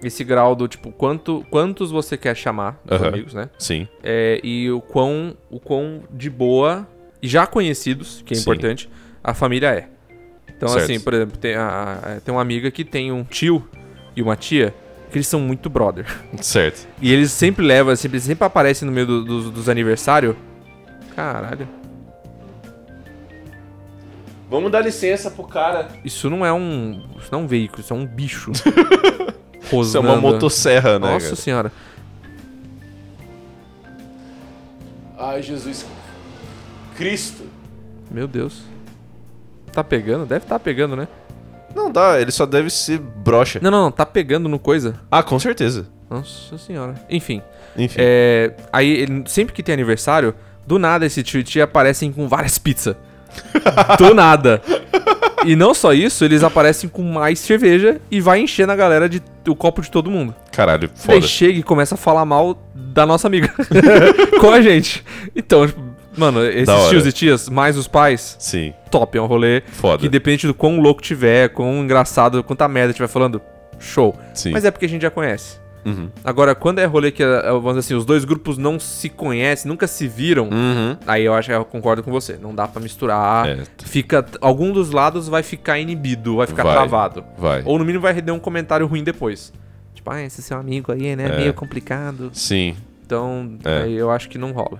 S2: esse grau do tipo quanto quantos você quer chamar dos
S1: Aham.
S2: amigos, né?
S1: Sim.
S2: É, e o quão o quão de boa e já conhecidos, que é
S1: Sim.
S2: importante, a família é. Então
S1: Certo.
S2: assim, por exemplo, tem, a- a- tem uma amiga que tem um tio e uma tia que eles são muito brother. [laughs]
S1: Certo.
S2: E eles sempre levam, sempre, sempre aparecem no meio do- dos- dos aniversários. Caralho.
S1: Vamos dar licença pro cara.
S2: Isso não é um. Isso não é um veículo, isso é
S1: [laughs]
S2: um bicho.
S1: Isso é uma
S2: Rosnando.
S1: motosserra, né?
S2: Nossa
S1: cara?
S2: senhora.
S3: Ai, Jesus Cristo.
S2: Meu Deus. Tá pegando? Deve tá pegando, né?
S1: Não dá, ele só deve ser brocha.
S2: Não, não, não. Tá pegando no coisa.
S1: Ah, com certeza.
S2: Nossa senhora. Enfim.
S1: Enfim.
S2: É, aí, ele- sempre que tem aniversário, do nada esse tio e tia aparecem com
S1: [laughs]
S2: várias pizzas. do nada. E não só isso, eles aparecem com mais cerveja e vai enchendo a galera de o copo de todo mundo.
S1: Caralho,
S2: Daí
S1: foda.
S2: [laughs] chega e começa a falar mal da nossa amiga. com a gente. Então, tipo, Mano, esses
S1: Da hora.
S2: tios e tias, mais os pais,
S1: Sim,
S2: top, é um rolê.
S1: Foda.
S2: Que depende do quão louco tiver, quão engraçado, quanta merda tiver falando, show.
S1: sim.
S2: Mas é porque a gente já conhece.
S1: Uhum.
S2: Agora, quando é rolê que, ah, vamos dizer assim, os dois grupos não se conhecem, nunca se viram,
S1: Uhum.
S2: aí eu acho que eu concordo com você. Não dá pra misturar.
S1: É.
S2: Fica. Algum dos lados vai ficar inibido, vai ficar
S1: Vai.
S2: travado.
S1: Vai.
S2: Ou no mínimo vai render um comentário ruim depois. Tipo, ah, esse seu amigo aí, né? Meio complicado.
S1: Sim.
S2: Então,
S1: É.
S2: aí eu acho que não rola.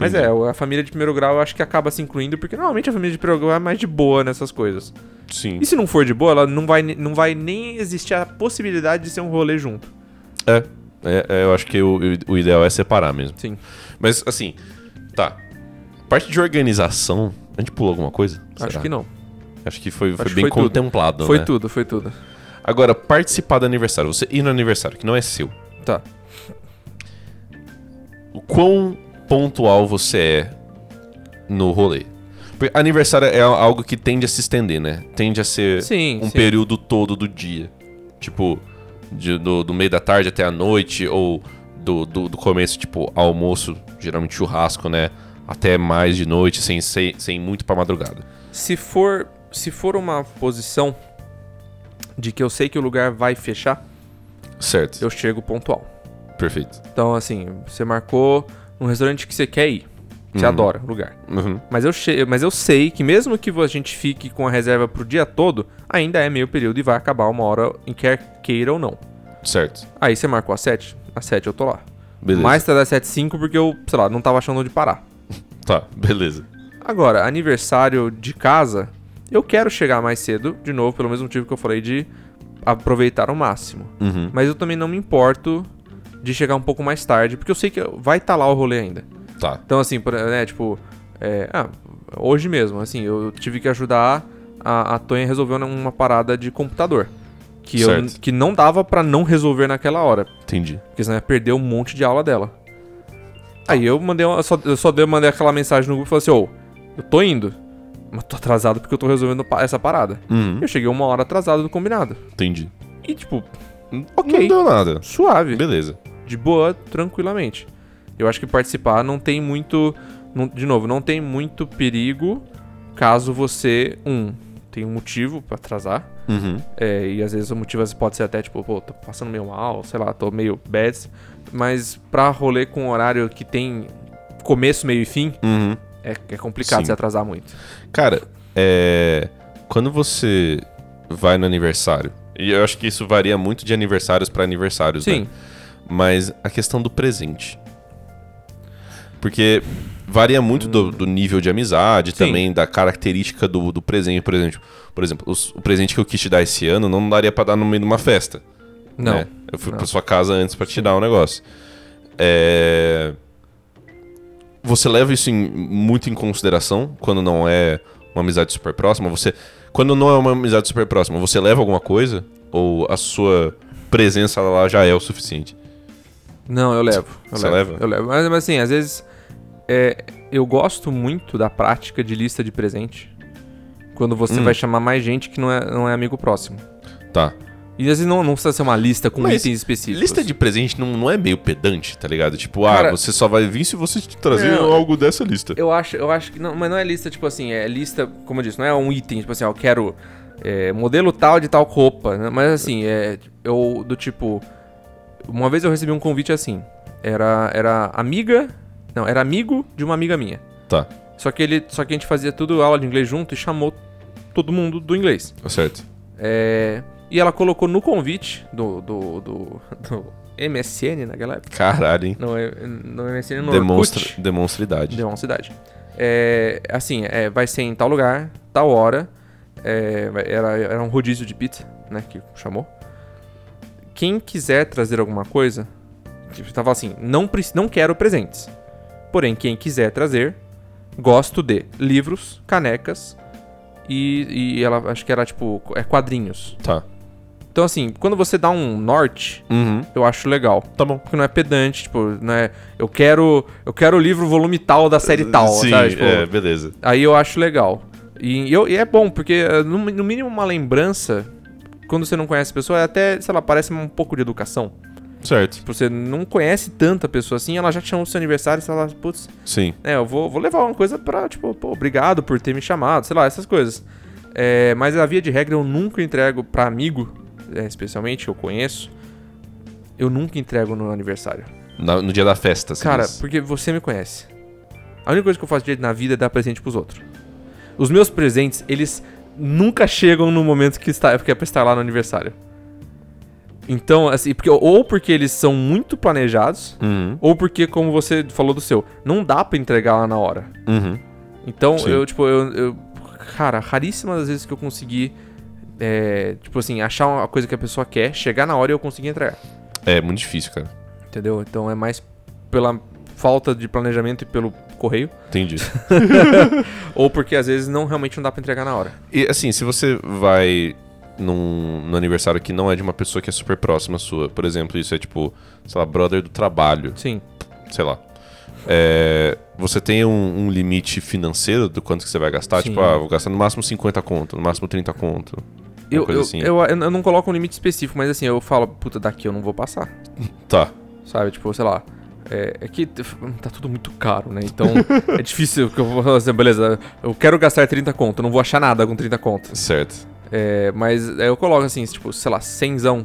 S2: Mas é, a família de primeiro grau eu acho que acaba se incluindo, porque normalmente a família de primeiro grau é mais de boa nessas coisas.
S1: Sim.
S2: E se não for de boa, ela não vai, não vai nem existir a possibilidade de ser um rolê junto.
S1: É. É, é, eu acho que o, o ideal é separar mesmo.
S2: Sim.
S1: Mas, assim, tá. Parte de organização, a gente pulou alguma coisa?
S2: Acho
S1: Será?
S2: que não.
S1: Acho que foi, foi
S2: Acho que
S1: bem
S2: foi tudo.
S1: contemplado,
S2: foi
S1: né?
S2: tudo, foi tudo.
S1: Agora, participar do aniversário. Você ir no aniversário, que não é seu.
S2: Tá.
S1: O quão pontual você é no rolê? Porque aniversário é algo que tende a se estender, né? Tende a ser
S2: Sim,
S1: um
S2: sim.
S1: período todo do dia. Tipo, de- do, do meio da tarde até a noite, ou do, do, do começo, tipo, almoço, geralmente churrasco, né? Até mais de noite, sem, sem, sem muito pra madrugada.
S2: Se for, se for uma posição de que eu sei que o lugar vai fechar,
S1: Certo.
S2: eu chego pontual.
S1: Perfeito.
S2: Então, assim, você marcou um restaurante que você quer ir. que Você adora o lugar.
S1: Uhum.
S2: Mas eu, che- mas eu sei que mesmo que a gente fique com a reserva pro dia todo, ainda é meio período e vai acabar uma hora em quer queira ou não.
S1: Certo.
S2: Aí você marcou às 7, às 7 eu tô lá.
S1: Beleza.
S2: Mais tarde às 7 5 porque eu, sei lá, não tava achando onde parar.
S1: Tá, beleza.
S2: Agora, aniversário de casa, eu quero chegar mais cedo, de novo, pelo mesmo motivo que eu falei de aproveitar ao máximo.
S1: Uhum.
S2: Mas eu também não me importo de chegar um pouco mais tarde, porque eu sei que vai estar lá o rolê ainda.
S1: Tá.
S2: Então, assim, por- né, tipo, é, ah, hoje mesmo, assim, eu tive que ajudar a, a Tonha a resolver uma- uma parada de computador. Que, eu,
S1: Certo.
S2: que não dava pra não resolver naquela hora,
S1: Entendi.
S2: porque senão ia perder um monte de aula dela. Aí eu mandei uma, eu só, eu só dei, mandei aquela mensagem no grupo e falei assim, ô, eu tô indo, mas tô atrasado porque eu tô resolvendo pa- essa parada.
S1: Uhum.
S2: Eu cheguei uma hora atrasado do combinado.
S1: Entendi.
S2: E tipo,
S1: Ok. Não deu nada.
S2: suave.
S1: Beleza.
S2: de boa, tranquilamente. Eu acho que participar não tem muito. não- de novo, não tem muito perigo caso você, um, tem um motivo pra atrasar.
S1: Uhum.
S2: é, e às vezes o motivo pode ser até tipo, pô, tô passando meio mal, sei lá, tô meio bad. Mas pra rolê com um horário que tem começo, meio e fim,
S1: Uhum.
S2: é, é complicado
S1: Sim.
S2: se atrasar muito.
S1: Cara, é. Quando você vai no aniversário, e eu acho que isso varia muito de aniversários pra aniversários,
S2: Sim.
S1: né? Mas a questão do presente. Porque varia muito do, do nível de amizade,
S2: Sim.
S1: também da característica do, do presente. Por exemplo, por exemplo os- o presente que eu quis te dar esse ano não daria pra dar no meio de uma festa.
S2: Não.
S1: né? Eu fui
S2: não.
S1: pra sua casa antes pra te dar um negócio. É... Você leva isso em- muito em consideração quando não é uma amizade super próxima? Você, quando não é uma amizade super próxima, você leva alguma coisa? Ou a sua presença lá já é o suficiente?
S2: Não, eu levo. Eu
S1: Você
S2: levo,
S1: leva?
S2: Eu levo. Mas, mas, assim, às vezes é, eu gosto muito da prática de lista de presente. Quando você
S1: Hum.
S2: vai chamar mais gente que não é, não é amigo próximo.
S1: Tá.
S2: E às vezes não, não precisa ser uma lista com
S1: Mas
S2: itens específicos.
S1: Lista de presente não, não é meio pedante, tá ligado? Tipo, ah,
S2: Cara-
S1: você só vai vir se você te trazer
S2: Não.
S1: algo dessa lista.
S2: Eu acho, eu acho que. Não, mas não é lista, tipo assim, é lista, como eu disse, não é um item, tipo assim, ó, eu quero é, modelo tal de tal roupa. né? Mas assim, é. Eu, do tipo. Uma vez eu recebi um convite assim. Era, era amiga. Não, era amigo de uma amiga minha.
S1: Tá,
S2: Só que ele, só que a gente fazia tudo aula de inglês junto e chamou todo mundo do inglês.
S1: tá certo.
S2: É, e ela colocou no convite do do, do, do MSN naquela época.
S1: Caralho, hein?
S2: Não, é- no MSN no Orkut.
S1: Demonstra, demonstra idade.
S2: Deu uma cidade. É, assim, é, vai ser em tal lugar, tal hora. É, vai- era, era um rodízio de pizza, né? Que chamou. Quem quiser trazer alguma coisa, tipo, tava assim, não, preci- não quero presentes. Porém, quem quiser trazer, gosto de livros, canecas e, e ela acho que era tipo é quadrinhos.
S1: Tá.
S2: Então assim, quando você dá um norte,
S1: Uhum.
S2: eu acho legal.
S1: Tá bom.
S2: Porque não é pedante, tipo, não é. Eu quero. Eu quero o livro volume tal da série tal,
S1: Sim,
S2: sabe? Tipo,
S1: é, beleza.
S2: Aí eu acho legal. E, eu, e é bom, porque eh, no, mi- no mínimo uma lembrança, quando você não conhece a pessoa, é até, sei lá, parece um pouco de educação.
S1: Certo.
S2: Tipo, você não conhece tanta pessoa assim, ela já te chamou pro seu aniversário e você fala, putz,
S1: Sim.
S2: né, eu vou, vou levar uma coisa pra, tipo, pô, obrigado por ter me chamado, sei lá, essas coisas. É, mas a via de regra eu nunca entrego pra amigo, é, especialmente que eu conheço, eu nunca entrego no aniversário.
S1: Na- no dia da festa, assim, você
S2: Cara,
S1: diz.
S2: porque você me conhece. A única coisa que eu faço direito na vida é dar presente pros outros. Os meus presentes, eles nunca chegam no momento que, está, que é pra estar lá no aniversário. Então, assim, porque, ou porque eles são muito planejados,
S1: Uhum,
S2: ou porque, como você falou do seu, não dá pra entregar lá na hora.
S1: uhum.
S2: Então,
S1: Sim.
S2: eu, tipo, eu, eu- Cara, raríssimas as vezes que eu consegui. é, tipo assim, achar uma coisa que a pessoa quer, chegar na hora e eu conseguir entregar.
S1: É muito difícil, cara.
S2: Entendeu? Então é mais pela falta de planejamento e pelo correio.
S1: [laughs] Entendi.
S2: Ou porque às vezes não realmente não dá pra entregar na hora.
S1: E assim, se você vai num, num aniversário que não é de uma pessoa que é super próxima sua, por exemplo, isso é tipo, sei lá, brother do trabalho,
S2: Sim.
S1: sei lá. É, você tem um, um limite financeiro do quanto que você vai gastar?
S2: Sim.
S1: Tipo, ah, vou gastar no máximo 50 conto, no máximo 30 conto. Uma
S2: Eu,
S1: coisa
S2: eu,
S1: assim.
S2: eu, eu não coloco um limite específico, mas assim, eu falo, puta, daqui eu não vou passar.
S1: Tá.
S2: Sabe? Tipo, sei lá. É, é que t- tá tudo muito caro, né?
S1: [laughs]
S2: Então é difícil que eu vou falar assim, beleza, eu quero gastar 30 conto, eu não vou achar nada com 30 conto.
S1: Certo.
S2: É, mas aí eu coloco assim, tipo, sei lá, 100zão.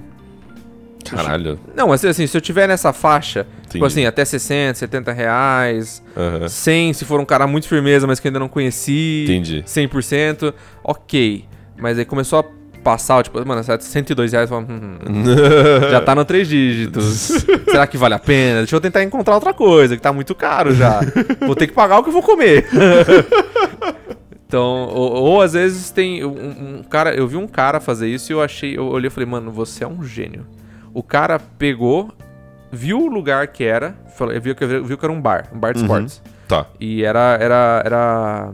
S1: Caralho.
S2: Não, mas assim, se eu tiver nessa faixa,
S1: Entendi.
S2: tipo assim, até 60, 70 reais,
S1: Aham.
S2: 100 se for um cara muito firmeza, mas que eu ainda não conheci.
S1: Entendi.
S2: 100%, ok. Mas aí começou a passar, tipo, mano, será que 102 reais, eu falo, hum, hum,
S1: [laughs]
S2: já tá no três dígitos. será que vale a pena? Deixa eu tentar encontrar outra coisa, que tá muito caro já. vou ter que pagar o que eu vou comer. [laughs] então, ou, ou às vezes tem um, um cara, eu vi um cara fazer isso e eu achei, eu olhei e falei, mano, você é um gênio. O cara pegou, viu o lugar que era, falou- viu, que- viu que era um bar, um bar de
S1: Uhum.
S2: esportes.
S1: Tá.
S2: E era. Era. Era,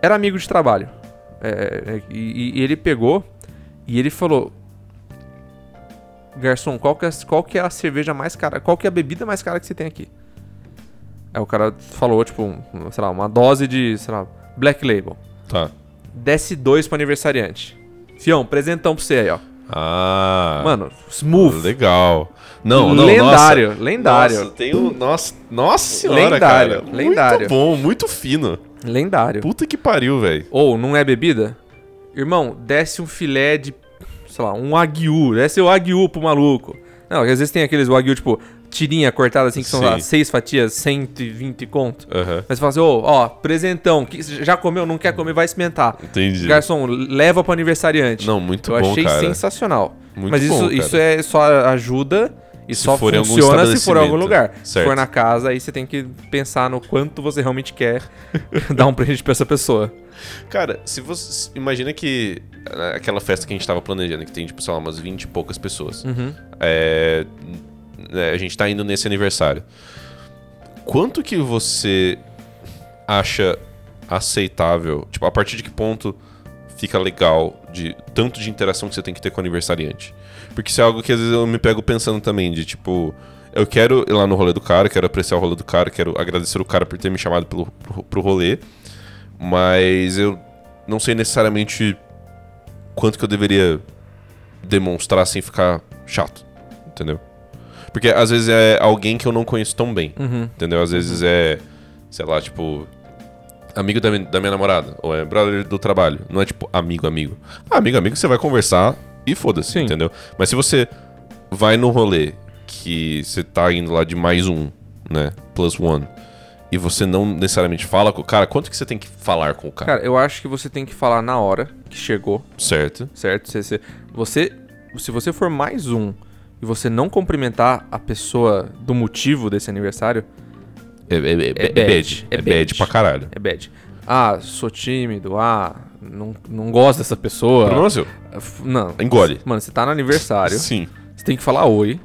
S2: era amigo de trabalho. É, é, e, e ele pegou e ele falou: Garçom, qual que, é, qual que é a cerveja mais cara? Qual que é a bebida mais cara que você tem aqui? Aí o cara falou, tipo, um, sei lá, uma dose de, sei lá, Black Label.
S1: Tá.
S2: Desce dois pro aniversariante. Fião, presentão pra você aí, ó.
S1: Ah.
S2: Mano, smooth.
S1: Legal. Não, não,
S2: lendário,
S1: nossa.
S2: lendário.
S1: Nossa, tem um- nossa, nossa senhora,
S2: Lendário,
S1: cara.
S2: lendário.
S1: Muito bom, muito fino.
S2: Lendário.
S1: Puta que pariu, velho.
S2: Ou não é bebida? Irmão, desce um filé de, sei lá, um aguiu. Desce o aguiu pro maluco. Não, às vezes tem aqueles wagyu, tipo, tirinha cortada assim, que são
S1: Sim.
S2: lá, seis fatias, 120 conto.
S1: Aham.
S2: Mas você fala assim, ô, ó, presentão, que já comeu, não quer comer, vai experimentar.
S1: Entendi.
S2: Garçom, leva pro aniversariante.
S1: Não, muito
S2: Eu
S1: bom,
S2: achei
S1: cara.
S2: sensacional.
S1: Muito
S2: Mas isso,
S1: bom, cara.
S2: isso é só ajuda e
S1: Se
S2: só
S1: for em algum
S2: funciona se for em algum
S1: estabelecimento.
S2: lugar. Se
S1: Certo.
S2: for na casa, aí você tem que pensar no quanto você realmente quer [laughs] dar um presente pra essa pessoa.
S1: Cara, se você. se- Imagina que ah, aquela festa que a gente tava planejando, que tem, tipo, sei lá, umas 20 e poucas pessoas.
S2: Uhum.
S1: É, é, a gente tá indo nesse aniversário. Quanto que você acha aceitável? Tipo, a partir de que ponto fica legal de tanto de interação que você tem que ter com o aniversariante? Porque isso é algo que às vezes eu me pego pensando também, de tipo, eu quero ir lá no rolê do cara, quero apreciar o rolê do cara, quero agradecer o cara por ter me chamado pelo, pro, pro rolê, mas eu não sei necessariamente quanto que eu deveria demonstrar sem ficar chato, entendeu? Porque às vezes é alguém que eu não conheço tão bem,
S2: Uhum.
S1: entendeu? Às vezes é, sei lá, tipo, amigo da, mi- da minha namorada, ou é brother do trabalho. Não é tipo amigo, amigo. Ah, amigo, amigo, você vai conversar e foda-se,
S2: Sim.
S1: entendeu? Mas se você vai no rolê que você tá indo lá de mais um, né? Plus one. E você não necessariamente fala com o cara, quanto que você tem que falar com o cara?
S2: Cara, eu acho que você tem que falar na hora que chegou,
S1: Certo?
S2: certo? Se você, você- se você for mais um e você não cumprimentar a pessoa do motivo desse aniversário,
S1: É, é, é,
S2: É
S1: é
S2: bad,
S1: bad.
S2: é
S1: É bad
S2: bad.
S1: pra caralho.
S2: é bad. Ah, sou tímido, ah, não, não gosto dessa pessoa.
S1: Problema seu.
S2: F- Não.
S1: Engole.
S2: Mano, você tá
S1: [laughs]
S2: no aniversário,
S1: Sim.
S2: você tem que falar oi,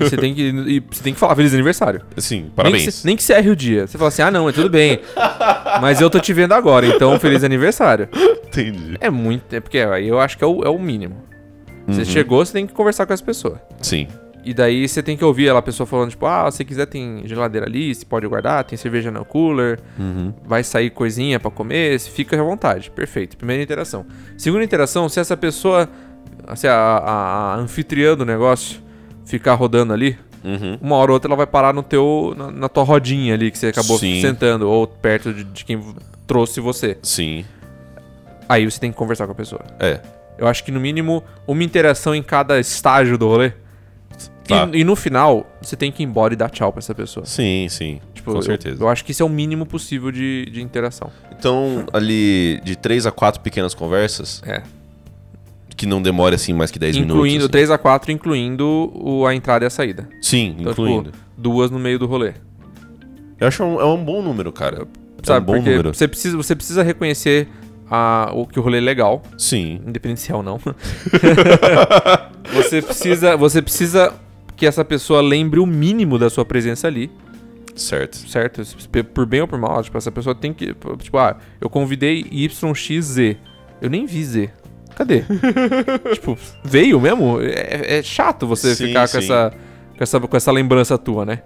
S2: e você tem que, e você tem que falar feliz aniversário.
S1: Sim,
S2: Nem que,
S1: parabéns.
S2: você, nem que você erre o dia. Você fala assim, ah não, é tudo bem, mas eu tô te vendo agora, então feliz aniversário.
S1: Entendi.
S2: É muito. É porque aí eu acho que é o, é o mínimo.
S1: Uhum.
S2: Você chegou, você tem que conversar com essa pessoa.
S1: Sim.
S2: E daí você tem que ouvir ela, a pessoa falando, tipo, ah, se quiser tem geladeira ali, você pode guardar, tem cerveja no cooler, vai sair coisinha pra comer, você fica à vontade. Perfeito. Primeira interação. Segunda interação, se essa pessoa, se a, a- a anfitriã do negócio ficar rodando ali,
S1: Uhum.
S2: uma hora ou outra ela vai parar no teu, na, na tua rodinha ali que você acabou
S1: Sim.
S2: sentando, ou perto de, de quem trouxe você.
S1: Sim.
S2: Aí você tem que conversar com a pessoa.
S1: É.
S2: Eu acho que no mínimo uma interação em cada estágio do rolê. E-
S1: Tá.
S2: E, no final, você tem que ir embora e dar tchau pra essa pessoa.
S1: Sim, sim.
S2: Tipo,
S1: com
S2: eu-
S1: certeza.
S2: Eu, acho que isso é o mínimo possível de, de interação.
S1: Então, ali de três a quatro pequenas conversas,
S2: É.
S1: que não demora assim mais que 10
S2: Incluindo
S1: minutos.
S2: 3 a 4, incluindo o- a entrada e a saída.
S1: Assim. Sim,
S2: Então,
S1: incluindo.
S2: tipo, duas no meio do
S1: É
S2: rolê.
S1: um Eu acho um, é um bom número, cara. é
S2: Sabe,
S1: um bom
S2: porque
S1: número.
S2: você precisa, você precisa reconhecer a, o que o rolê é legal,
S1: Sim.
S2: independente se é
S1: [laughs]
S2: ou não. você precisa, você precisa que essa pessoa lembre o mínimo da sua presença ali.
S1: Certo.
S2: certo? Se- se- Por bem ou por mal, tipo, essa pessoa tem que. Tipo, ah, eu convidei YXZ. Eu nem vi Z.
S1: [laughs]
S2: Cadê? tipo, veio mesmo? É, é chato você
S1: Sim,
S2: ficar com
S1: sim.
S2: essa, com essa. com essa lembrança tua, né?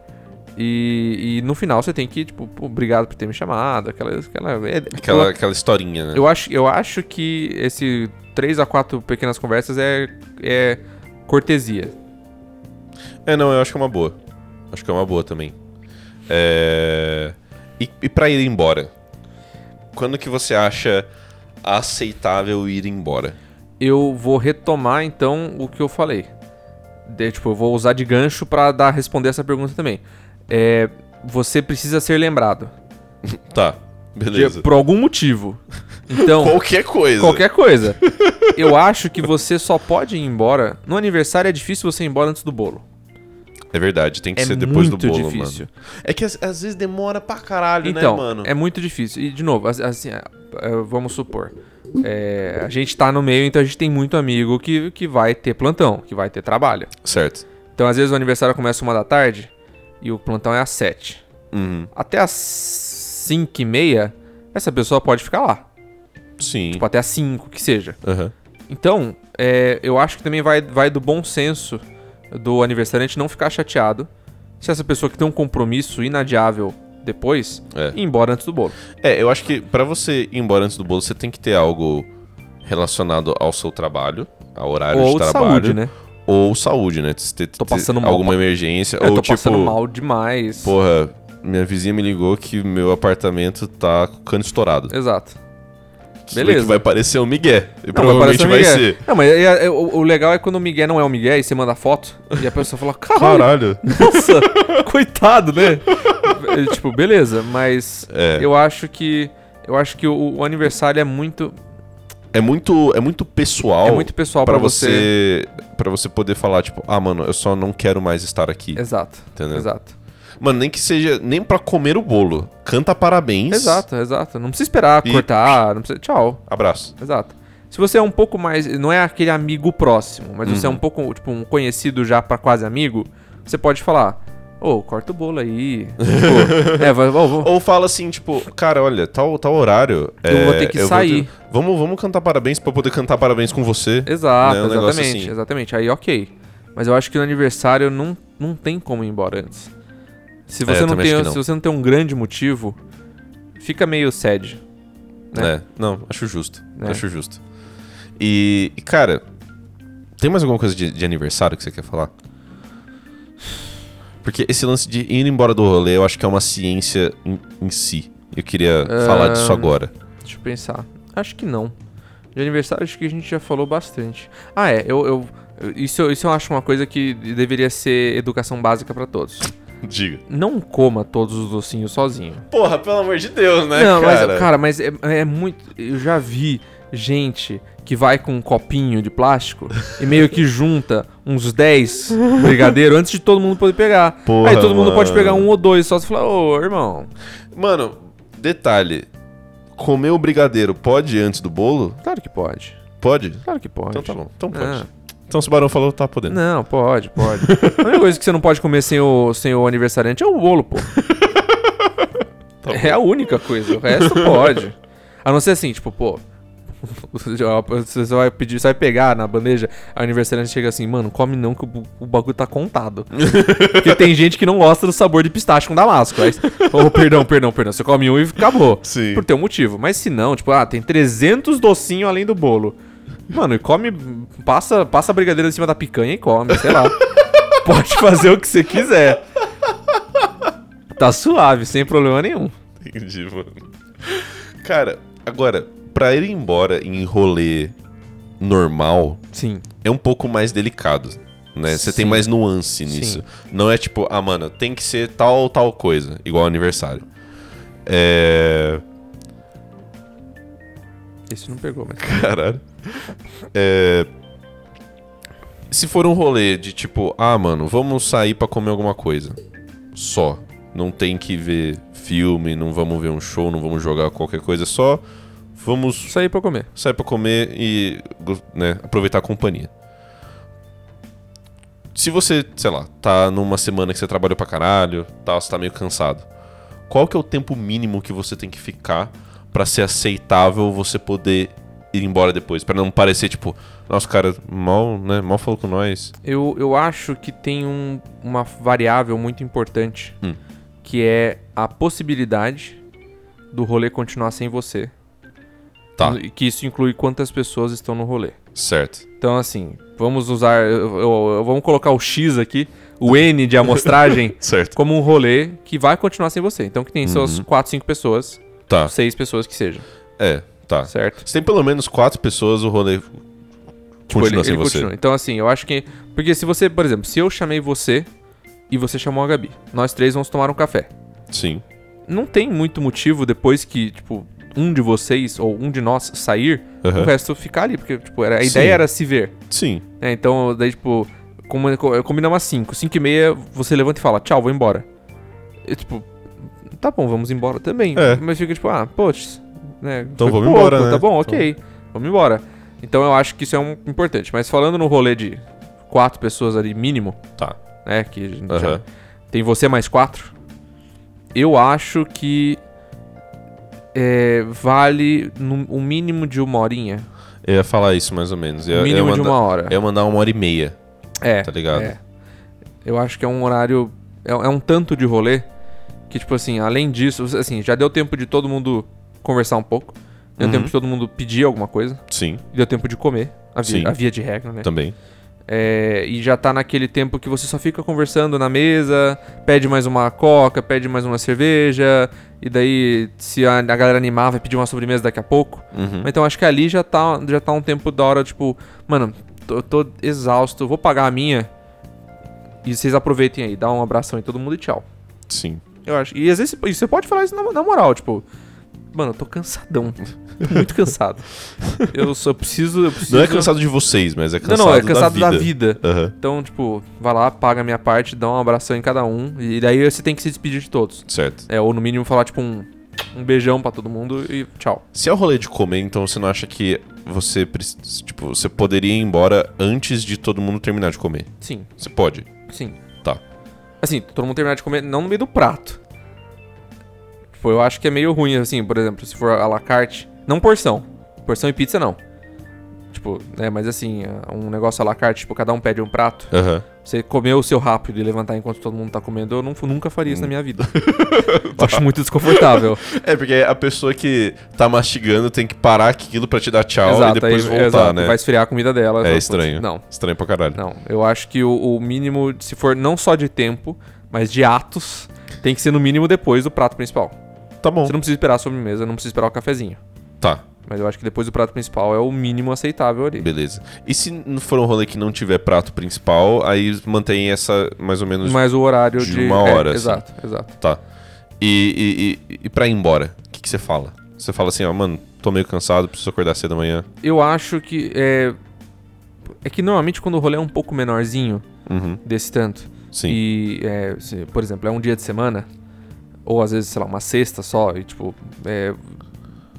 S2: E, e no final você tem que, tipo, "Pô, obrigado por ter me chamado, aquela. aquela, é-
S1: Aquela, aquela historinha, né?
S2: Eu, acho, eu acho que esse 3 a 4 pequenas conversas é, é cortesia.
S1: É, não, eu acho que é uma boa. Acho que é uma boa também. É... E, e pra ir embora? Quando que você acha aceitável ir embora?
S2: eu vou retomar então o que eu falei. De- tipo, eu vou usar de gancho pra dar responder essa pergunta também. É, você precisa ser lembrado.
S1: Tá,
S2: De-
S1: beleza.
S2: por algum motivo.
S1: [laughs]
S2: Então,
S1: Qualquer coisa.
S2: qualquer coisa. Eu acho que você só pode ir embora. No aniversário é difícil você ir embora antes do bolo.
S1: É verdade, tem que
S2: É
S1: ser depois do
S2: muito
S1: bolo,
S2: difícil.
S1: mano. É que às, às vezes demora pra caralho,
S2: Então,
S1: né, mano?
S2: é muito difícil. E, de novo, as- assim, é, é, vamos supor. é, a gente tá no meio, então a gente tem muito amigo que, que vai ter plantão, que vai ter trabalho.
S1: Certo.
S2: Então, às vezes, o aniversário começa uma da tarde e o plantão é às sete.
S1: Uhum.
S2: Até às cinco e meia, essa pessoa pode ficar lá.
S1: Sim.
S2: Tipo, até às cinco, que seja.
S1: Aham.
S2: Então, é, eu acho que também vai, vai do bom senso do aniversariante não ficar chateado se essa pessoa que tem um compromisso inadiável depois
S1: É.
S2: ir embora antes do bolo.
S1: É, eu acho que pra você ir embora antes do bolo, você tem que ter algo relacionado ao seu trabalho, ao horário
S2: Ou
S1: de
S2: de
S1: trabalho.
S2: saúde, né?
S1: Ou saúde, né? Se ter,
S2: Tô
S1: ter
S2: passando mal,
S1: alguma emergência.
S2: Eu
S1: ou
S2: tô
S1: tipo,
S2: passando mal demais.
S1: porra, minha vizinha me ligou que meu apartamento tá com o cano estourado.
S2: Exato.
S1: Isso
S2: É, beleza.
S1: daqui vai parecer um migué. E
S2: Não, vai
S1: provavelmente
S2: parecer um
S1: vai
S2: migué.
S1: ser.
S2: Não, mas aí, é- o, o legal é quando o Miguel não é o Miguel e você manda foto e a pessoa fala: [laughs] Caralho,
S1: Caralho.
S2: [laughs] Nossa, coitado, né? É, tipo, beleza, mas
S1: É.
S2: eu acho que eu acho que o, o aniversário é muito
S1: É muito, é muito pessoal.
S2: é muito pessoal
S1: Pra
S2: pra você.
S1: você, pra você poder falar, tipo, ah, mano, eu só não quero mais estar aqui.
S2: Exato.
S1: Entendeu?
S2: Exato.
S1: Mano, nem que seja, nem pra comer o bolo. Canta parabéns.
S2: Exato, exato. Não precisa esperar
S1: E-
S2: cortar, não precisa, tchau.
S1: Abraço.
S2: Exato. Se você é um pouco mais, não é aquele amigo próximo, mas
S1: Uhum.
S2: você é um pouco, tipo, um conhecido já pra quase amigo, você pode falar: "Ô, corta o
S1: [laughs]
S2: bolo aí". Tipo, é, vai, vou- vou-
S1: Ou fala assim, tipo, cara, olha, tal, tal horário.
S2: Eu
S1: é,
S2: vou ter que sair.
S1: ter- Vamos, vamos cantar parabéns pra eu poder cantar parabéns com você.
S2: Exato,
S1: né, um negócio
S2: exatamente,
S1: assim.
S2: exatamente. Aí ok. Mas eu acho que no aniversário não, não tem como ir embora antes. Se você,
S1: É, eu
S2: não
S1: também
S2: tem,
S1: acho que
S2: se
S1: não.
S2: você não tem um grande motivo, fica meio sad. né?
S1: É. Não, acho justo.
S2: É.
S1: Acho justo. E, e, cara, tem mais alguma coisa de, de aniversário que você quer falar? Porque esse lance de ir embora do rolê, eu acho que é uma ciência em, em si. Eu queria falar disso
S2: Ahn.
S1: agora.
S2: Deixa eu pensar. Acho que não. De aniversário, acho que a gente já falou bastante. Ah, é, eu. eu eu- isso, eu- isso eu acho uma coisa que deveria ser educação básica pra todos.
S1: [laughs] Diga.
S2: Não coma todos os docinhos sozinho.
S1: Porra, pelo amor de Deus, né,
S2: não,
S1: cara?
S2: mas, cara, mas é, é muito. Eu já vi gente que vai com um copinho de plástico e meio que junta uns 10 brigadeiros antes de todo mundo poder pegar.
S1: Porra,
S2: Aí todo mundo
S1: mano.
S2: pode pegar um ou dois, só você falar, ô irmão.
S1: Mano, detalhe. Comer o brigadeiro pode antes do bolo?
S2: Claro que pode.
S1: Pode?
S2: Claro que pode.
S1: Então tá bom. Então pode.
S2: Ah.
S1: Então se o Barão falou, tá podendo.
S2: Não, pode, pode. A única coisa que você não pode comer sem o, sem o aniversariante é o
S1: [laughs]
S2: bolo, pô.
S1: Tá
S2: é a única coisa. O resto pode. A não ser assim, tipo, pô. Você vai pedir, você vai pegar na bandeja, a aniversariante chega assim, mano, come não que o, o bagulho tá contado. Porque tem gente que não gosta do sabor de pistache com damasco. Aí, oh, perdão, perdão, perdão. Você come um e acabou.
S1: Sim.
S2: Por teu motivo. Mas se não, tipo, ah, tem 300 docinhos além do bolo. Mano, e come. Passa, passa a brigadeira em cima da picanha e come, sei lá. pode fazer o que você quiser. Tá suave, sem problema nenhum.
S1: Entendi, mano. Cara, agora, pra ir embora em rolê normal,
S2: Sim.
S1: é um pouco mais delicado, né? Você tem
S2: Sim.
S1: mais nuance nisso. Não é tipo, ah, mano, tem que ser tal tal coisa, igual aniversário. É.
S2: Esse não pegou, mas.
S1: Caralho. É, Se for um rolê de tipo, ah, mano, vamos sair pra comer alguma coisa. Só. Não tem que ver filme, não vamos ver um show, não vamos jogar qualquer coisa, só vamos
S2: Isso aí é pra comer.
S1: sair pra comer e go- né, aproveitar a companhia. Se você, sei lá, tá numa semana que você trabalhou pra caralho, tá, você tá meio cansado. Qual que é o tempo mínimo que você tem que ficar pra ser aceitável você poder ir embora depois? Pra não parecer tipo, nossa, cara, mal, né, mal falou com nós.
S2: Eu, eu acho que tem um- uma variável muito importante,
S1: Hum.
S2: que é a possibilidade do rolê continuar sem você.
S1: Tá.
S2: E Que isso inclui quantas pessoas estão no rolê.
S1: Certo.
S2: Então, assim, vamos usar. eu- eu- eu- vamos colocar o X aqui, o N de
S1: [laughs]
S2: amostragem,
S1: Certo.
S2: como um rolê que vai continuar sem você. Então, que tem suas 4, 5 pessoas,
S1: Uhum. Tá.
S2: 6 pessoas que seja,
S1: É, tá.
S2: certo?
S1: Se tem pelo menos quatro pessoas, o rolê
S2: Tipo,
S1: continua
S2: ele-
S1: sem
S2: ele
S1: você.
S2: continua. Então, assim, eu acho que. Porque se você, por exemplo, se eu chamei você e você chamou a Gabi, nós três vamos tomar um café.
S1: Sim.
S2: Não tem muito motivo depois que, tipo, um de vocês ou um de nós sair,
S1: Aham.
S2: o resto ficar ali. Porque, tipo, era, a
S1: É. Sim.
S2: ideia era se ver.
S1: Sim.
S2: né? Então, daí, tipo, combi- co- combinamos às 5. 5 e meia, você levanta e fala, tchau, vou embora. Eu, tipo, tá bom, vamos embora também.
S1: É.
S2: Mas fica tipo, ah, poxa, né?
S1: Então
S2: foi
S1: vamos embora, né?
S2: Tá bom, ok, vamos embora. Então eu acho que isso é um importante. Mas falando no rolê de quatro pessoas ali, mínimo,
S1: Tá.
S2: né? Que a gente
S1: Aham.
S2: já- tem você mais quatro. Eu acho que é, vale num- um mínimo de uma horinha.
S1: Eu ia falar isso mais ou menos. é, Eu,
S2: Um mínimo
S1: eu ia
S2: de
S1: manda-
S2: uma hora.
S1: Eu ia mandar uma hora e meia,
S2: É.
S1: tá ligado?
S2: É. Eu acho que é um horário. É, é um tanto de rolê que, tipo assim, além disso, assim, já deu tempo de todo mundo conversar um pouco. Deu
S1: Uhum.
S2: tempo de todo mundo pedir alguma coisa.
S1: Sim,
S2: Deu tempo de comer. A
S1: Sim.
S2: via, a via de regra, né?
S1: também.
S2: É, e já tá naquele tempo que você só fica conversando na mesa, pede mais uma coca, pede mais uma cerveja, e daí, se a, a galera animar, vai pedir uma sobremesa daqui a pouco.
S1: Uhum.
S2: Mas Então acho que ali já tá, já tá um tempo da hora, tipo, mano, tô, tô exausto, vou pagar a minha. E vocês aproveitem aí, dá um abração em todo mundo e tchau.
S1: Sim.
S2: Eu acho. E às vezes e você pode falar isso na, na moral, tipo, mano, eu
S1: [laughs]
S2: tô cansadão. Tô muito cansado. Eu só preciso. Eu preciso...
S1: Não é cansado de vocês, mas é
S2: Não,
S1: cansado,
S2: não, é cansado
S1: da
S2: da
S1: vida.
S2: vida.
S1: Aham,
S2: Então, tipo, vai lá, paga a minha parte, dá um abração em cada um. E daí você tem que se despedir de todos.
S1: certo.
S2: É, ou no mínimo falar, tipo, um, um beijão pra todo mundo e tchau.
S1: Se é o rolê de comer, então você não acha que você precisa, tipo, você poderia ir embora antes de todo mundo terminar de comer?
S2: Sim,
S1: Você pode.
S2: sim.
S1: Tá.
S2: Assim, todo mundo terminar de comer, não no meio do prato. Tipo, eu acho que é meio ruim, assim, por exemplo, se for à la carte. Não porção. Porção e pizza não. Tipo, né, mas assim, um negócio à la carte, tipo, cada um pede um prato.
S1: Aham.
S2: Você comer o seu rápido e levantar enquanto todo mundo tá comendo, eu não- nunca faria
S1: Hum.
S2: isso na
S1: [laughs]
S2: minha vida. eu acho muito desconfortável.
S1: É, porque a pessoa que tá mastigando tem que parar aquilo pra te dar tchau e depois
S2: aí-
S1: voltar,
S2: exato,
S1: né?
S2: Vai esfriar a comida dela.
S1: É
S2: Fala,
S1: estranho.
S2: "Putz, Não,
S1: Estranho pra caralho.
S2: não. Eu acho que o, o mínimo, se for não só de tempo, mas de atos, tem que ser no mínimo depois do prato principal.
S1: Tá bom.
S2: Você não precisa esperar a sobremesa, não precisa esperar o cafezinho.
S1: Tá,
S2: Mas eu acho que depois do prato principal é o mínimo aceitável ali.
S1: beleza. E se não for um rolê que não tiver prato principal, aí mantém essa mais ou menos
S2: Mas o horário
S1: de
S2: de.
S1: uma
S2: é,
S1: hora, assim.
S2: Exato, exato.
S1: Tá. E, e, e, e pra ir embora, o que, que você fala? Você fala assim, ó, mano, tô meio cansado, preciso acordar cedo amanhã.
S2: Eu acho que. É, é que normalmente quando o rolê é um pouco menorzinho
S1: Uhum.
S2: desse tanto.
S1: Sim.
S2: E, é, se, por exemplo, é um dia de semana, ou às vezes, sei lá, uma sexta só, e tipo, é,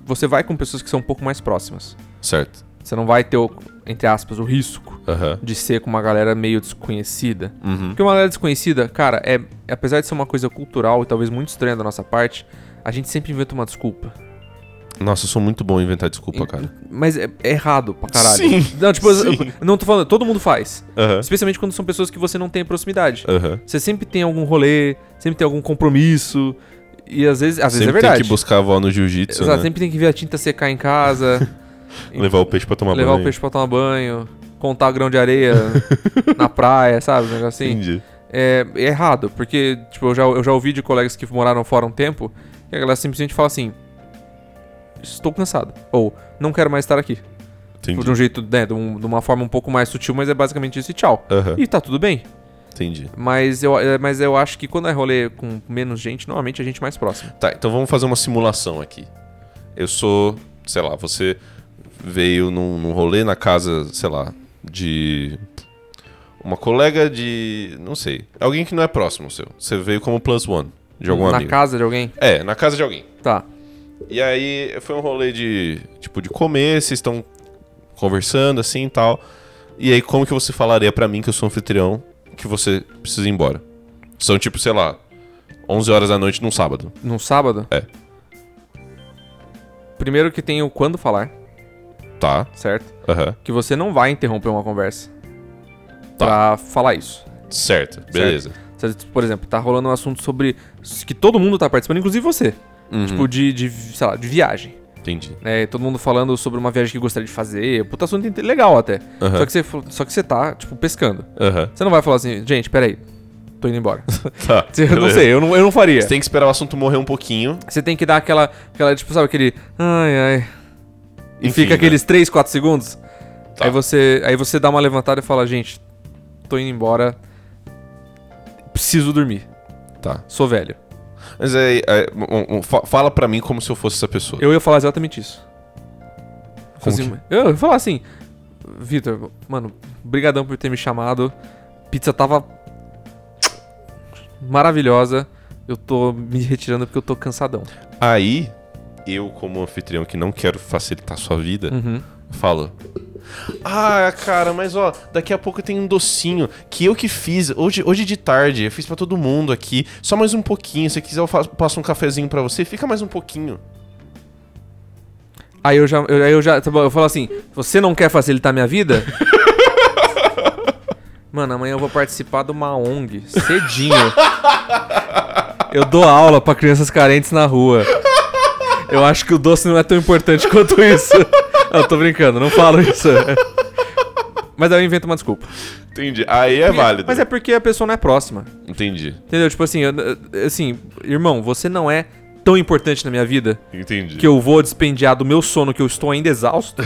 S2: você vai com pessoas que são um pouco mais próximas.
S1: Certo.
S2: Você não vai ter, o, entre aspas, o risco
S1: Aham.
S2: de ser com uma galera meio desconhecida.
S1: Uhum.
S2: Porque uma galera desconhecida, cara, é apesar de ser uma coisa cultural e talvez muito estranha da nossa parte, a gente sempre inventa uma desculpa.
S1: Nossa, eu sou muito bom em inventar desculpa,
S2: [laughs]
S1: cara.
S2: Mas é, é errado pra caralho.
S1: Sim,
S2: não, tipo, eu-
S1: sim.
S2: eu não tô falando, todo mundo faz.
S1: Aham.
S2: Especialmente quando são pessoas que você não tem proximidade.
S1: Aham.
S2: Você sempre tem algum rolê, sempre tem algum compromisso. E às vezes, às vezes é
S1: Sempre
S2: verdade.
S1: tem que buscar a avó no jiu-jitsu,
S2: Exato,
S1: né?
S2: sempre tem que ver a tinta secar em casa,
S1: [laughs] Levar o peixe pra tomar
S2: levar
S1: banho.
S2: o peixe pra tomar banho, contar grão de
S1: [laughs]
S2: areia na praia, sabe? Um negócio assim.
S1: Entendi.
S2: é, é errado, porque tipo, eu, já, eu já ouvi de colegas que moraram fora um tempo que a galera simplesmente fala assim: Estou cansado, ou não quero mais estar aqui. Tipo,
S1: Entendi.
S2: de um jeito, né, de, um- de uma forma um pouco mais sutil, mas é basicamente isso e tchau.
S1: Aham,
S2: E tá tudo bem.
S1: entendi.
S2: Mas eu, é, mas eu acho que quando é rolê com menos gente, normalmente é gente mais próxima.
S1: Tá, então vamos fazer uma simulação aqui. Eu sou, sei lá, você veio num, num rolê na casa, sei lá, de uma colega de, não sei, alguém que não é próximo seu. Você veio como plus one de algum
S2: Na
S1: amigo.
S2: casa de alguém?
S1: É, na casa de alguém.
S2: Tá.
S1: E aí foi um rolê de tipo de comer, vocês estão conversando assim e tal. E aí como que você falaria pra mim que eu sou anfitrião que você precisa ir embora? São tipo, sei lá, 11 horas da noite num sábado.
S2: Num sábado?
S1: É.
S2: Primeiro que tem o quando falar,
S1: Tá?
S2: certo?
S1: Aham.
S2: Que você não vai interromper uma conversa
S1: Tá.
S2: pra falar isso.
S1: Certo, beleza.
S2: Cê- Por exemplo, tá rolando um assunto sobre. que todo mundo tá participando, inclusive você.
S1: Uhum.
S2: Tipo, de, de, sei lá, de viagem.
S1: Entendi.
S2: né? todo mundo falando sobre uma viagem que gostaria de fazer. Puta assunto inte- legal até.
S1: Aham.
S2: Só, que você, fa- só que você tá, tipo, pescando.
S1: Aham.
S2: Você não vai falar assim, gente, peraí, tô indo embora. [laughs]
S1: [laughs] Tá.
S2: Cê- eu não
S1: beleza.
S2: sei, eu não, eu não faria.
S1: Você tem que esperar o assunto morrer um pouquinho.
S2: Você tem que dar aquela, aquela tipo, sabe, aquele. Ai, ai. E
S1: Enfim,
S2: fica
S1: né?
S2: aqueles 3, 4 segundos.
S1: Tá.
S2: Aí, você, aí você dá uma levantada e fala, gente, tô indo embora. Preciso dormir.
S1: Tá.
S2: Sou velho.
S1: Mas aí, aí, um- um, fa- fala pra mim como se eu fosse essa pessoa.
S2: Eu ia falar exatamente isso.
S1: Como
S2: Assim, Eu ia falar assim, Vitor, mano, brigadão por ter me chamado. Pizza tava maravilhosa. Eu tô me retirando porque eu tô cansadão.
S1: Aí, eu, como anfitrião que não quero facilitar sua vida, falo. Ah, cara, mas ó, daqui a pouco tem um docinho que eu que fiz hoje, hoje de tarde. Eu fiz pra todo mundo aqui. Só mais um pouquinho. Se quiser, eu faço, passo um cafezinho pra você. Fica mais um pouquinho.
S2: Aí eu já, eu, aí eu já, tá bom, eu falo assim, você não quer facilitar minha vida? Mano, amanhã eu vou participar de uma ONG, cedinho. Eu dou aula pra crianças carentes na rua. Eu acho que o doce não é tão importante quanto isso. [laughs] Eu tô brincando, não falo isso. Mas aí eu invento uma desculpa.
S1: Entendi. Aí é válido.
S2: Mas é porque a pessoa não é próxima.
S1: Entendi.
S2: Entendeu? Tipo assim, eu- assim, irmão, você não é tão importante na minha vida
S1: Entendi.
S2: que eu vou despendiar do meu sono, que eu estou ainda exausto,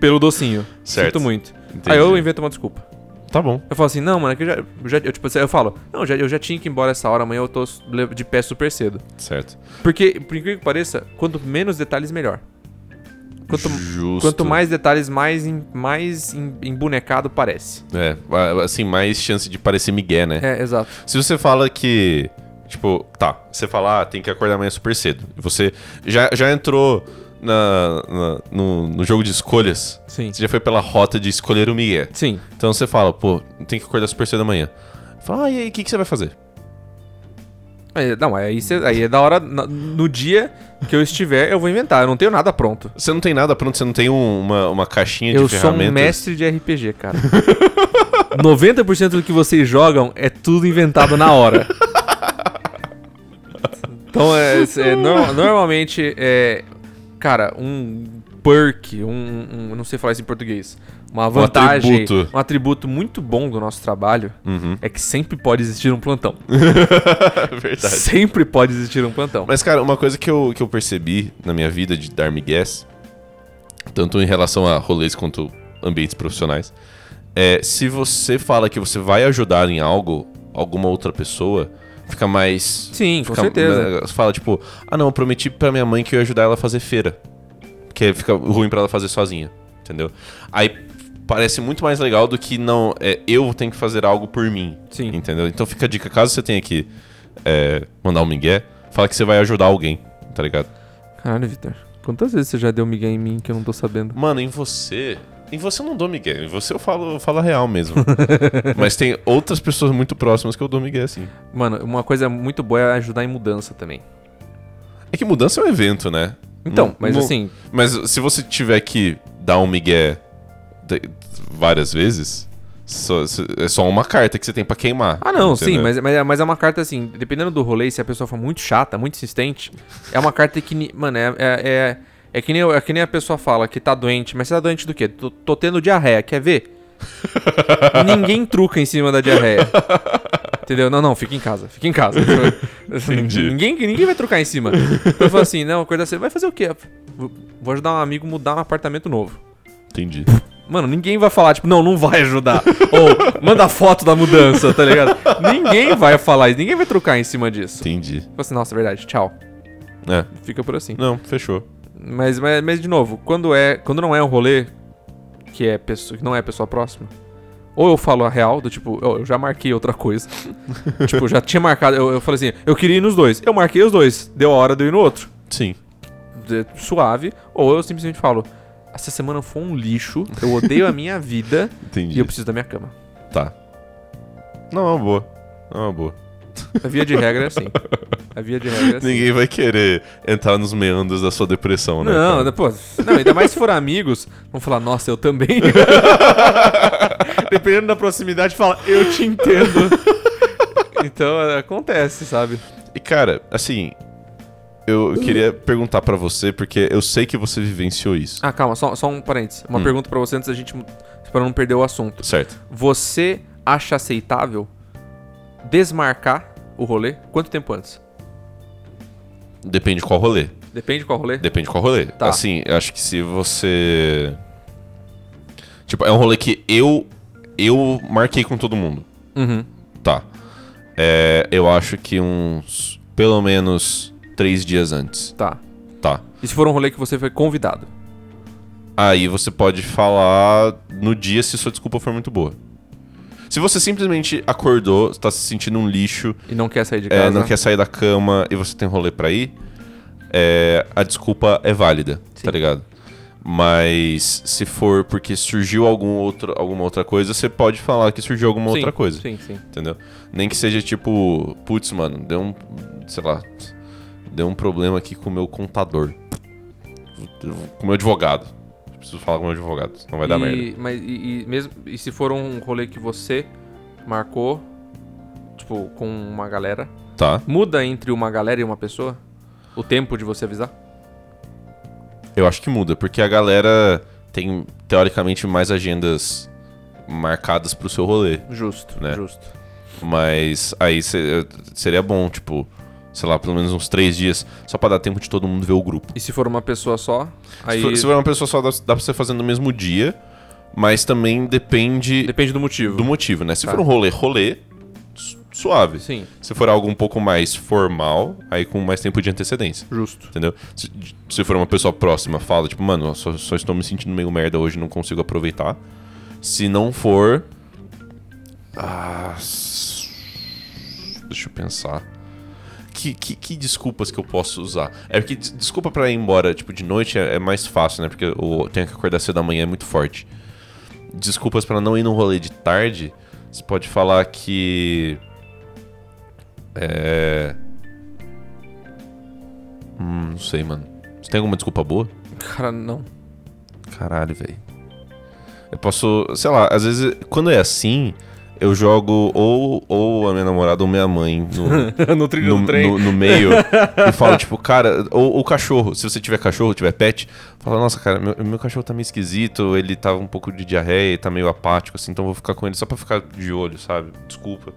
S2: pelo docinho.
S1: Certo.
S2: Sinto muito.
S1: Entendi.
S2: Aí eu invento uma desculpa.
S1: Tá bom.
S2: Eu falo assim, não, mano, é que eu já, eu já- eu, tipo, assim, eu falo, não, já- eu já tinha que ir embora essa hora, amanhã eu tô le- de pé super cedo.
S1: Certo.
S2: Porque, por incrível que pareça, quanto menos detalhes, melhor. Quanto,
S1: Justo.
S2: quanto mais detalhes, mais, em- mais em- embonecado parece.
S1: É, a- assim, mais chance de parecer migué, né?
S2: É, exato.
S1: Se você fala que. Tipo, tá, você fala, ah, tem que acordar amanhã super cedo. E Você já, já entrou na, na- no, no jogo de escolhas.
S2: Sim.
S1: Você já foi pela rota de escolher o Miguel.
S2: Sim.
S1: Então você fala, pô, tem que acordar super cedo amanhã. Fala, ah, e aí, o que, que você vai fazer?
S2: Aí- não, aí, cê- aí é da hora, na- no dia que eu estiver, eu vou inventar, eu não tenho nada pronto.
S1: Você não tem nada pronto, você não tem um- uma, uma caixinha
S2: Eu
S1: de
S2: sou
S1: ferramentas.
S2: um mestre de RPG, [laughs] cara. 90% do que vocês jogam é tudo inventado na hora. Então, é, é, nor- normalmente, é, cara, um perk, um, um- eu não sei falar isso em português, uma vantagem,
S1: atributo.
S2: um atributo muito bom do nosso trabalho
S1: Uhum.
S2: é que sempre pode existir um plantão.
S1: [laughs] Verdade.
S2: sempre pode existir um plantão.
S1: Mas, cara, uma coisa que eu, que eu percebi na minha vida de dar migués, tanto em relação a rolês quanto ambientes profissionais, é se você fala que você vai ajudar em algo, alguma outra pessoa, fica mais.
S2: Sim, com
S1: fica-
S2: certeza.
S1: né, Você fala, tipo, ah não, eu prometi pra minha mãe que eu ia ajudar ela a fazer feira. Porque fica ruim pra ela fazer sozinha, entendeu? Aí parece muito mais legal do que não, é, eu tenho que fazer algo por mim.
S2: Sim.
S1: Entendeu? Então fica a dica, caso você tenha que é, mandar um migué, fala que você vai ajudar alguém, tá ligado?
S2: Caralho, Vitor. Quantas vezes você já deu migué em mim que eu não tô sabendo?
S1: Mano, em você. Em você eu não dou migué, em você eu falo, eu falo a real
S2: [laughs]
S1: mesmo. Mas tem outras pessoas muito próximas que eu dou migué, assim.
S2: Mano, uma coisa muito boa é ajudar em mudança também.
S1: É que mudança é um evento, né?
S2: Então,
S1: Não-
S2: mas
S1: não-
S2: assim,
S1: Mas se você tiver que dar um migué de- várias vezes, só- se- é só uma carta que você tem pra queimar.
S2: Ah, não, sim,
S1: entendeu?
S2: mas, mas, mas é uma carta assim, dependendo do rolê, se a pessoa for muito chata, muito insistente, é uma carta que, ni- mano, é, é, é- É que, nem, é que nem a pessoa fala que tá doente, mas você tá doente do quê? Tô, tô tendo diarreia, quer ver? Ninguém truca em cima da diarreia. Entendeu? Não, não, fica em casa, fica em casa.
S1: Entendi.
S2: Ninguém, ninguém vai trucar em cima. Eu falo assim, não, acordar cedo, vai fazer o quê? Vou- Vou ajudar um amigo a mudar um apartamento novo.
S1: Entendi.
S2: Mano, ninguém vai falar, tipo, não, não vai ajudar. [laughs] Ou manda foto da mudança, tá ligado? ninguém vai falar isso, ninguém vai trucar em cima disso.
S1: Entendi.
S2: Fala assim, nossa, verdade, tchau.
S1: É.
S2: Fica por assim.
S1: Não, fechou.
S2: Mas, mas, mas, de novo, quando é, quando não é um rolê que é pessoa, que não é pessoa próxima, ou eu falo a real, do tipo, "Ô, eu já marquei outra coisa. [laughs] tipo, já tinha marcado, eu, eu falei assim, eu queria ir nos dois. Eu marquei os dois, deu a hora de eu ir no outro.
S1: Sim.
S2: De- Suave, ou eu simplesmente falo, essa semana foi um lixo, eu odeio a minha vida
S1: Entendi.
S2: e eu preciso da minha cama.
S1: Tá. Não, é uma boa. É uma boa.
S2: A via de regra é assim. A via de regra é assim.
S1: Ninguém vai querer entrar nos meandros da sua depressão, né?
S2: Não,
S1: cara?
S2: né, pô, não, ainda mais se for amigos, vão falar, nossa, eu
S1: [laughs]
S2: também. Dependendo da proximidade, fala, eu te entendo. [laughs] então é, acontece, sabe?
S1: E cara, assim, eu queria perguntar pra você, porque eu sei que você vivenciou isso.
S2: Ah, calma, só, só um parênteses.
S1: Hum.
S2: Uma pergunta pra você antes da gente. mu- pra não perder o assunto.
S1: Certo.
S2: Você acha aceitável desmarcar o rolê? Quanto tempo antes?
S1: Depende qual rolê.
S2: Depende qual rolê?
S1: Depende qual rolê.
S2: Tá.
S1: Assim, eu acho que se você. Tipo, é um rolê que eu. Eu marquei com todo mundo.
S2: Uhum.
S1: Tá. É, eu acho que uns. Pelo menos três dias antes.
S2: Tá.
S1: Tá.
S2: E se for um rolê que você foi convidado?
S1: Aí você pode falar no dia se sua desculpa for muito boa. Se você simplesmente acordou, tá se sentindo um lixo,
S2: E não quer sair de casa?
S1: é, não quer sair da cama e você tem rolê pra ir, é, a desculpa é válida, tá ligado? Mas se for porque surgiu algum outro, alguma outra coisa, você pode falar que surgiu alguma
S2: Sim,
S1: outra coisa,
S2: Sim, sim.
S1: entendeu? Nem que seja tipo, putz, mano, deu um, sei lá, deu um problema aqui com o meu contador, com o meu advogado. Preciso falar com o meu advogado, senão vai dar
S2: e,
S1: merda.
S2: Mas, e, e mesmo, e se for um rolê que você marcou, tipo, com uma galera,
S1: Tá?
S2: muda entre uma galera e uma pessoa? O tempo de você avisar?
S1: Eu acho que muda, porque a galera tem, teoricamente, mais agendas marcadas pro seu rolê.
S2: Justo,
S1: Né?
S2: justo.
S1: Mas aí se- seria bom, tipo, sei lá, pelo menos uns três dias, só pra dar tempo de todo mundo ver o grupo.
S2: E se for uma pessoa só, aí
S1: Se, for, se for uma pessoa só, dá, dá pra você fazer no mesmo dia, mas também depende
S2: depende do motivo.
S1: do motivo, né? Se
S2: Tá.
S1: for um rolê, rolê, su- suave.
S2: Sim,
S1: Se for algo um pouco mais formal, aí com mais tempo de antecedência.
S2: justo.
S1: Entendeu? Se, se for uma pessoa próxima, fala, tipo, mano, eu só, só estou me sentindo meio merda hoje, não consigo aproveitar. Se não for. Ah. s- Deixa eu pensar. Que, que, que desculpas que eu posso usar? É porque des- desculpa pra ir embora, tipo, de noite é, é mais fácil, né? Porque eu tenho que acordar cedo da manhã, é muito forte. Desculpas pra não ir num rolê de tarde, você pode falar que. É. Hum, não sei, mano. Você tem alguma desculpa boa?
S2: Cara, não.
S1: Caralho, velho. Eu posso, sei lá, às vezes quando é assim, eu jogo ou, ou a minha namorada ou minha mãe [laughs] no,
S2: no
S1: no, no- no meio e falo, tipo, cara, ou o cachorro, se você tiver cachorro, tiver pet, fala, nossa, cara, meu, meu cachorro tá meio esquisito, ele tá um pouco de diarreia, tá meio apático, assim, então eu vou ficar com ele só pra ficar de olho, sabe? Desculpa.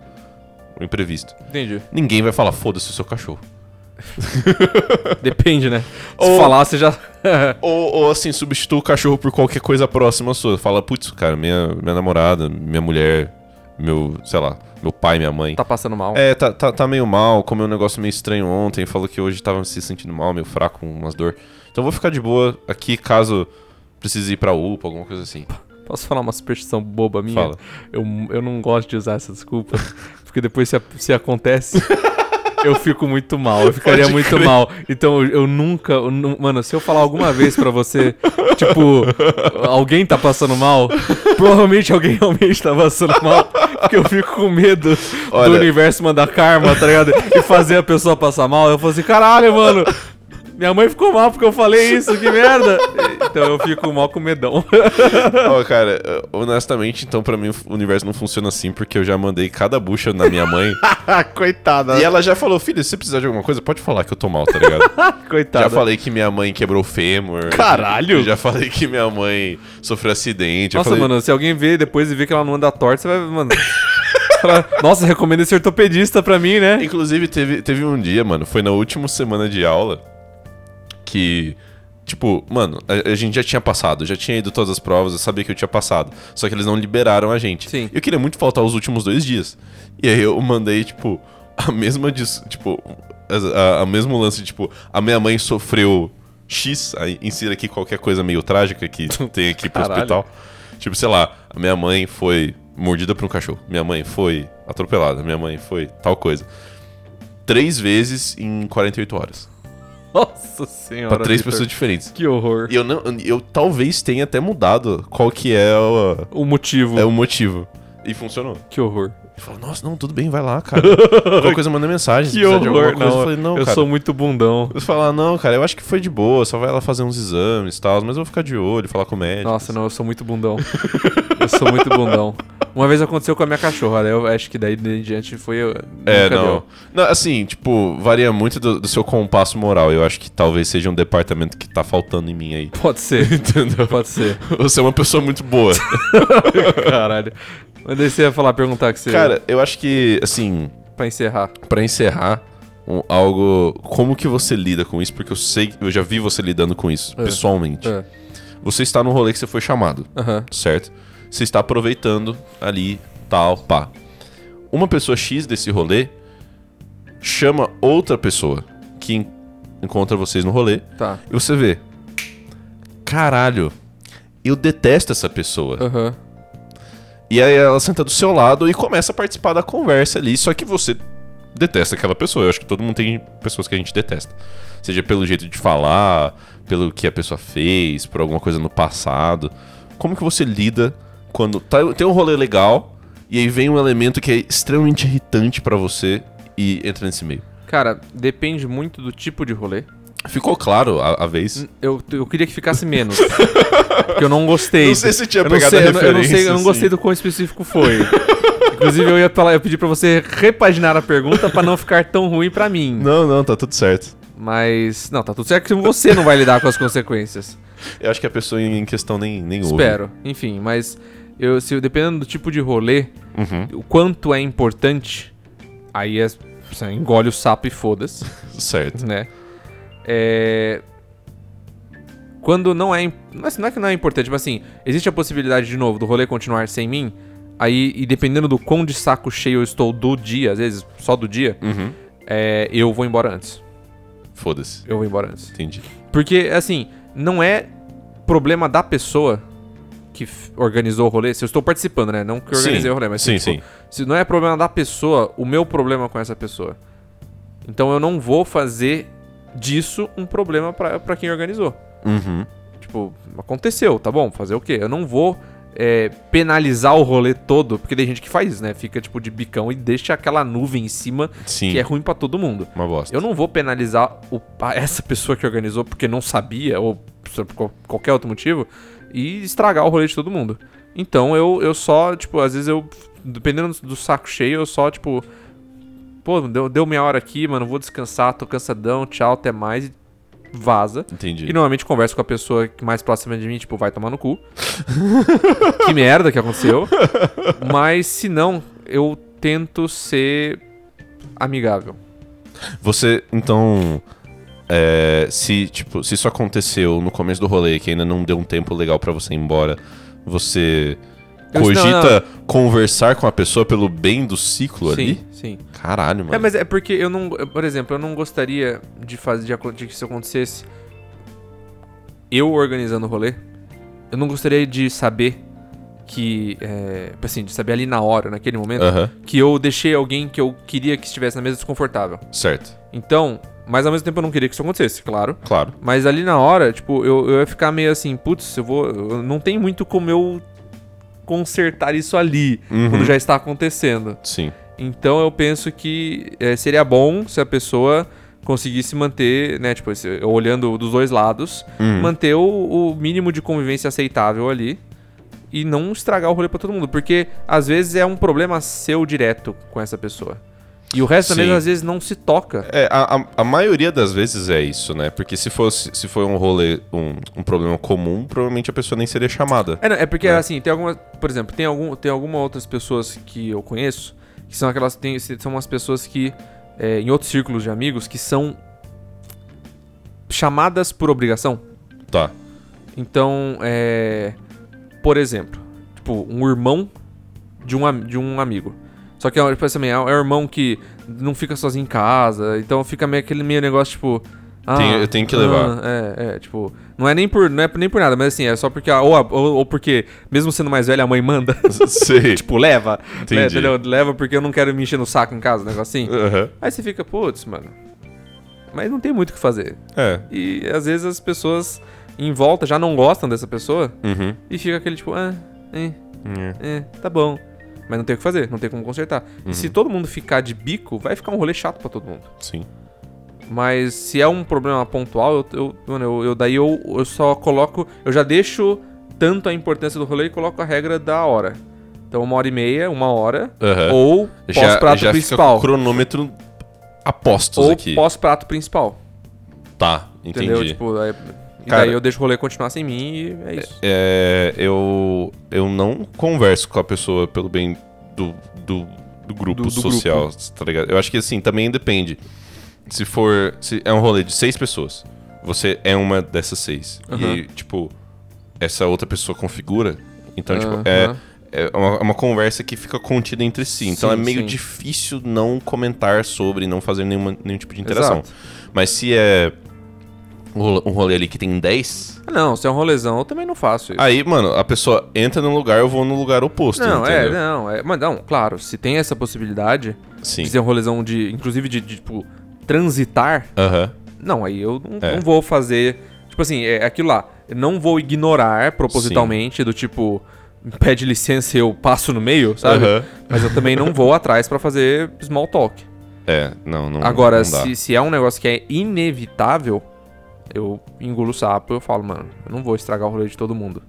S1: O imprevisto.
S2: Entendi.
S1: Ninguém vai falar, foda-se o seu cachorro. [laughs]
S2: Depende, né? Se
S1: Ou-
S2: falar, você já.
S1: Ou, ou, assim, substitua o cachorro por qualquer coisa próxima sua. Fala, putz, cara, minha, minha namorada, minha mulher, meu, sei lá, meu pai, minha mãe.
S2: tá passando mal.
S1: É, tá, tá, tá meio mal, comeu um negócio meio estranho ontem, falou que hoje tava se sentindo mal, meio fraco, com umas dor. Então eu vou ficar de boa aqui caso precise ir pra UPA, alguma coisa assim.
S2: Posso falar uma superstição boba minha?
S1: Fala.
S2: Eu, eu não gosto de usar essa desculpa, [laughs] porque depois se, a- se acontece, [laughs] eu fico muito mal, eu ficaria
S1: Pode
S2: muito
S1: crer.
S2: mal. Então eu, eu nunca, eu nu- mano, se eu falar alguma vez pra você, [laughs] tipo, alguém tá passando mal, provavelmente alguém realmente tá passando mal, porque eu fico com medo
S1: Olha.
S2: do universo mandar karma, tá ligado? E fazer a pessoa passar mal, eu falo assim, caralho, mano. Minha mãe ficou mal porque eu falei isso, que merda! Então eu fico mal com medão.
S1: Ó, cara, eh, honestamente, então pra mim o universo não funciona assim, porque eu já mandei cada bucha na minha mãe.
S2: Coitada.
S1: e ela já falou, filho, se você precisar de alguma coisa, pode falar que eu tô mal, tá ligado?
S2: [laughs] Coitada.
S1: já falei que minha mãe quebrou o fêmur.
S2: né? Caralho!
S1: Eu já falei que minha mãe sofreu acidente. eu
S2: Nossa,
S1: falei-
S2: mano, se alguém vê depois e vê que ela não anda torta, você vai,
S1: [laughs]
S2: mano. fala, Nossa, recomendo esse ortopedista pra mim,
S1: [laughs]
S2: né?
S1: Inclusive, teve, teve um dia, mano, foi na última semana de aula que. Tipo, mano, a, a gente já tinha passado, já tinha ido todas as provas, eu sabia que eu tinha passado. Só que eles não liberaram a gente.
S2: Sim.
S1: Eu queria muito faltar os últimos dois dias. E aí eu mandei, tipo, a [laughs] mesma. Dis, tipo, a, a- a mesmo lance, tipo, a minha mãe sofreu X, aí insira aqui qualquer coisa meio trágica
S2: [laughs]
S1: que tem aqui pro
S2: Caralho.
S1: hospital. Tipo, sei lá, a minha mãe foi mordida por um cachorro, minha mãe foi atropelada, minha mãe foi tal coisa. Três vezes em 48 horas.
S2: Nossa senhora.
S1: Pra três
S2: Vitor.
S1: pessoas diferentes.
S2: Que horror.
S1: E eu não. Eu talvez tenha até mudado qual que é o,
S2: O motivo.
S1: é o motivo. E funcionou.
S2: Que horror.
S1: Ele falou, nossa, não, tudo bem, vai lá,
S2: [laughs]
S1: cara. Qualquer coisa manda mensagem. se
S2: Que
S1: precisar de alguma
S2: horror,
S1: coisa,
S2: não.
S1: Eu falei, não,
S2: eu
S1: cara.
S2: sou muito bundão.
S1: Eu falei, ah, não, cara, eu acho que foi de boa, só vai lá fazer uns exames e tal, mas eu vou ficar de olho, falar com o médico.
S2: Nossa, não, eu sou
S1: [laughs]
S2: muito bundão. eu sou muito bundão. Uma vez aconteceu com a minha cachorra, né? Eu acho que daí em diante foi. eu-
S1: É,
S2: nunca
S1: não.
S2: deu.
S1: não. Assim, tipo, varia muito do, do seu compasso moral. Eu acho que talvez seja um departamento que tá faltando em mim aí.
S2: Pode ser.
S1: Entendeu?
S2: Pode ser.
S1: [laughs] Você é uma pessoa muito boa.
S2: Caralho. Mas daí você ia falar, perguntar que
S1: [laughs]
S2: você.
S1: Cara, eu acho que, assim,
S2: pra encerrar.
S1: pra encerrar, um- algo. Como que você lida com isso? Porque eu sei, eu já vi você lidando com isso,
S2: É.
S1: pessoalmente.
S2: É.
S1: Você está no rolê que você foi chamado,
S2: Aham.
S1: certo? Você está aproveitando ali, tal, pá. Uma pessoa X desse rolê chama outra pessoa que en- encontra vocês no rolê.
S2: Tá.
S1: E você vê. Caralho, eu detesto essa pessoa.
S2: Aham.
S1: E aí ela senta do seu lado e começa a participar da conversa ali, só que você detesta aquela pessoa. Eu acho que todo mundo tem pessoas que a gente detesta. Seja pelo jeito de falar, pelo que a pessoa fez, por alguma coisa no passado. Como que você lida quando tá- tem um rolê legal e aí vem um elemento que é extremamente irritante pra você e entra nesse meio?
S2: Cara, depende muito do tipo de rolê.
S1: Ficou claro a, a vez?
S2: Eu, eu queria que
S1: [laughs]
S2: ficasse menos. porque eu não gostei.
S1: Não sei se tinha
S2: eu não
S1: pegado
S2: sei,
S1: a
S2: eu não- Eu não, sei, eu não
S1: referência,
S2: gostei
S1: assim.
S2: do quão específico foi. Inclusive, eu ia falar, eu pedi pra você repaginar a pergunta pra não ficar tão ruim pra mim.
S1: Não, não, tá tudo certo.
S2: Mas. Não, tá tudo certo que você não vai lidar com as consequências.
S1: Eu acho que a pessoa em questão nem, nem ouve.
S2: Espero. Enfim, mas eu, se, dependendo do tipo de rolê,
S1: Uhum.
S2: o quanto é importante, aí é, você engole o sapo e foda-se.
S1: Certo.
S2: né? É... Quando não é. im- Não é não é que não é importante, mas assim, existe a possibilidade, de novo, do rolê continuar sem mim. Aí, e dependendo do quão de saco cheio eu estou do dia, às vezes, só do dia,
S1: Uhum.
S2: é, eu vou embora antes.
S1: Foda-se.
S2: Eu vou embora antes.
S1: Entendi.
S2: Porque, assim, não é problema da pessoa que f- organizou o rolê. Se eu estou participando, né? Não que eu organizei
S1: Sim.
S2: o rolê, mas
S1: Sim,
S2: tipo,
S1: sim.
S2: Se não é problema da pessoa, o meu problema com essa pessoa. Então eu não vou fazer disso um problema pra pra quem organizou.
S1: Uhum.
S2: Tipo, aconteceu, tá bom, fazer o quê? Eu não vou é, penalizar o rolê todo, porque tem gente que faz isso, né? Fica tipo de bicão e deixa aquela nuvem em cima
S1: Sim.
S2: que é ruim pra todo mundo.
S1: Uma bosta.
S2: Eu não vou penalizar o- a- [laughs] essa pessoa que organizou porque não sabia, ou por qual- qualquer outro motivo, e estragar o rolê de todo mundo. Então eu, eu só, tipo, às vezes eu, dependendo do- do saco cheio, eu só, tipo, pô, deu, deu meia hora aqui, mano, vou descansar, tô cansadão, tchau, até mais, e vaza.
S1: Entendi.
S2: E normalmente converso com a pessoa que mais próxima de mim, tipo, vai tomar no cu. [laughs] que merda que aconteceu. Mas se não, eu tento ser amigável.
S1: Você, então. é, se, tipo, se isso aconteceu no começo do rolê, que ainda não deu um tempo legal pra você ir embora, você
S2: Eu-
S1: cogita conversar com a pessoa pelo bem do ciclo ali?
S2: Sim, sim.
S1: Caralho, mano.
S2: É, mas é porque eu não. eu, Por exemplo, eu não gostaria de fazer de, acon- de que isso acontecesse. Eu organizando o rolê. Eu não gostaria de saber que. é, assim, de saber ali na hora, naquele momento,
S1: Aham,
S2: que eu deixei alguém que eu queria que estivesse na mesa desconfortável.
S1: certo.
S2: Então, mas ao mesmo tempo eu não queria que isso acontecesse, claro.
S1: Claro.
S2: Mas ali na hora, tipo, eu, eu ia ficar meio assim, putz, eu vou. eu- não tem muito como eu consertar isso ali,
S1: Uhum.
S2: quando já está acontecendo.
S1: Sim.
S2: é, Então eu penso que eh, seria bom se a pessoa conseguisse manter, né, tipo, esse- olhando dos dois lados,
S1: Uhum.
S2: manter o, o mínimo de convivência aceitável ali e não estragar o rolê pra todo mundo, porque às vezes é um problema seu direto com essa pessoa. E o resto da
S1: Sim.
S2: mesa às vezes não se toca.
S1: É, a, a- a maioria das vezes é isso, né? Porque se fosse se for um rolê, um, um problema comum, provavelmente a pessoa nem seria chamada.
S2: É, não, é porque,
S1: É.
S2: assim, tem algumas. Por exemplo, tem, algum, tem algumas outras pessoas que eu conheço que são aquelas. Tem, são umas pessoas que. é, em outros círculos de amigos que são chamadas por obrigação.
S1: Tá.
S2: Então, é. Por exemplo, tipo, um irmão de um, am- de um amigo. Só que é, tipo, assim, é um é um irmão que não fica sozinho em casa, então fica meio aquele meio negócio, tipo. Ah,
S1: Tem- eu tenho que levar.
S2: ah, é, é, tipo. Não é nem por, não é nem por nada, mas assim, é só porque. a- ou, a- ou, ou porque, mesmo sendo mais velha, a mãe manda. [laughs]
S1: [laughs] Sei.
S2: tipo, leva. Né,
S1: Entendi.
S2: entendeu? Leva porque eu não quero me encher no saco em casa, um negócio assim.
S1: Aham.
S2: Aí você fica, putz, mano. Mas não tem muito o que fazer.
S1: É.
S2: E às vezes as pessoas em volta já não gostam dessa pessoa
S1: Uhum.
S2: e fica aquele tipo, ah, é,
S1: É. Uhum.
S2: é, tá bom. Mas não tem o que fazer, não tem como consertar. E se todo mundo ficar de bico, vai ficar um rolê chato pra todo mundo.
S1: Sim.
S2: Mas se é um problema pontual, eu, eu, mano, eu, eu- daí eu, eu só coloco. Eu já deixo tanto a importância do rolê e coloco a regra da hora. Então, uma hora e meia, uma hora,
S1: Aham.
S2: ou
S1: É. Já,
S2: pós-prato
S1: já fica com o
S2: principal.
S1: cronômetro apostos
S2: Ou
S1: aqui.
S2: pós-prato principal.
S1: Tá,
S2: Entendeu?
S1: entendi.
S2: Tipo, aí- e
S1: Cara-
S2: daí eu deixo o rolê continuar sem mim e é isso.
S1: É, eu, eu não converso com a pessoa pelo bem do, do, do grupo
S2: Do- do
S1: social, tá ligado? Eu acho que assim, também depende. Se for. Se é um rolê de seis pessoas, você é uma dessas seis. E
S2: Aham.
S1: aí, tipo, essa outra pessoa configura. Então,
S2: Aham.
S1: tipo, é, é uma, é uma conversa que fica contida entre si. Então
S2: Sim,
S1: é meio
S2: sim.
S1: difícil não comentar sobre, não fazer nenhuma, nenhum tipo de interação.
S2: Exato.
S1: Mas se é um rolê- um rolê ali que tem 10,
S2: Ah, Não, se é um rolezão, eu também não faço isso.
S1: Aí, mano, a pessoa entra num lugar, eu vou no lugar oposto,
S2: não, é,
S1: entendeu?
S2: não, é. Mas não, claro, se tem essa possibilidade
S1: Sim.
S2: de ser um rolezão de. Inclusive de, de, tipo, transitar,
S1: Aham.
S2: não, aí eu não,
S1: É.
S2: não vou fazer. Tipo assim, é aquilo lá. Eu não vou ignorar propositalmente, do tipo, pede licença e eu passo no meio, sabe?
S1: Aham.
S2: Mas eu também não vou atrás pra fazer small talk.
S1: É, não, não.
S2: Agora,
S1: não dá.
S2: se, se é um negócio que é inevitável, eu engulo o sapo, eu falo, mano, eu não vou estragar o rolê de todo mundo.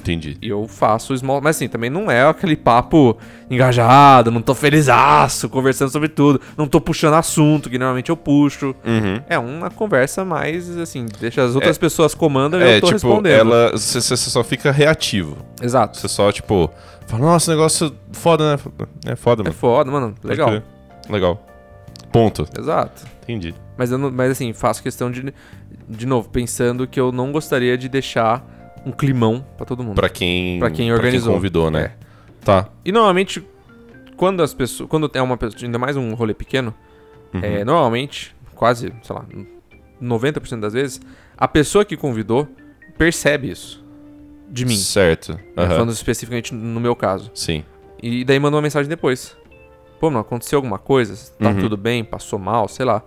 S1: Entendi.
S2: E eu faço small. Mas assim, também não é aquele papo engajado, não tô felizaço, conversando sobre tudo, não tô puxando assunto, que normalmente eu puxo.
S1: Uhum.
S2: É uma conversa mais assim, deixa as outras pessoas comandam e
S1: É,
S2: eu tô
S1: tipo,
S2: respondendo.
S1: ela. Você só fica reativo.
S2: Exato.
S1: Você só, tipo, fala, nossa, negócio foda, né? É foda,
S2: É
S1: mano.
S2: foda, mano.
S1: Pode
S2: Legal.
S1: crer. Legal. Ponto.
S2: Exato.
S1: Entendi.
S2: Mas, eu não- mas assim, faço questão de. De novo, pensando que eu não gostaria de deixar um climão pra todo mundo.
S1: Pra quem.
S2: Pra quem organizou. É.
S1: convidou, né? Tá.
S2: E normalmente, quando as pessoas. Quando é uma pessoa. Ainda mais um rolê pequeno,
S1: Uhum.
S2: é, normalmente, quase, sei lá, 90% das vezes, a pessoa que convidou percebe isso. De mim.
S1: Certo.
S2: né,
S1: Aham.
S2: Falando especificamente no meu caso.
S1: Sim.
S2: E daí mandou uma mensagem depois. Pô, não aconteceu alguma coisa? Tá
S1: Uhum.
S2: tudo bem? Passou mal? Sei lá.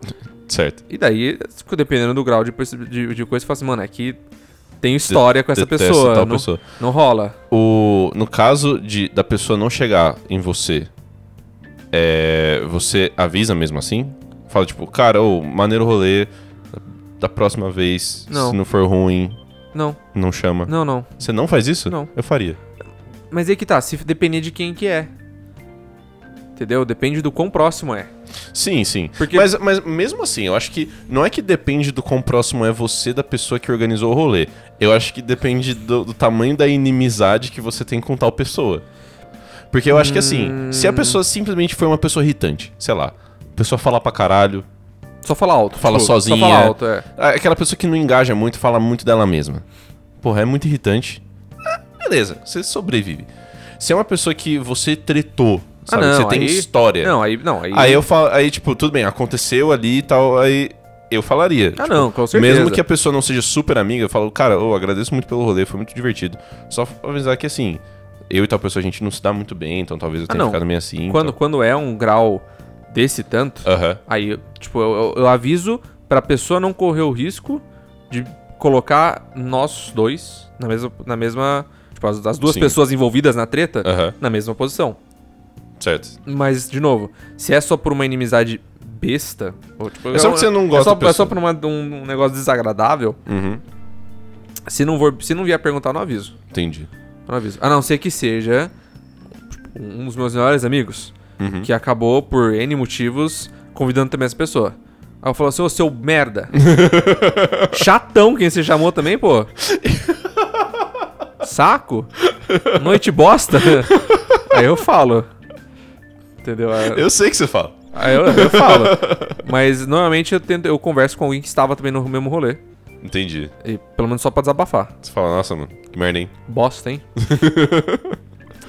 S1: Certo.
S2: E daí, dependendo do grau de, perce- de, de coisa, você fala assim, mano, é que tem história com essa
S1: Detesto
S2: pessoa.
S1: tal
S2: não,
S1: pessoa.
S2: não rola.
S1: O, no caso de, da pessoa não chegar em você, é, você avisa mesmo assim? Fala tipo, cara, ô, maneiro rolê, da próxima vez,
S2: Não.
S1: se não for ruim,
S2: Não,
S1: não chama.
S2: não, não.
S1: Você não faz isso?
S2: Não.
S1: Eu faria.
S2: Mas aí que tá, se depender de quem que é. Entendeu? Depende do quão próximo é.
S1: Sim, sim.
S2: Porque-
S1: Mas, mas mesmo assim, eu acho que não é que depende do quão próximo é você da pessoa que organizou o rolê. Eu acho que depende do, do tamanho da inimizade que você tem com tal pessoa. Porque eu acho que assim, se a pessoa simplesmente foi uma pessoa irritante, sei lá, a pessoa fala pra caralho,
S2: Só fala alto.
S1: Fala
S2: tipo,
S1: sozinha.
S2: Só fala alto, é.
S1: aquela pessoa que não engaja muito, fala muito dela mesma. Porra, é muito irritante. Ah, beleza, você sobrevive. Se é uma pessoa que você tretou, sabe,
S2: Ah, não,
S1: você tem
S2: aí-
S1: história.
S2: Não, aí não, aí,
S1: Aí eu falo, aí tipo, tudo bem, aconteceu ali e tal, aí eu falaria.
S2: Ah,
S1: Tipo,
S2: não, com certeza.
S1: Mesmo que a pessoa não seja super amiga, eu falo, cara, eu agradeço muito pelo rolê, foi muito divertido. Só pra avisar que assim, eu e tal pessoa a gente não se dá muito bem, então talvez eu
S2: Ah,
S1: tenha
S2: não.
S1: ficado meio assim.
S2: quando
S1: então-
S2: quando é um grau desse tanto,
S1: Aham.
S2: aí eu- tipo eu, eu- eu aviso pra pessoa não correr o risco de colocar nós dois na mesma na mesma tipo as, as duas
S1: Sim.
S2: pessoas envolvidas na treta
S1: Aham.
S2: na mesma posição.
S1: Certo.
S2: Mas de novo, se é só por uma inimizade besta. Ou, tipo,
S1: É só porque você não gosta,
S2: É só, é
S1: pessoal.
S2: só por uma- um, um negócio desagradável.
S1: Uhum,
S2: Se não, for, se não vier perguntar, eu não aviso.
S1: entendi.
S2: Eu não aviso. A não ser que seja tipo, um dos meus melhores amigos,
S1: Uhum.
S2: que acabou por N motivos convidando também essa pessoa. Aí eu falo assim, ô seu
S1: [laughs]
S2: merda. Chatão quem você chamou também, pô. Saco?
S1: [laughs]
S2: Noite bosta? Aí eu falo. Entendeu? Aí eu-
S1: Eu sei que você fala.
S2: Aí eu, eu falo. Mas normalmente eu tento, eu converso com alguém que estava também no mesmo rolê.
S1: Entendi.
S2: E pelo menos só pra desabafar.
S1: Você fala, nossa, mano, que merda, hein?
S2: Bosta,
S1: [laughs]
S2: hein?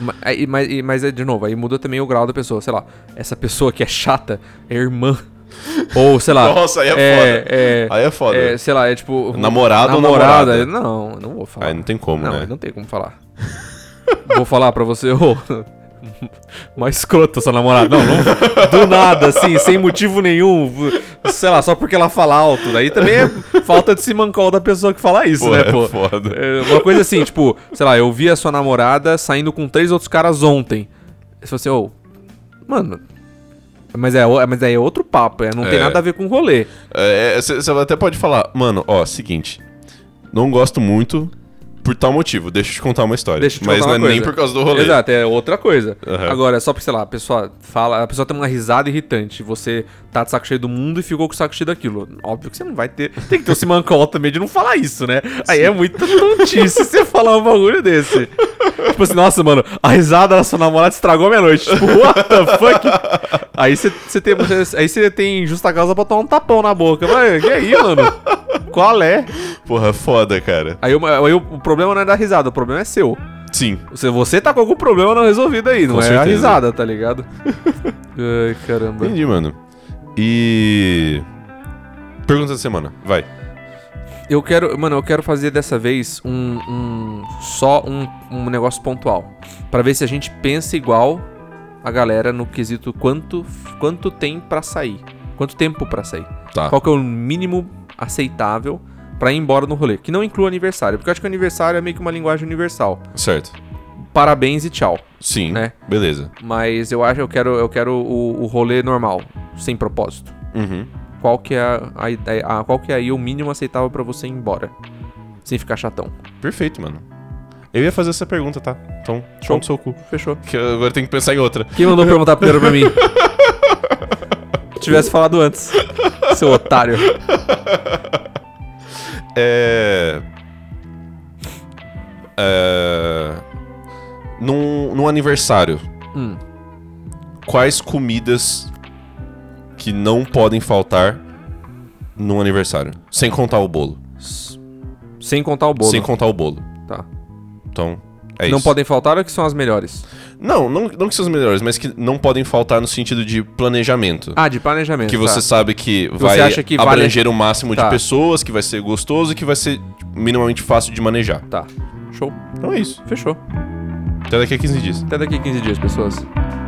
S2: Ma- aí- mas, e- mas é de novo, aí muda também o grau da pessoa, sei lá, essa pessoa que é chata é irmã. Ou, sei lá.
S1: Nossa, aí é foda.
S2: É,
S1: Aí é foda.
S2: é, sei lá, é tipo.
S1: Namorado ou namorada?
S2: Não, não vou falar.
S1: Aí não tem como,
S2: não,
S1: né?
S2: não tem como falar. [laughs] vou falar pra você, ô. [laughs] mais escrota sua namorada. Não, não. Do nada, assim, sem motivo nenhum. Sei lá, só porque ela fala alto. Daí também é falta de simancol da pessoa que fala isso,
S1: Pô,
S2: né,
S1: é
S2: pô?
S1: foda.
S2: É, uma coisa assim, tipo, sei lá, eu vi a sua namorada saindo com três outros caras ontem. Você falou assim, ô, mano. Mas é, o- mas aí é outro papo, é, não tem
S1: É.
S2: nada a ver com rolê.
S1: É, Você você até pode falar, mano, ó, seguinte. Não gosto muito por tal motivo. Deixa eu te contar uma história.
S2: Deixa eu te
S1: Mas
S2: contar
S1: não
S2: uma
S1: é
S2: coisa.
S1: nem por causa do rolê.
S2: Exato, é outra coisa.
S1: Aham.
S2: Agora, só porque, sei lá, a pessoa fala, a pessoa tem uma risada irritante, você tá de saco cheio do mundo e ficou com o saco cheio daquilo. Óbvio que você não vai ter. Tem que ter o simancol também de não falar isso, né? Aí é muito tontice você falar um bagulho desse. tipo assim, nossa, mano, a risada da sua namorada estragou a minha noite. Tipo, what the fuck? Aí você você tem, você- aí você tem justa causa pra tomar um tapão na boca. Mas que aí, mano? Qual é?
S1: Porra, foda, cara.
S2: Aí, o- aí o o problema não é da risada, o problema é seu.
S1: Sim.
S2: Você, você tá com algum problema não resolvido aí, não
S1: Com
S2: é a
S1: certeza.
S2: risada, tá
S1: [laughs]
S2: ligado? Ai, caramba.
S1: Entendi, mano. E. Pergunta da semana, vai.
S2: Eu quero, mano, eu quero fazer dessa vez um, um- só um, um negócio pontual, Pra ver se a gente pensa igual a galera no quesito quanto quanto tem pra sair, quanto tempo pra sair.
S1: Tá.
S2: Qual que é o mínimo aceitável pra ir embora no rolê, que não inclua aniversário, porque eu acho que aniversário é meio que uma linguagem universal.
S1: Certo.
S2: Parabéns e tchau.
S1: Sim.
S2: Né?
S1: Beleza.
S2: Mas eu acho eu quero eu quero o, o rolê normal, sem propósito.
S1: Uhum.
S2: qual que é a, a ideia, a- qual que é aí o mínimo aceitável pra você ir embora. Sem ficar chatão.
S1: Perfeito, mano. Eu ia fazer essa pergunta, tá? Então, show
S2: Show.
S1: no seu cu.
S2: Fechou.
S1: Que eu agora tem que pensar em outra.
S2: Quem mandou perguntar primeiro pra mim? Tivesse falado antes. Seu otário.
S1: É. É. Num, num aniversário,
S2: Hum.
S1: quais comidas que não podem faltar num aniversário? Sem contar o bolo.
S2: Sem contar o bolo.
S1: Sem contar o bolo.
S2: Tá.
S1: Então, é
S2: não
S1: isso.
S2: podem faltar ou que são as melhores?
S1: Não, não, não que sejam os melhores, mas que não podem faltar no sentido de planejamento.
S2: Ah, de planejamento.
S1: que você
S2: tá.
S1: sabe que
S2: você
S1: vai
S2: acha que vale-
S1: abranger o máximo
S2: Tá.
S1: de pessoas, que vai ser gostoso e que vai ser minimamente fácil de manejar.
S2: Tá. Show.
S1: Então é isso.
S2: Fechou.
S1: Até daqui a 15 dias.
S2: Até daqui 15 dias, pessoas.